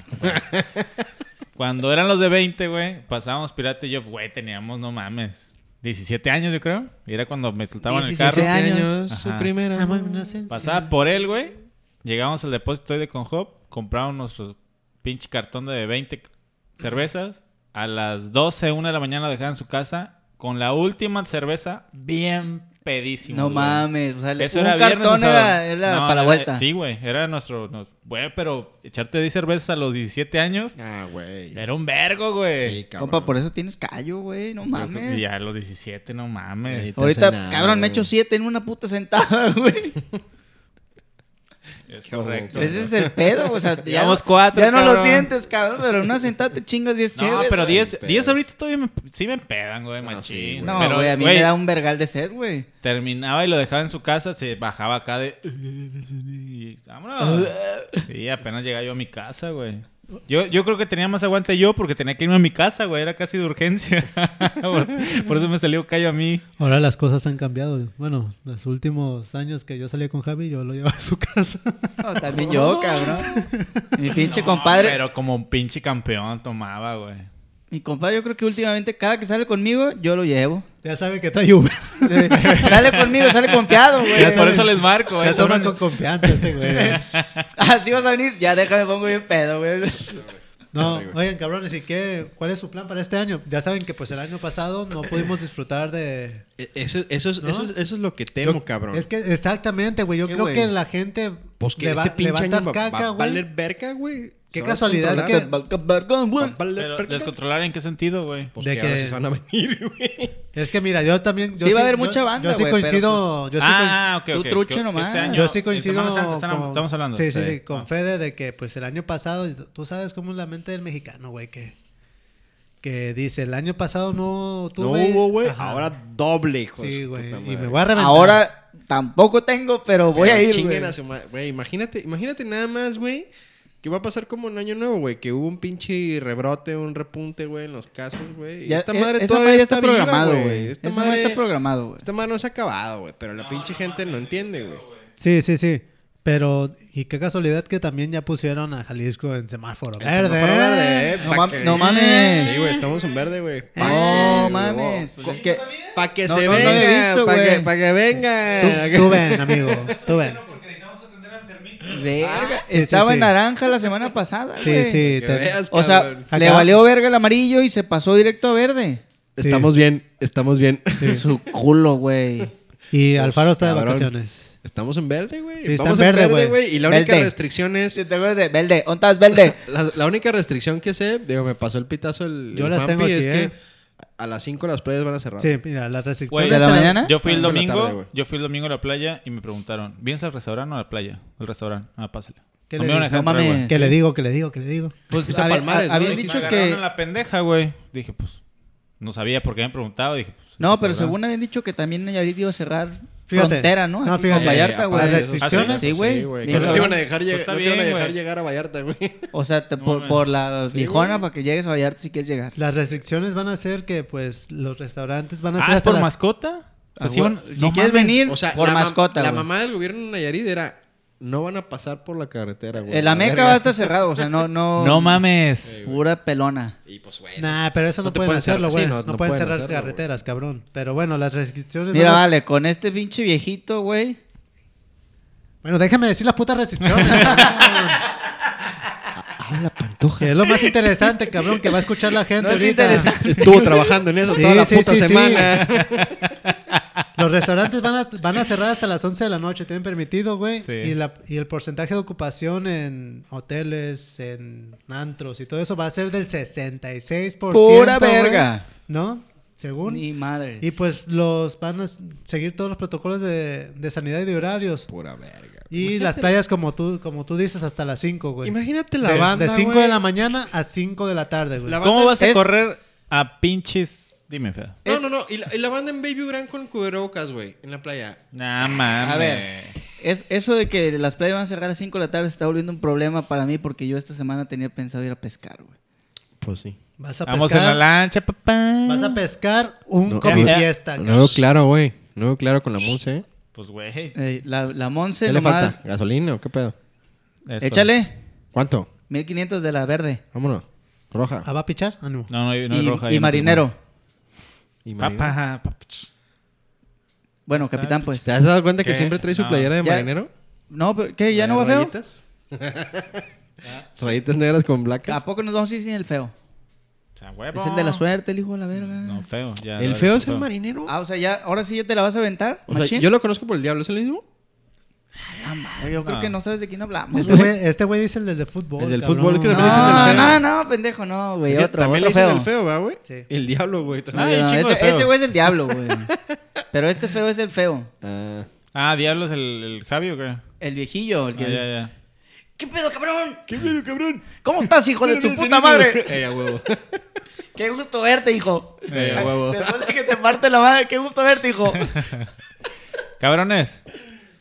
[SPEAKER 4] Cuando eran los de 20, güey, pasábamos pirata y yo, güey, teníamos, no mames, 17 años, yo creo. Y era cuando me soltaban en el
[SPEAKER 3] 17
[SPEAKER 4] carro.
[SPEAKER 3] años.
[SPEAKER 1] su
[SPEAKER 4] Ajá.
[SPEAKER 1] primera.
[SPEAKER 2] Amor, inocencia.
[SPEAKER 4] Pasaba por él, güey. Llegábamos al depósito de Conhop, comprábamos nuestro pinche cartón de 20 cervezas. A las 12, 1 de la mañana lo dejaban en su casa con la última cerveza bien pedísimo.
[SPEAKER 3] No
[SPEAKER 4] güey.
[SPEAKER 3] mames, o sea,
[SPEAKER 4] Eso
[SPEAKER 3] un
[SPEAKER 4] era viernes o
[SPEAKER 3] cartón
[SPEAKER 4] sábado.
[SPEAKER 3] era, era
[SPEAKER 4] No,
[SPEAKER 3] para la
[SPEAKER 4] era-
[SPEAKER 3] vuelta.
[SPEAKER 4] Sí, güey, era nuestro... nos- Güey, pero echarte 10 cervezas a los 17 años
[SPEAKER 1] Ah, güey.
[SPEAKER 4] era un vergo, güey.
[SPEAKER 1] Sí, cabrón.
[SPEAKER 3] Compa, por eso tienes callo, güey, no
[SPEAKER 4] Yo creo que
[SPEAKER 3] mames.
[SPEAKER 4] Ya a los 17, no mames.
[SPEAKER 1] Ey. te
[SPEAKER 3] Ahorita,
[SPEAKER 1] hace nada,
[SPEAKER 3] cabrón, me
[SPEAKER 1] güey.
[SPEAKER 3] echo siete en una puta sentada, güey.
[SPEAKER 4] Es
[SPEAKER 1] Qué horror,
[SPEAKER 4] correcto.
[SPEAKER 1] güey.
[SPEAKER 3] Ese es el pedo, o sea, ya,
[SPEAKER 4] Llevamos cuatro,
[SPEAKER 3] ya no lo
[SPEAKER 4] cabrón.
[SPEAKER 3] sientes, cabrón, pero en una sentada te chingas 10
[SPEAKER 4] No,
[SPEAKER 3] chéves.
[SPEAKER 4] pero
[SPEAKER 1] güey.
[SPEAKER 4] 10,
[SPEAKER 1] Pero-
[SPEAKER 4] 10 ahorita todavía me, sí me pedan, güey,
[SPEAKER 1] No,
[SPEAKER 4] machín.
[SPEAKER 1] sí, güey.
[SPEAKER 3] No,
[SPEAKER 4] pero,
[SPEAKER 3] güey, a mí
[SPEAKER 4] güey,
[SPEAKER 3] me da un vergal de sed, güey.
[SPEAKER 4] Terminaba y lo dejaba en su casa, se bajaba acá de... y Vámonos. Sí, apenas llegaba yo a mi casa, güey. Yo, yo creo que tenía más aguante yo porque tenía que irme a mi casa, güey. Era casi de urgencia. por, por eso me salió callo a mí.
[SPEAKER 2] Ahora las cosas han cambiado. Bueno, los últimos años que yo salía con Javi, yo lo llevaba a su casa.
[SPEAKER 3] No, también yo, cabrón. Mi pinche
[SPEAKER 4] No,
[SPEAKER 3] compadre,
[SPEAKER 4] Pero como un pinche campeón tomaba, güey.
[SPEAKER 3] mi compadre, yo creo que últimamente cada que sale conmigo, yo lo llevo.
[SPEAKER 2] ya sabe que trae Uber.
[SPEAKER 3] Eh, sale conmigo, sale confiado, güey.
[SPEAKER 4] Por eso les marco, güey.
[SPEAKER 2] Ya toman con confianza este güey.
[SPEAKER 3] Así vas a venir, ya déjame, pongo bien pedo, güey.
[SPEAKER 2] No, oigan, cabrones, ¿y qué? ¿Cuál es su plan para este año? Ya saben que pues el año pasado no pudimos disfrutar de...
[SPEAKER 1] E- Eso, eso, es-
[SPEAKER 2] ¿No?
[SPEAKER 1] eso, es- eso es lo que temo,
[SPEAKER 2] Yo-
[SPEAKER 1] cabrón.
[SPEAKER 2] Es que exactamente, güey. Yo
[SPEAKER 3] ¿Qué,
[SPEAKER 2] creo
[SPEAKER 3] güey?
[SPEAKER 2] que la gente
[SPEAKER 1] pues que
[SPEAKER 2] le va-
[SPEAKER 1] este
[SPEAKER 2] le va
[SPEAKER 1] pinche
[SPEAKER 2] a
[SPEAKER 1] año
[SPEAKER 2] dar
[SPEAKER 1] va, va
[SPEAKER 2] caca,
[SPEAKER 1] a
[SPEAKER 2] güey.
[SPEAKER 1] valer verga, güey.
[SPEAKER 2] Qué
[SPEAKER 1] Se va a
[SPEAKER 2] casualidad
[SPEAKER 1] descontrolar.
[SPEAKER 2] que-
[SPEAKER 1] Va a valer
[SPEAKER 4] Pero,
[SPEAKER 1] verga.
[SPEAKER 4] ¿Descontrolar en qué sentido, güey?
[SPEAKER 1] Pues
[SPEAKER 2] De
[SPEAKER 1] que a veces
[SPEAKER 2] que-
[SPEAKER 1] van a venir, güey.
[SPEAKER 2] Es que mira, yo también. Yo
[SPEAKER 3] Sí va a haber mucha
[SPEAKER 2] yo-
[SPEAKER 3] banda,
[SPEAKER 2] Yo sí
[SPEAKER 3] güey, pues-
[SPEAKER 2] coincido. Yo sí coinc-
[SPEAKER 4] Ah, ok,
[SPEAKER 3] tú
[SPEAKER 4] ok.
[SPEAKER 3] trucha
[SPEAKER 4] Que- que
[SPEAKER 3] nomás.
[SPEAKER 4] este año-
[SPEAKER 2] yo sí coincido.
[SPEAKER 4] Semana Santa están-
[SPEAKER 2] con-
[SPEAKER 4] estamos hablando.
[SPEAKER 2] Sí, sí,
[SPEAKER 1] Sí.
[SPEAKER 2] sí, con
[SPEAKER 4] Ah.
[SPEAKER 2] Fede de que pues el año pasado, tú sabes cómo es la mente del mexicano, güey, que, que dice, el año pasado no
[SPEAKER 1] No
[SPEAKER 2] tuve...
[SPEAKER 1] hubo, güey.
[SPEAKER 2] Ajá.
[SPEAKER 1] Ahora doble, hijo. de
[SPEAKER 2] Sí,
[SPEAKER 1] su
[SPEAKER 2] güey.
[SPEAKER 1] puta
[SPEAKER 2] Y me
[SPEAKER 1] madre.
[SPEAKER 2] voy a reventar.
[SPEAKER 3] Ahora tampoco tengo, pero voy
[SPEAKER 1] Pero
[SPEAKER 3] a ir,
[SPEAKER 1] chinguen
[SPEAKER 3] güey.
[SPEAKER 1] a su ma- güey, imagínate, imagínate nada más, güey. Que va a pasar como en Año Nuevo, güey. Que hubo un pinche rebrote, un repunte, güey, en los casos, güey. Y
[SPEAKER 3] Ya-
[SPEAKER 1] Esta
[SPEAKER 3] e-
[SPEAKER 1] madre
[SPEAKER 3] esa
[SPEAKER 1] todavía
[SPEAKER 3] madre
[SPEAKER 1] está, programada, güey.
[SPEAKER 3] Esa
[SPEAKER 1] Esta
[SPEAKER 3] madre
[SPEAKER 1] madre,
[SPEAKER 3] está programado, güey.
[SPEAKER 1] esta madre no se ha acabado, güey. Pero la pinche gente no entiende, güey.
[SPEAKER 2] Sí, sí, sí. Pero, y qué casualidad que también ya pusieron a Jalisco en semáforo
[SPEAKER 1] El
[SPEAKER 2] verde.
[SPEAKER 1] semáforo verde, eh,
[SPEAKER 3] No
[SPEAKER 1] pa'
[SPEAKER 3] mam-
[SPEAKER 1] que-
[SPEAKER 3] no mames.
[SPEAKER 1] Sí, güey, estamos en verde, güey. Pa'
[SPEAKER 3] No
[SPEAKER 1] que-
[SPEAKER 3] mames.
[SPEAKER 1] Co-
[SPEAKER 3] Pues es que-
[SPEAKER 1] Pa' que
[SPEAKER 3] No,
[SPEAKER 1] se
[SPEAKER 3] no, no lo he
[SPEAKER 1] venga,
[SPEAKER 3] visto,
[SPEAKER 1] pa' que,
[SPEAKER 3] güey.
[SPEAKER 1] pa' que venga.
[SPEAKER 2] Tú, tú ven, amigo, tú ven.
[SPEAKER 3] Verga,
[SPEAKER 2] sí,
[SPEAKER 3] Ah, estaba
[SPEAKER 2] sí.
[SPEAKER 3] en naranja la semana pasada,
[SPEAKER 2] Sí,
[SPEAKER 3] güey.
[SPEAKER 2] sí.
[SPEAKER 1] Que
[SPEAKER 2] te-
[SPEAKER 1] veas,
[SPEAKER 3] O sea,
[SPEAKER 1] cabrón.
[SPEAKER 2] Acá.
[SPEAKER 3] le valió verga el amarillo y se pasó directo a verde.
[SPEAKER 1] Estamos bien, estamos bien.
[SPEAKER 3] Su culo, güey.
[SPEAKER 2] Y Alfaro está de
[SPEAKER 1] cabrón.
[SPEAKER 2] vacaciones.
[SPEAKER 1] Estamos en verde, güey.
[SPEAKER 2] Sí, está
[SPEAKER 1] Estamos
[SPEAKER 2] en verde, güey.
[SPEAKER 1] Y la única
[SPEAKER 3] Verde.
[SPEAKER 1] restricción es.
[SPEAKER 3] Si te acuerdas de Verde, ¿dónde estás, Velde?
[SPEAKER 1] La, la única restricción que sé, digo, me pasó el pitazo el.
[SPEAKER 2] Yo
[SPEAKER 1] el
[SPEAKER 2] las
[SPEAKER 1] Juanpi,
[SPEAKER 2] tengo aquí,
[SPEAKER 1] es
[SPEAKER 2] ¿eh?
[SPEAKER 1] que a las 5 las playas van a cerrar.
[SPEAKER 2] Sí, mira, las
[SPEAKER 4] Güey,
[SPEAKER 2] restricciones.
[SPEAKER 3] ¿De la
[SPEAKER 2] eran-
[SPEAKER 3] mañana?
[SPEAKER 4] Yo fui el
[SPEAKER 1] Cinco de la
[SPEAKER 4] domingo,
[SPEAKER 1] tarde, güey.
[SPEAKER 4] yo fui el domingo a la playa y me preguntaron, ¿vienes al restaurante o a la playa? Al restaurante, ah, pásale.
[SPEAKER 2] ¿Qué
[SPEAKER 4] No
[SPEAKER 2] le
[SPEAKER 4] me iban a
[SPEAKER 2] dices?
[SPEAKER 4] dejar
[SPEAKER 3] No
[SPEAKER 4] entrar,
[SPEAKER 3] mames.
[SPEAKER 4] güey.
[SPEAKER 2] Que le digo, que le digo, que le digo.
[SPEAKER 3] Pues
[SPEAKER 1] Fuiste a
[SPEAKER 3] habe-
[SPEAKER 1] Palmares,
[SPEAKER 3] a-
[SPEAKER 1] ¿no? Dijiste.
[SPEAKER 3] habían
[SPEAKER 4] Me
[SPEAKER 3] dicho
[SPEAKER 4] agarraron en
[SPEAKER 3] que
[SPEAKER 4] la pendeja, güey. Dije, pues, no sabía por qué me preguntaba. Dije, pues,
[SPEAKER 3] No,
[SPEAKER 4] pues,
[SPEAKER 3] pero
[SPEAKER 4] sabrán.
[SPEAKER 3] según habían dicho que también Nayarit iba a cerrar
[SPEAKER 2] Fíjate.
[SPEAKER 3] frontera, ¿no?
[SPEAKER 2] No,
[SPEAKER 3] Aquí
[SPEAKER 2] fíjate.
[SPEAKER 3] Con Vallarta,
[SPEAKER 1] Eh,
[SPEAKER 3] güey.
[SPEAKER 2] aparte-
[SPEAKER 4] ¿Restricciones?
[SPEAKER 3] Sí, güey.
[SPEAKER 1] güey.
[SPEAKER 3] Bien
[SPEAKER 1] Que no te
[SPEAKER 3] cabrón.
[SPEAKER 1] iban a dejar,
[SPEAKER 4] Pues
[SPEAKER 1] lleg-
[SPEAKER 4] está
[SPEAKER 1] no te iban a
[SPEAKER 4] bien,
[SPEAKER 1] dejar
[SPEAKER 4] güey.
[SPEAKER 1] llegar a Vallarta, güey.
[SPEAKER 3] O sea, te-
[SPEAKER 4] No
[SPEAKER 3] por,
[SPEAKER 4] mames.
[SPEAKER 3] por la
[SPEAKER 1] Sí,
[SPEAKER 3] Lijona,
[SPEAKER 1] güey.
[SPEAKER 3] para que llegues a Vallarta si quieres llegar.
[SPEAKER 2] Las restricciones van a ser que, pues, los restaurantes van a ser
[SPEAKER 4] Ah, ¿es
[SPEAKER 2] hasta
[SPEAKER 4] por
[SPEAKER 2] las-
[SPEAKER 4] mascota? O sea,
[SPEAKER 3] Ah,
[SPEAKER 4] sí,
[SPEAKER 3] güey.
[SPEAKER 4] bueno,
[SPEAKER 3] si
[SPEAKER 4] no
[SPEAKER 3] quieres
[SPEAKER 4] mames.
[SPEAKER 3] venir,
[SPEAKER 1] O sea,
[SPEAKER 3] por
[SPEAKER 1] la mam-
[SPEAKER 3] mascota,
[SPEAKER 1] La
[SPEAKER 3] güey.
[SPEAKER 1] mamá del gobierno de Nayarit era, no van a pasar por la carretera, güey.
[SPEAKER 3] Eh, la Meca
[SPEAKER 1] verga.
[SPEAKER 3] va a estar cerrada, o sea, no, no.
[SPEAKER 4] No
[SPEAKER 2] Eh,
[SPEAKER 4] mames.
[SPEAKER 3] Pura pelona.
[SPEAKER 1] Y pues, güey.
[SPEAKER 2] Nah, pero eso no,
[SPEAKER 1] No te
[SPEAKER 2] pueden,
[SPEAKER 1] pueden
[SPEAKER 2] hacerlo,
[SPEAKER 1] cerrar-
[SPEAKER 2] güey.
[SPEAKER 1] sí,
[SPEAKER 2] no,
[SPEAKER 1] no- no
[SPEAKER 2] pueden
[SPEAKER 1] pueden
[SPEAKER 2] cerrar
[SPEAKER 1] hacerlo,
[SPEAKER 2] carreteras, cabrón. Pero bueno, las restricciones.
[SPEAKER 3] Mira,
[SPEAKER 2] van a-
[SPEAKER 3] vale, con este pinche viejito, güey.
[SPEAKER 2] Bueno, déjame decir las putas restricciones. cabrón.
[SPEAKER 1] Habla pantoja.
[SPEAKER 2] que es lo más interesante, cabrón, que va a escuchar la gente.
[SPEAKER 3] No es
[SPEAKER 2] ahorita.
[SPEAKER 3] interesante.
[SPEAKER 1] Ah. Estuvo trabajando en eso
[SPEAKER 2] Sí,
[SPEAKER 1] toda la
[SPEAKER 2] sí,
[SPEAKER 1] puta
[SPEAKER 2] sí, sí.
[SPEAKER 1] semana.
[SPEAKER 2] Los restaurantes van a, van a cerrar hasta las 11 de la noche, tienen permitido, güey.
[SPEAKER 4] Sí.
[SPEAKER 2] Y, la- y el porcentaje de ocupación en hoteles, en antros y todo eso va a ser del 66%.
[SPEAKER 3] Pura
[SPEAKER 2] güey.
[SPEAKER 3] verga.
[SPEAKER 2] ¿No? Según.
[SPEAKER 3] Ni madre.
[SPEAKER 2] Y pues los van a s- seguir todos los protocolos de, de sanidad y de horarios.
[SPEAKER 1] Pura verga.
[SPEAKER 2] Y las playas, como tú, como tú dices, hasta las 5, güey.
[SPEAKER 1] Imagínate la
[SPEAKER 2] Pues, De-
[SPEAKER 1] banda,
[SPEAKER 2] De 5
[SPEAKER 1] güey.
[SPEAKER 2] de la mañana a 5 de la tarde, güey.
[SPEAKER 1] La banda-
[SPEAKER 4] ¿Cómo vas a
[SPEAKER 3] Es-
[SPEAKER 4] correr a pinches? Dime, fea.
[SPEAKER 1] No,
[SPEAKER 3] es-
[SPEAKER 1] no, no. Y la, y la banda en Baby Grand con cubrebocas, güey. En la playa.
[SPEAKER 4] Nah, mames.
[SPEAKER 3] A ver. Es, eso de que las playas van a cerrar a las 5 de la tarde se está volviendo un problema para mí porque yo esta semana tenía pensado ir a pescar, güey.
[SPEAKER 1] Pues sí.
[SPEAKER 2] Vas a
[SPEAKER 4] Vamos en la
[SPEAKER 2] pescar.
[SPEAKER 4] lancha, papá.
[SPEAKER 2] Vas a pescar un
[SPEAKER 1] No,
[SPEAKER 2] comi
[SPEAKER 4] eh,
[SPEAKER 2] fiesta.
[SPEAKER 1] No
[SPEAKER 2] cabrón.
[SPEAKER 1] veo claro, güey. No veo claro con la música, ¿eh?
[SPEAKER 4] Pues, güey.
[SPEAKER 3] Eh, la, la Monse
[SPEAKER 1] ¿Qué le
[SPEAKER 3] nomás-
[SPEAKER 1] falta? ¿Gasolina o qué pedo?
[SPEAKER 4] es
[SPEAKER 3] Échale.
[SPEAKER 1] ¿Cuánto?
[SPEAKER 3] 1500 de la verde.
[SPEAKER 1] Vámonos.
[SPEAKER 2] ¿Ah,
[SPEAKER 1] Roja.
[SPEAKER 2] va a pichar? Ánimo.
[SPEAKER 4] correcto. No, no, hay- no hay
[SPEAKER 3] y
[SPEAKER 4] roja. ahí
[SPEAKER 3] y
[SPEAKER 4] en el
[SPEAKER 3] marinero.
[SPEAKER 1] Y
[SPEAKER 4] primero.
[SPEAKER 1] marinero.
[SPEAKER 4] Papá, papá, ch-
[SPEAKER 3] Bueno,
[SPEAKER 4] Está
[SPEAKER 3] capitán,
[SPEAKER 4] el
[SPEAKER 3] pues.
[SPEAKER 1] ¿Te has dado cuenta
[SPEAKER 4] ¿Qué?
[SPEAKER 1] que siempre trae su
[SPEAKER 4] No.
[SPEAKER 1] playera de
[SPEAKER 3] Ya-
[SPEAKER 1] marinero?
[SPEAKER 3] No, pero ¿qué? ¿Ya
[SPEAKER 1] ¿La
[SPEAKER 3] no va
[SPEAKER 1] de
[SPEAKER 3] feo?
[SPEAKER 1] rayitas? Rayitas negras con blancas.
[SPEAKER 3] ¿A poco nos vamos a ir sin el feo?
[SPEAKER 4] o sea, huevo.
[SPEAKER 3] Es el de la suerte, el hijo de la verga.
[SPEAKER 4] No, feo. ya,
[SPEAKER 1] ¿El
[SPEAKER 4] ya,
[SPEAKER 1] feo es
[SPEAKER 4] feo.
[SPEAKER 1] el marinero?
[SPEAKER 3] Ah, o sea, ya, ahora sí ya te la vas a aventar.
[SPEAKER 1] O sea,
[SPEAKER 3] machín?
[SPEAKER 1] yo lo conozco por el diablo, ¿es el mismo?
[SPEAKER 3] Ah, madre, yo creo
[SPEAKER 4] No.
[SPEAKER 3] que no sabes de quién hablamos.
[SPEAKER 2] Este
[SPEAKER 3] güey.
[SPEAKER 2] güey este güey dice el del de fútbol.
[SPEAKER 1] El del
[SPEAKER 2] cabrón. Ah,
[SPEAKER 1] fútbol, es que
[SPEAKER 3] No,
[SPEAKER 1] también le dicen el
[SPEAKER 3] no,
[SPEAKER 1] feo.
[SPEAKER 3] no, pendejo, no, güey.
[SPEAKER 1] Es que
[SPEAKER 3] Otro,
[SPEAKER 1] también le
[SPEAKER 3] otro
[SPEAKER 1] dicen
[SPEAKER 3] feo.
[SPEAKER 1] el feo, ¿verdad, güey?
[SPEAKER 2] Sí.
[SPEAKER 1] El diablo, güey. también.
[SPEAKER 3] No,
[SPEAKER 4] Ah, hay
[SPEAKER 3] no,
[SPEAKER 4] un chingo
[SPEAKER 3] ese,
[SPEAKER 4] de feo.
[SPEAKER 3] ese güey es el diablo, güey. Pero este feo es el feo.
[SPEAKER 1] Ah.
[SPEAKER 4] Ah, diablo es el, el Javi o qué?
[SPEAKER 3] El viejillo, el que...
[SPEAKER 4] Ah, ya, ya.
[SPEAKER 3] ¿Qué pedo, cabrón?
[SPEAKER 1] ¿Qué pedo, cabrón?
[SPEAKER 3] ¿Cómo estás, hijo de tu puta madre?
[SPEAKER 1] Ey, a huevo.
[SPEAKER 3] Qué gusto verte, hijo.
[SPEAKER 1] Ey, a huevo.
[SPEAKER 3] Después de que te parte la madre, qué gusto verte, hijo.
[SPEAKER 4] Cabrones.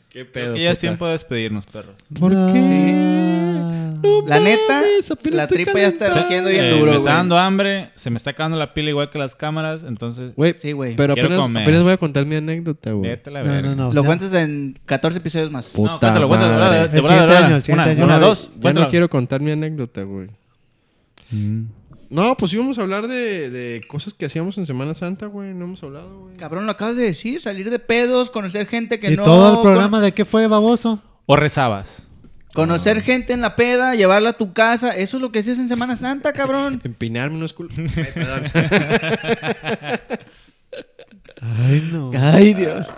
[SPEAKER 1] Qué
[SPEAKER 4] Creo
[SPEAKER 1] pedo.
[SPEAKER 4] que ya es
[SPEAKER 1] puta.
[SPEAKER 4] tiempo de despedirnos, perros.
[SPEAKER 1] ¿Por
[SPEAKER 2] Ah.
[SPEAKER 3] La neta, la tripa ya está
[SPEAKER 1] haciendo
[SPEAKER 3] rugiendo bien
[SPEAKER 4] Eh,
[SPEAKER 3] duro,
[SPEAKER 4] me
[SPEAKER 3] güey.
[SPEAKER 4] está dando hambre, se me está acabando la pila igual que las cámaras, entonces...
[SPEAKER 1] Güey,
[SPEAKER 3] Sí, güey.
[SPEAKER 1] pero
[SPEAKER 4] Quiero
[SPEAKER 1] apenas,
[SPEAKER 4] comer.
[SPEAKER 1] apenas voy a contar mi anécdota, güey.
[SPEAKER 4] Vete a la
[SPEAKER 2] No,
[SPEAKER 4] verga.
[SPEAKER 2] no, no.
[SPEAKER 3] Lo
[SPEAKER 2] Ya.
[SPEAKER 3] cuentas en 14 episodios más.
[SPEAKER 1] Puta
[SPEAKER 4] No, cuéntalo, cuéntalo,
[SPEAKER 1] madre.
[SPEAKER 4] dale, dale,
[SPEAKER 2] El
[SPEAKER 4] dale, dale,
[SPEAKER 2] siguiente
[SPEAKER 4] dale.
[SPEAKER 2] año, el siguiente
[SPEAKER 4] Una,
[SPEAKER 2] año.
[SPEAKER 4] una,
[SPEAKER 1] No,
[SPEAKER 4] dos,
[SPEAKER 1] Ya
[SPEAKER 4] cuéntalo.
[SPEAKER 1] no quiero contar mi anécdota, güey. Mm. No, pues íbamos a hablar de, de cosas que hacíamos en Semana Santa, güey. No hemos hablado, güey.
[SPEAKER 3] Cabrón, lo acabas de decir, salir de pedos, conocer gente que
[SPEAKER 2] ¿Y
[SPEAKER 3] no...
[SPEAKER 2] todo el programa de qué fue, baboso?
[SPEAKER 4] O rezabas.
[SPEAKER 3] Conocer gente en la peda, llevarla a tu casa, eso es lo que haces en Semana Santa, cabrón.
[SPEAKER 1] Empinarme no es culo.
[SPEAKER 2] Ay, no.
[SPEAKER 3] Ay, Dios.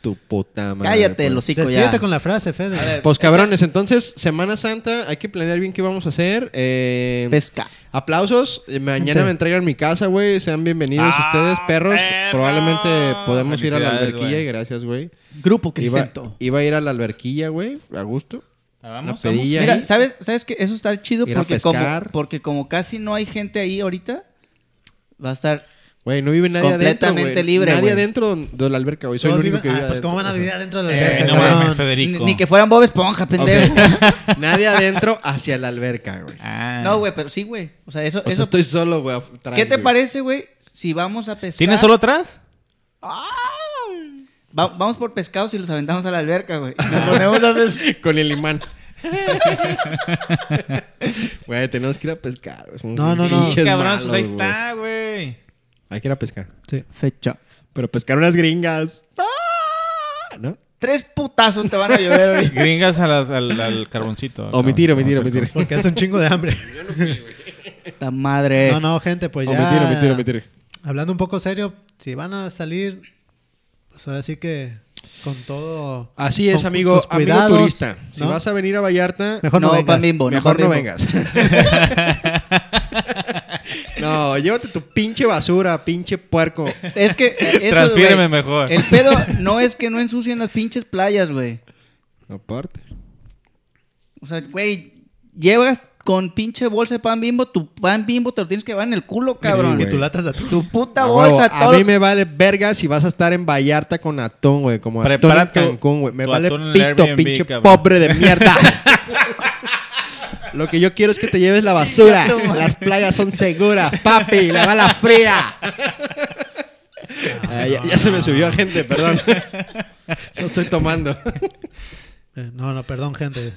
[SPEAKER 1] Tu puta madre.
[SPEAKER 3] Cállate,
[SPEAKER 1] pues.
[SPEAKER 3] los hocico
[SPEAKER 2] Despídete
[SPEAKER 3] ya.
[SPEAKER 2] con la frase, Fede.
[SPEAKER 3] A ver,
[SPEAKER 1] Pues cabrones, entonces, Semana Santa, hay que planear bien qué vamos a hacer. Eh,
[SPEAKER 3] pesca.
[SPEAKER 1] aplausos. Eh, Mañana
[SPEAKER 2] Ok.
[SPEAKER 1] me entregan mi casa, güey. Sean bienvenidos
[SPEAKER 4] Ah,
[SPEAKER 1] ustedes, perros.
[SPEAKER 4] perro.
[SPEAKER 1] Probablemente podemos ir a la
[SPEAKER 4] Felicidades,
[SPEAKER 1] alberquilla
[SPEAKER 4] güey.
[SPEAKER 1] y gracias, güey.
[SPEAKER 3] Grupo
[SPEAKER 1] Iba,
[SPEAKER 3] Crisento.
[SPEAKER 1] iba a ir a la alberquilla, güey, a gusto.
[SPEAKER 4] Ah, Vamos,
[SPEAKER 1] La pedilla.
[SPEAKER 3] Mira,
[SPEAKER 1] ahí-
[SPEAKER 3] ¿sabes, ¿sabes que Eso está chido
[SPEAKER 1] Ir a
[SPEAKER 3] porque como,
[SPEAKER 1] pescar.
[SPEAKER 3] porque como casi no hay gente ahí ahorita, va a estar...
[SPEAKER 1] Güey, no vive nadie
[SPEAKER 3] Completamente
[SPEAKER 1] adentro, güey.
[SPEAKER 3] libre,
[SPEAKER 1] Nadie
[SPEAKER 3] güey.
[SPEAKER 1] adentro don- de la alberca, güey. Soy el
[SPEAKER 2] Todos
[SPEAKER 1] único
[SPEAKER 2] viven-
[SPEAKER 1] que vive
[SPEAKER 2] Ah, pues,
[SPEAKER 1] adentro.
[SPEAKER 2] ¿cómo van a vivir adentro de la
[SPEAKER 4] vamos. Eh,
[SPEAKER 2] alberca,
[SPEAKER 4] no mames,
[SPEAKER 2] cabrón?
[SPEAKER 3] Ni,
[SPEAKER 4] Federico.
[SPEAKER 3] ni que fueran Bob Esponja,
[SPEAKER 1] Ok.
[SPEAKER 3] pendejo.
[SPEAKER 1] nadie adentro hacia la alberca, güey.
[SPEAKER 4] Ah.
[SPEAKER 3] No, güey, pero sí, güey. O sea, eso...
[SPEAKER 1] O sea,
[SPEAKER 3] eso-
[SPEAKER 1] estoy solo, güey. atrás,
[SPEAKER 3] ¿Qué te
[SPEAKER 1] güey.
[SPEAKER 3] parece, güey? Si vamos a pescar...
[SPEAKER 4] ¿Tienes solo atrás?
[SPEAKER 3] Va- vamos por pescados y los aventamos a la alberca, güey. Y Nos ponemos a pescar.
[SPEAKER 1] Con el imán. Güey, tenemos que ir a pescar. güey. Somos
[SPEAKER 2] No, no, no.
[SPEAKER 1] pinches
[SPEAKER 4] Cabrón,
[SPEAKER 1] malos,
[SPEAKER 4] pues ahí
[SPEAKER 1] güey.
[SPEAKER 4] está, güey.
[SPEAKER 1] Hay que ir a pescar.
[SPEAKER 2] Sí.
[SPEAKER 3] Fecha.
[SPEAKER 1] Pero pescar unas gringas. ¡Ah! ¿No?
[SPEAKER 3] Tres putazos te van a llover, güey.
[SPEAKER 4] Gringas a las- al, al carboncito. cabrón.
[SPEAKER 1] Omitir, omitir,
[SPEAKER 4] Vamos a hacer
[SPEAKER 1] omitir.
[SPEAKER 2] Porque hace un chingo de hambre.
[SPEAKER 3] Puta madre.
[SPEAKER 2] No, no, gente, pues ya.
[SPEAKER 1] Omitir, omitir, omitir.
[SPEAKER 2] Hablando un poco serio, si van a salir, pues ahora sí que con todo.
[SPEAKER 1] Así es,
[SPEAKER 2] con
[SPEAKER 1] amigo,
[SPEAKER 2] sus
[SPEAKER 1] amigo
[SPEAKER 2] cuidados,
[SPEAKER 1] turista. Si
[SPEAKER 2] ¿no?
[SPEAKER 1] vas a venir a Vallarta,
[SPEAKER 2] Mejor no, vengas.
[SPEAKER 3] pan bimbo,
[SPEAKER 1] mejor
[SPEAKER 3] pan
[SPEAKER 1] no
[SPEAKER 3] bimbo.
[SPEAKER 1] vengas. no, llévate tu pinche basura, pinche puerco.
[SPEAKER 3] Es que eh, eso,
[SPEAKER 4] Transfíreme
[SPEAKER 3] güey,
[SPEAKER 4] mejor.
[SPEAKER 3] El pedo no es que no ensucien las pinches playas, güey.
[SPEAKER 1] Aparte.
[SPEAKER 3] O sea, güey, llevas con pinche bolsa de pan bimbo, tu pan bimbo te lo tienes que llevar en el culo, cabrón.
[SPEAKER 1] güey.
[SPEAKER 2] Y tu latas de atún.
[SPEAKER 3] Tu puta
[SPEAKER 1] A
[SPEAKER 3] bolsa,
[SPEAKER 1] huevo,
[SPEAKER 3] todo.
[SPEAKER 1] A mí me vale verga si vas a estar en Vallarta con atún, güey. Como atún
[SPEAKER 4] Prepara
[SPEAKER 1] en
[SPEAKER 4] tu-
[SPEAKER 1] Cancún, güey. Me
[SPEAKER 4] tu
[SPEAKER 1] vale
[SPEAKER 4] atún en el
[SPEAKER 1] pito,
[SPEAKER 4] Airbnb,
[SPEAKER 1] pinche
[SPEAKER 4] cabrón.
[SPEAKER 1] pobre de mierda. Lo que yo quiero es que te lleves la basura.
[SPEAKER 3] Chinga tu madre.
[SPEAKER 1] Las playas son seguras, papi. La bala fría. Ah, ya, ya se me subió gente, perdón. No estoy tomando.
[SPEAKER 2] Eh, No, no, perdón, gente.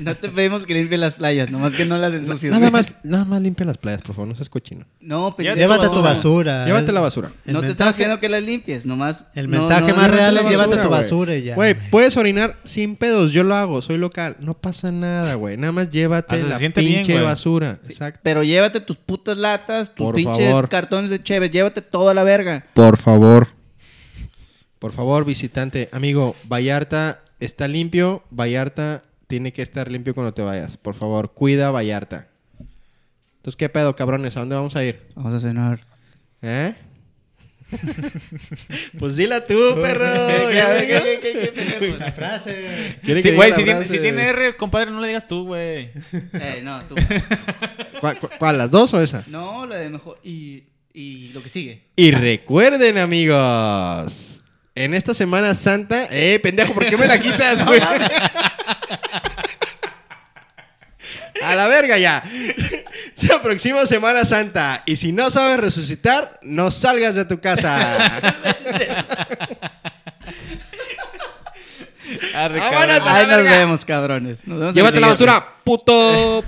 [SPEAKER 3] No te pedimos que limpie las playas, nomás que no las ensucies.
[SPEAKER 1] Nada
[SPEAKER 3] güey.
[SPEAKER 1] más, nada más limpia las playas, por favor. No seas cochino.
[SPEAKER 3] No, pendejo.
[SPEAKER 2] Llévate
[SPEAKER 4] basura.
[SPEAKER 2] tu basura.
[SPEAKER 1] Llévate la basura.
[SPEAKER 2] El
[SPEAKER 3] No te estamos
[SPEAKER 2] mensaje-
[SPEAKER 3] pidiendo que las limpies, nomás.
[SPEAKER 2] El
[SPEAKER 3] no-
[SPEAKER 2] mensaje
[SPEAKER 3] no-
[SPEAKER 2] más
[SPEAKER 3] no-
[SPEAKER 2] real
[SPEAKER 3] no-
[SPEAKER 2] es
[SPEAKER 3] no-
[SPEAKER 2] llévate tu
[SPEAKER 1] güey.
[SPEAKER 2] basura y ya,
[SPEAKER 1] Güey,
[SPEAKER 2] güey.
[SPEAKER 1] puedes orinar sin pedos. Yo lo hago, soy local. No pasa nada, güey. Nada más llévate
[SPEAKER 4] Hasta Ah, se
[SPEAKER 1] la
[SPEAKER 4] siente bien,
[SPEAKER 1] pinche
[SPEAKER 4] güey.
[SPEAKER 1] basura. Exacto.
[SPEAKER 3] Pero llévate tus putas latas, tus
[SPEAKER 1] Por
[SPEAKER 3] pinches
[SPEAKER 1] favor.
[SPEAKER 3] cartones de cheves, llévate toda la verga.
[SPEAKER 1] Por favor. Por favor, visitante. Amigo, Vallarta está limpio. Vallarta tiene que estar limpio cuando te vayas. Por favor, cuida Vallarta. Entonces, ¿qué pedo, cabrones? ¿A dónde vamos a ir?
[SPEAKER 3] Vamos a cenar.
[SPEAKER 1] ¿Eh? pues dila tú, perro. Ya venga.
[SPEAKER 2] La frase.
[SPEAKER 1] Quiere que
[SPEAKER 4] Sí,
[SPEAKER 1] diga
[SPEAKER 4] güey,
[SPEAKER 1] la
[SPEAKER 4] si, tiene-
[SPEAKER 1] frase.
[SPEAKER 4] si tiene R, compadre, no le digas tú, güey.
[SPEAKER 3] Eh, no, tú.
[SPEAKER 1] ¿Cuál, cuál- cuál, las dos o esa?
[SPEAKER 3] No, la de mejor. Y, y lo que sigue.
[SPEAKER 1] Y recuerden, amigos, en esta Semana Santa. ¡Eh, pendejo! ¿Por qué me la quitas, güey? A la verga ya. Se aproxima Semana Santa. Y si no sabes resucitar, no salgas de tu casa.
[SPEAKER 4] Arre,
[SPEAKER 1] Vámonos
[SPEAKER 4] cabrón.
[SPEAKER 1] a la
[SPEAKER 3] Ahí nos
[SPEAKER 1] verga.
[SPEAKER 4] Ah,
[SPEAKER 3] vemos, cabrones. Nos vemos en el
[SPEAKER 1] Llévate la
[SPEAKER 3] siguiente.
[SPEAKER 1] basura, puto